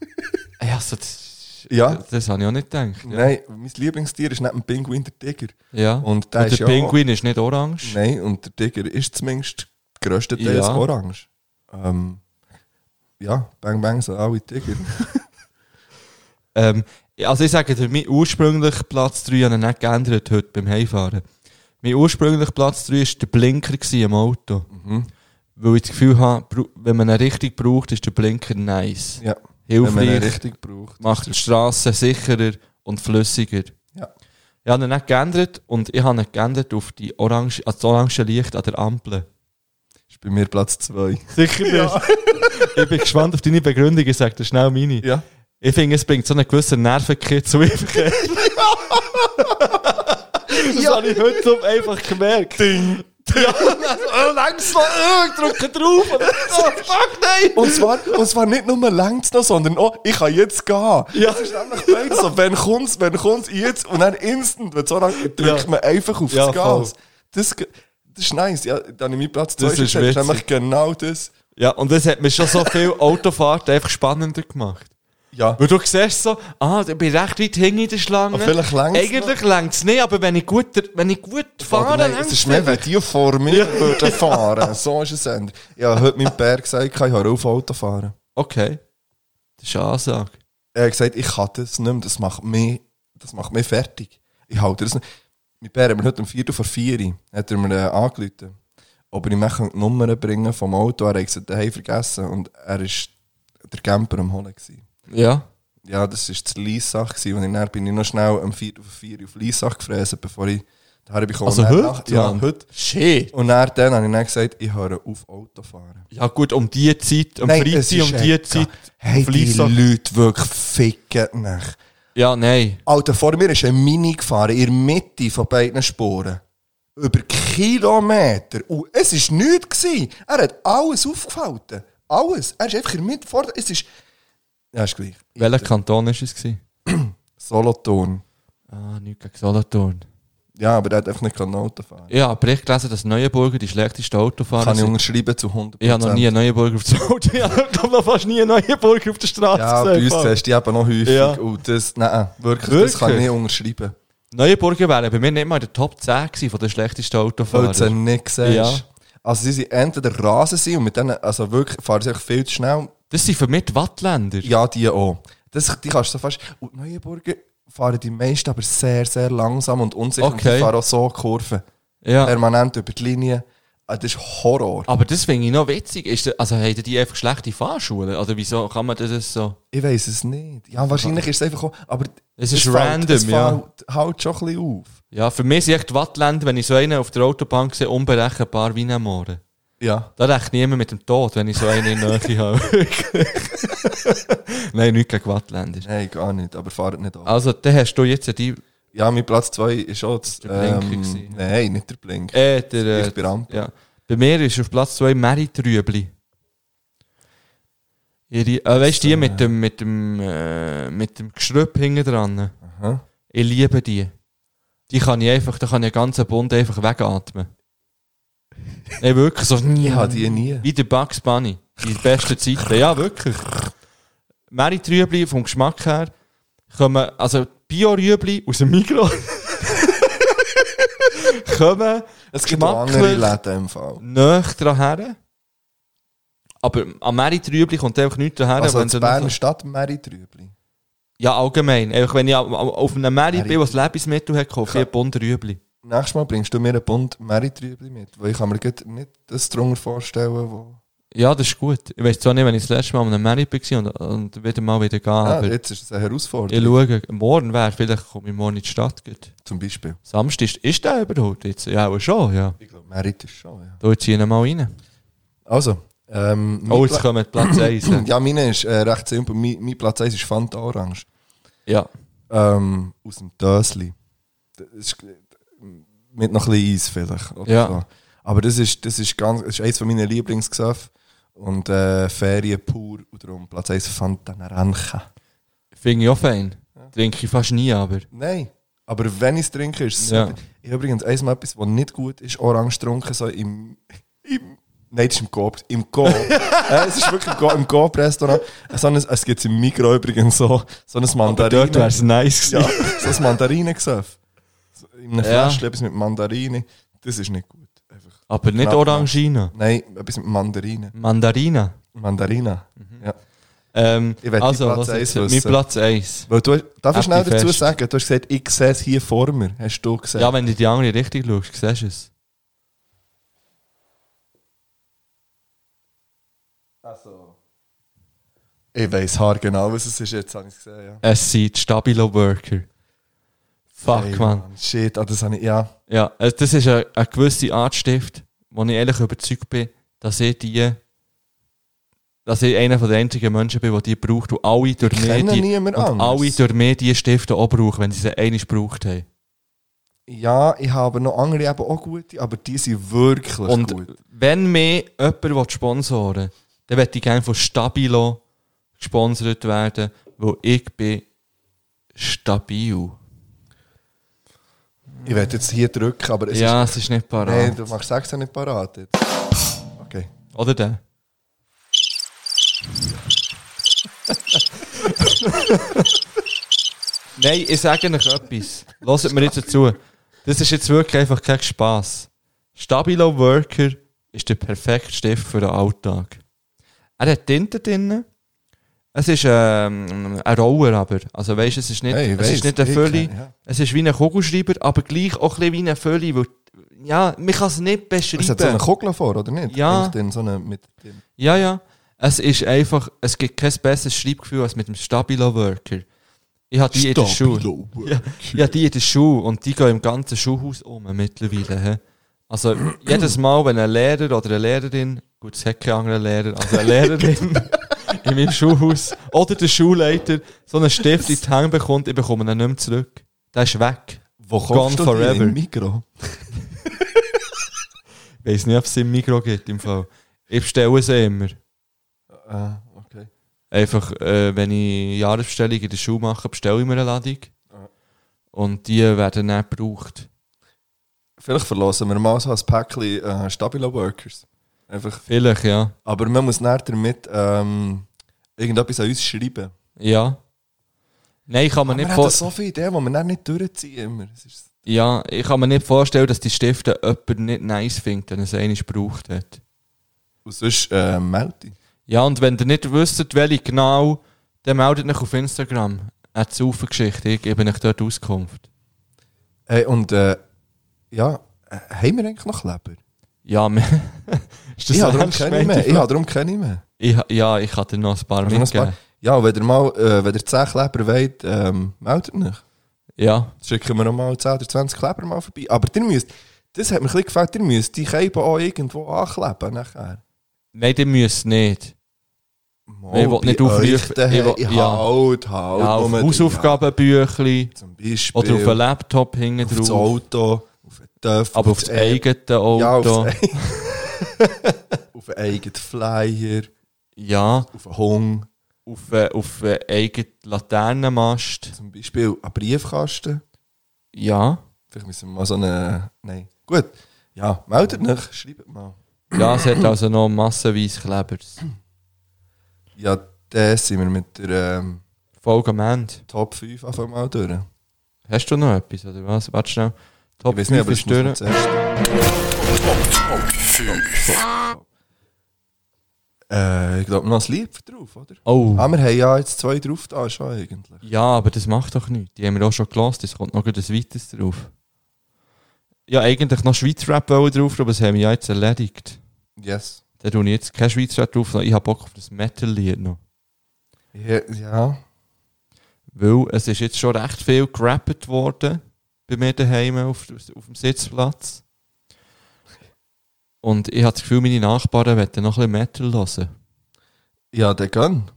ja, so, das,
Ja.
das habe ich auch nicht gedacht. Ja.
Nein, mein Lieblingstier ist nicht ein Pinguin, der Tiger.
ja.
Und der
der
ist ja
Pinguin ist nicht orange.
Nein, und der Tiger ist zumindest grösstenteils
Ja.
orange. Ähm, ja, Bang Bang sind alle Tiger.
Ähm, also ich sage dir, mein ursprünglich Platz 3 habe ich nicht geändert heute beim Heimfahren. Mein ursprünglich Platz 3 war der Blinker gewesen im Auto.
Mhm.
Weil ich das Gefühl habe, bru- wenn man ihn richtig braucht, ist der Blinker nice.
ja, wenn man ihn
Hilfreich.
richtig braucht.
macht die Straße sicherer und flüssiger.
Ja.
Ich habe ihn nicht geändert und ich habe ihn geändert auf die orange, also das orange Licht an der Ampel.
Ist bei mir Platz 2.
Sicher nicht. ich bin gespannt auf deine Begründung, ich sage dir schnell meine.
Ja.
Ich finde, es bringt so einen gewissen Nervenkitzel im Verkehr. das habe ich heute so einfach gemerkt. Ding. Ja,
Äh,
oh, längst noch, oh, ich drücke drauf. Und, oh, fuck, nein.
Und zwar, und zwar nicht nur längst noch, sondern auch, ich kann jetzt gehen.
Ja.
Das ist nämlich beides so, wenn kommt's, wenn kommt's, jetzt und dann instant, wenn so lange drückt
Ja.
man einfach auf
Ja,
das
voll.
Gas. Das, ge- das ist nice, ja, dann nehme ich Platz 2.
Das ist witzig.
nämlich genau das.
ja, und das hat mir schon so viel Autofahrt einfach spannender gemacht.
Ja.
Weil du siehst so, ah, ich bin recht weit hinten in der Schlange.
Aber Ah, vielleicht längt's
Eigentlich längt es nicht, aber wenn ich gut, wenn ich gut fahre,
Oder nein,
längt's
es ist mehr, wenn die vor mir
Ja.
würden fahren. So ist es ändert. Ich habe heute meinem Bär gesagt, ich höre auf Auto fahren.
Okay. Das ist eine Ansage.
Er hat gesagt, ich kann das nicht mehr, das macht mich, das macht mich fertig. Ich halte das nicht. Mein Bär hat mir heute um 4 Uhr vor 4 Uhr hat er mir äh, angerufen. Aber ich möchte die Nummer bringen vom Auto. Er hat gesagt, er hat vergessen. Und er ist der Camper am Holen. Gewesen.
Ja.
Ja, das war die Leissach. gewesen. Und dann bin ich noch schnell um 4 Uhr vor 4 Uhr auf Leissach gefräst, bevor ich daher bekomme.
Also heute?
Ja,
Mann.
heute.
Shit.
Und dann, dann habe ich dann gesagt, ich höre auf Autofahren.
Ja gut, um die Zeit, um
es
Freitag,
ist
um die
echt-
Zeit.
Hey, die
Fleissach-
Leute wirklich ficken nach.
Ja, nein.
Alter, vor mir ist ein Mini gefahren, in der Mitte von beiden Sporen. Über Kilometer. Und es war nichts. Gewesen. Er hat alles aufgehalten. Alles. Er ist einfach in der Mitte vor. Es ist. Ja, ist gleich.
Welcher Kanton war es? gewesen?
Solothurn.
Ah, nichts gegen Solothurn.
Ja, aber der hat einfach nicht können Auto fahren.
Ich habe Bericht gelesen, dass Neuenburger die schlechtesten Autofahrer
Kann ich
sind.
unterschreiben zu 100%.
Also Ich habe noch nie einen Neuenburger auf der Auto. Ich habe glaub noch fast nie einen Neuenburger auf der Straße
Ja, bei uns siehst du die eben noch häufig.
Ja.
Und das, nein, wirklich,
Wirklich?
das kann ich nicht unterschreiben.
Neuenburger wären bei mir nicht mal in der Top 10 gewesen von den schlechtesten
Weil du sie
Autofahrern.
nicht siehst.
Ja.
Also sie sind entweder Rasen sind und mit denen, also wirklich, fahren sie echt viel zu schnell.
Das sind für mich die Wattländer.
Ja, die auch. Das, die kannst du so fast... Und die Neuenburger fahren die meisten aber sehr, sehr langsam und unsicher. Und
Okay.
die fahren auch so Kurven.
Ja.
Permanent über die Linie. Ah, Das ist Horror.
Aber das finde ich noch witzig. Ist, da- also haben die einfach schlechte Fahrschulen? Oder wieso kann man das so...
Ich weiß es nicht. Ja, wahrscheinlich ist es einfach auch... Aber
Es ist
fällt-
random,
es fällt,
ja.
halt schon ein bisschen auf.
Ja, für mich sind echt die Wattländer, wenn ich so einen auf der Autobahn sehe, unberechenbar wie ein Morden.
Ja.
Da rechne ich immer mit dem Tod, wenn ich so einen in der Nähe habe. Nein, nichts gegen Wattländer.
Nein, gar nicht. Aber fahrt nicht an.
Also, dann hast du jetzt ja die...
Ja, mein Platz 2 ist auch das,
Der Blinker
ähm,
gewesen.
Nein, nicht der Blink.
Äh, der... Äh,
Licht bei der Ampel.
ja. Bei mir ist auf Platz 2 Mary Trübli. Ihre, äh, weißt du, die
eh,
mit dem, mit dem, äh, mit dem Geschröpp hinten dran?
Aha.
Ich liebe die. Die kann ich einfach, da kann ich den ganzen Bund einfach wegatmen. Ey, wirklich, so,
Ich habe die nie.
wie der Bugs Bunny. Die besten Zeiten. Ja, wirklich. Mary Trübli vom Geschmack her kommen, also Bio-Rübli aus dem Mikro. kommen
Es gibt auch andere Läden im Fall.
näher dran her. Aber an Mary Trübli kommt einfach nichts daher.
Also in
du
Bern
nur so-
Stadt Mary Trübli.
ja, Eh, allgemein. Einfach, wenn ich au- au- auf einem Mary
Mary-
bin, was Lebensmittel hat, kaufe ich einen Bund Rübli.
Nächstes Mal bringst du mir einen Bund Mary Trübli mit, weil ich kann mir gut nicht das drunter vorstellen, wo...
Ja, das ist gut. Ich weiß zwar nicht, wenn ich das letzte Mal an einem Mary war und, und wieder mal wieder gehen,
Ah,
aber
jetzt ist es eine
ich
Herausforderung,
schaue, morgen wäre, vielleicht komme ich morgen in die Stadt. Gut.
zum Beispiel.
Samstag ist, ist der überhaupt jetzt? Ja, aber schon, ja.
Ich glaube, Merit ist schon, ja.
Da ziehen wir mal rein.
Also, ähm... mein
Oh, jetzt
Pla-
kommen die Platz 1.
Ja, meine ist äh, recht simpel. Mein, mein Platz 1 ist Fanta Orange.
ja.
Ähm, aus dem Dösli. Das ist, mit noch ein bisschen Eis vielleicht. Oder
Ja.
so. Aber das ist, das ist ganz, das ist eines meiner Lieblingsgesäfte. Und äh, Ferien pur und darum Platz 1 Fanta Narancha.
Finde ich auch fein. Trinke ich fast nie, aber.
Nein, aber wenn ich es trinke, ist es
Ja.
super. Ich habe übrigens eins mal etwas, was nicht gut ist, Orange trunken, so im... im Nein, das ist im Coop. Im Coop. äh, es ist wirklich im Coop- im Coop-Restaurant. So ein- es gibt im Mikro übrigens so, so ein Mandarinen.
wär's nice
Ja, so ein Mandarinengesöff. So In einem
Ja.
Fläschchen etwas mit Mandarine. Das ist nicht gut. Einfach.
Aber nicht
Knapp,
Orangina.
Nein, etwas mit Mandarine.
Mandarina.
Mandarina.
Mhm.
Ja.
Ähm,
Ich will
also,
deinen Platz
was
eins
ist jetzt mein
wissen.
Platz 1?
Weil du, darf ich schnell
Happy
dazu
Fest.
sagen, du hast gesagt, ich sehe es hier vor mir. Hast du gesagt?
Ja, wenn du die andere richtig schaust, siehst du es.
ich weiss haargenau, was es ist. Jetzt habe ich es gesehen. Ja.
Es sind die Stabilo Worker. Fuck,
Ey,
man.
Shit, ah, das habe ich. Ja.
Ja, also das ist eine, eine gewisse Art Stift, wo ich ehrlich überzeugt bin, dass ich die, dass ich einer von den einzigen Menschen bin, der die braucht und alle durch mich
Kennen
die, und
niemand anders.
alle durch mich die Stifte auch brauchen, wenn sie sie einmal gebraucht haben.
ja, ich habe noch andere eben auch gute, aber die sind wirklich
und
gut.
wenn mir jemand will sponsoren will, dann möchte ich gerne von Stabilo gesponsert werden, wo ich bin stabil.
Ich werde jetzt hier drücken, aber es
ja, es ist nicht
ist. Nein,
parat.
du machst Sex ja nicht parat jetzt. Okay.
Oder der? Nein, ich sage euch etwas. Hört mir jetzt zu. Das ist jetzt wirklich einfach kein Spass. Stabilo Worker ist der perfekte Stift für den Alltag. Er hat Tinte drin. Es ist ähm, ein Roller aber. Also weißt, es ist nicht,
Hey, ich
es
weiss,
ist nicht eine
ich
Fülle.
kenn- ja.
Es ist wie ein Kugelschreiber, aber gleich auch ein bisschen wie eine Fülle. Weil, ja, man kann es nicht beschreiben.
Es hat so eine Kugel vor, oder nicht?
Ja.
Bringt den so eine mit dem
Ja, ja. Es ist einfach, es gibt kein besseres Schreibgefühl als mit dem Stabilo Worker. Ich habe die in der Schule. Ja, ich habe die in der Schule und die gehen im ganzen Schulhaus um mittlerweile. He. Also jedes Mal, wenn ein Lehrer oder eine Lehrerin, gut, es hat keinen anderen Lehrer, also eine Lehrerin in meinem Schulhaus oder der Schulleiter so einen Stift in die Hand bekommt, ich bekomme ihn nicht mehr zurück. Der ist weg.
Wo
Gone
kaufst du die?
forever.
Im Mikro?
Ich weiß nicht, ob es im Mikro gibt im Fall. Ich bestelle sie immer.
Ah, okay.
Einfach, äh, wenn ich
Ah.
Jahresbestellung in der Schule mache, bestelle ich mir eine Ladung. Und die werden dann gebraucht.
Vielleicht verlosen wir mal so ein Päckchen äh, Stabilo Workers. Einfach.
Vielleicht, ja.
Aber man muss näher damit
ehm,
ähm, irgendetwas an uns schreiben.
Ja. Nein, ich kann mir
Wir
nicht
haben
vor
so viele Ideen, die wir dann nicht durchziehen. Immer. Es ist
ja, ich kann mir nicht vorstellen, dass die Stifte jemand nicht nice findet, wenn er es einmal gebraucht hat.
und sonst äh,
eh,
melde dich.
Ja, und wenn ihr nicht wisst, welche genau, dann meldet euch auf Instagram. Eine Zaufengeschichte, ich gebe euch dort Auskunft.
Hey, und äh, ja, äh, haben wir eigentlich noch Kleber?
Ja, mir- ist
Ich habe darum
ernst
keine
gemeint?
mehr. Ich habe darum keine mehr.
Ich, ja, ich hatte noch ein paar
Hast du noch ein paar?
mitgegeben.
Ja, wenn ihr mal, äh, wenn ihr 10 Kleber wollt, ähm, meldet euch.
Ja,
schicken wir noch mal 10 oder 20 Kleber mal vorbei. Aber ihr müsst, das hat mir ein bisschen gefällt, ihr müsst die Käbe auch irgendwo ankleben nachher.
nein, ihr müsst nicht.
Mal
Ich will nicht
bei
aufrufen.
euch daheim.
Ich will-
Ja,
ja.
halt, halt.
Ja, auf
nur die-
Hausaufgabenbüchli
Ja, zum Beispiel.
oder auf einen Laptop hinten
auf das
drauf.
Auto, auf den Töpf,
Aber auf das
E-
eigene
Ja, auf,
Auto.
das E- auf einen eigenen Flyer,
Ja,
auf einen Hung,
auf einen auf einen eigenen Laternenmast.
zum Beispiel einen Briefkasten.
Ja.
Vielleicht müssen wir mal so eine... Nein. Gut. eh, Ja, meldet euch, schreibt mal.
Ja, es hat also noch massenweise Klebers.
Ja, dann sind wir mit der ähm,
Folge am Ende.
Top 5 auf einmal durch.
Hast du noch etwas, oder was? Warte schnell. Top
Ich weiß nicht,
5
aber
ist
ich muss
durch.
mir zuerst. Äh, ich glaube, noch ein Lied drauf, oder?
Oh.
Ah, wir haben ja jetzt zwei ah, drauf da schon eigentlich.
Ja, aber das macht doch nichts. Die haben wir auch schon gelost. Es kommt noch gut ein weiteres drauf. Ja, eigentlich noch Schweizer-Rap wollen drauf, aber das haben wir ja jetzt erledigt.
Yes.
Da tue ich jetzt kein Schweizer-Rap drauf, sondern ich habe Bock auf das Metal-Lied noch.
Ja, ja.
Weil es ist jetzt schon recht viel gerappt worden bei mir daheim auf, auf dem Sitzplatz. Und ich habe das Gefühl, meine Nachbarn wollen noch ein bisschen Metal hören.
ja dann gehen.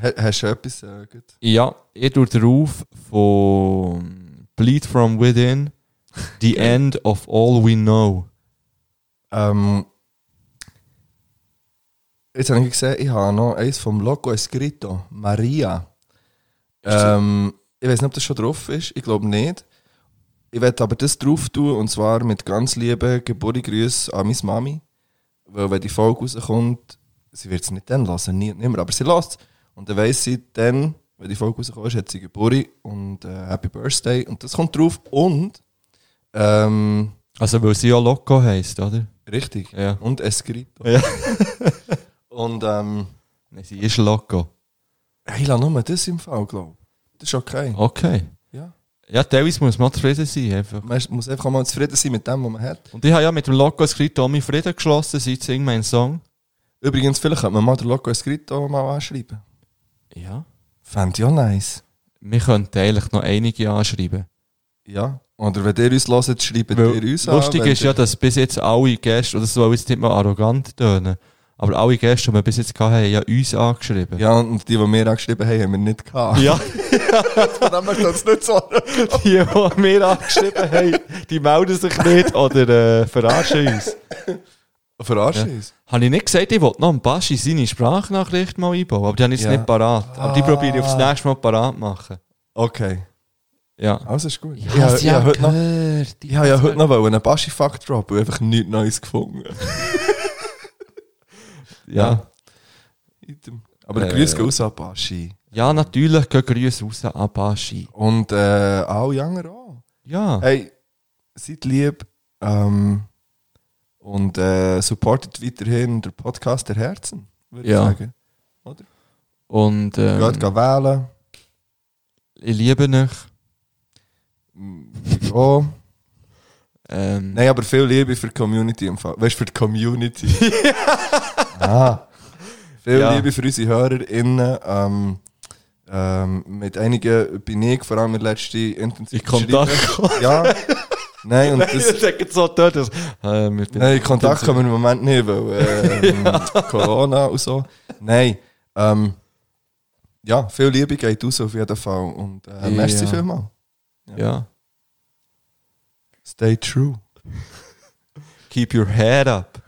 Ha- Hast du etwas äh, gut?
Ja, ich tue drauf von Bleed From Within, The End of All We Know.
Ähm, jetzt habe ich gesehen, ich habe noch eins vom Loco Escrito, Maria. Ähm, ich weiß nicht, ob das schon drauf ist. Ich glaube nicht. Ich werde aber das drauf tun und zwar mit ganz lieben Geburtstagsgrüßen an meine Mami. Weil, wenn die Folge rauskommt, sie wird es nicht dann lassen, nie, nimmer, aber sie lässt Und dann weiss sie dann, wenn die Folge rauskommt, ist, hat sie Geburtstag und äh, Happy Birthday. Und das kommt drauf und. Ähm,
Also, weil sie ja Loco heisst, oder?
Richtig.
Ja.
Und Escrito.
Ja.
Und ähm,
Nein, sie ist Loco.
ich lasse nur das im Fall, glaube ich. Das ist okay.
Okay.
Ja.
Ja, Davis muss mal zufrieden sein. Einfach.
Man muss einfach mal zufrieden sein mit dem, was man hat.
Und ich habe ja mit dem Loco geschrieben, Tommy Frieden geschlossen, seit sing mein Song.
Übrigens, vielleicht könnte man mal den Loco Escrito mal anschreiben.
Ja.
Fände ich auch nice.
Wir könnten eigentlich noch einige anschreiben.
Ja. Oder wenn ihr uns hört, schreibt
Weil
ihr uns an.
lustig
wenn
ist ja,
ihr-
dass bis jetzt alle Gäste, oder das soll jetzt nicht mal arrogant tönen, aber alle Gäste, die wir bis jetzt hatten, haben ja uns angeschrieben.
Ja, und die, die wir angeschrieben haben, haben wir nicht gehabt.
ja.
Von dem her kann es nicht so.
die, die mir angeschrieben haben, die melden sich nicht oder äh, verarschen uns.
Verarsch uns.
Habe ich nicht gesagt, ich wollte noch einen Baschi seine Sprachnachricht mal einbauen, aber die habe ich jetzt
Ja. Ah.
nicht parat. Aber die probiere ich aufs nächste Mal parat machen.
Okay.
Ja.
Alles ist gut. Ich, habe- ich, habe heute noch- ich habe ja heute noch wollen einen Baschi-Fuck droppen und einfach nichts Neues gefunden.
Ja,
Item. Aber äh, Grüße gehen raus an Baschi.
ja natürlich gehen Grüße raus an Baschi.
Und äh, alle anderen auch.
Ja,
Hey, seid lieb ähm, und äh, supportet weiterhin den Podcast der Herzen, würde
Ja.
ich sagen.
und ähm,
Geht geht wählen.
ich liebe euch.
Oh.
Ähm,
Nein, aber viel Liebe für die Community. im Fall. Weißt du, für die Community. ah. Viel
Ja.
Liebe für unsere HörerInnen. Ähm, ähm, mit einigen bin ich vor allem in letzter intensiv
In Kontakt
geschrieben. Ja. Nein, und das,
denke so dort, dass, äh, wir bin-
Nein, in Kontakt können wir im Moment nicht, weil ähm, Corona und so. Nein. Ähm, ja, viel Liebe geht aus auf jeden Fall. Und äh, merci
Ja.
vielmals.
Ja.
Stay true.
Keep your head up.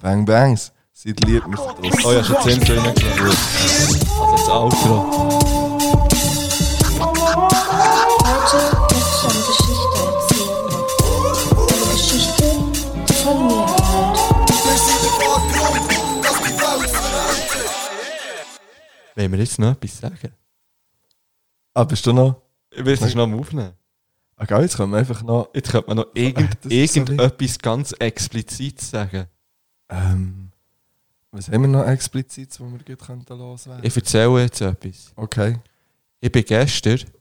Bang Bangs. Seid lieb. Wir sind draussen. Oh ja, schon 10 Stunden.
Das Outro.
Heute wird schon Geschichte erzählen. Ihre
Wollen wir jetzt noch etwas sagen?
Ah, bist du noch?
Willst du es noch am aufnehmen?
Ah, geil, jetzt können wir einfach noch.
Jetzt könnte man noch irgend,
Das ist so
irgendetwas ganz explizit sagen.
Ähm, was haben wir noch explizit, wo wir gut könnten loswerden?
Ich erzähle jetzt etwas.
Okay.
Ich bin gestern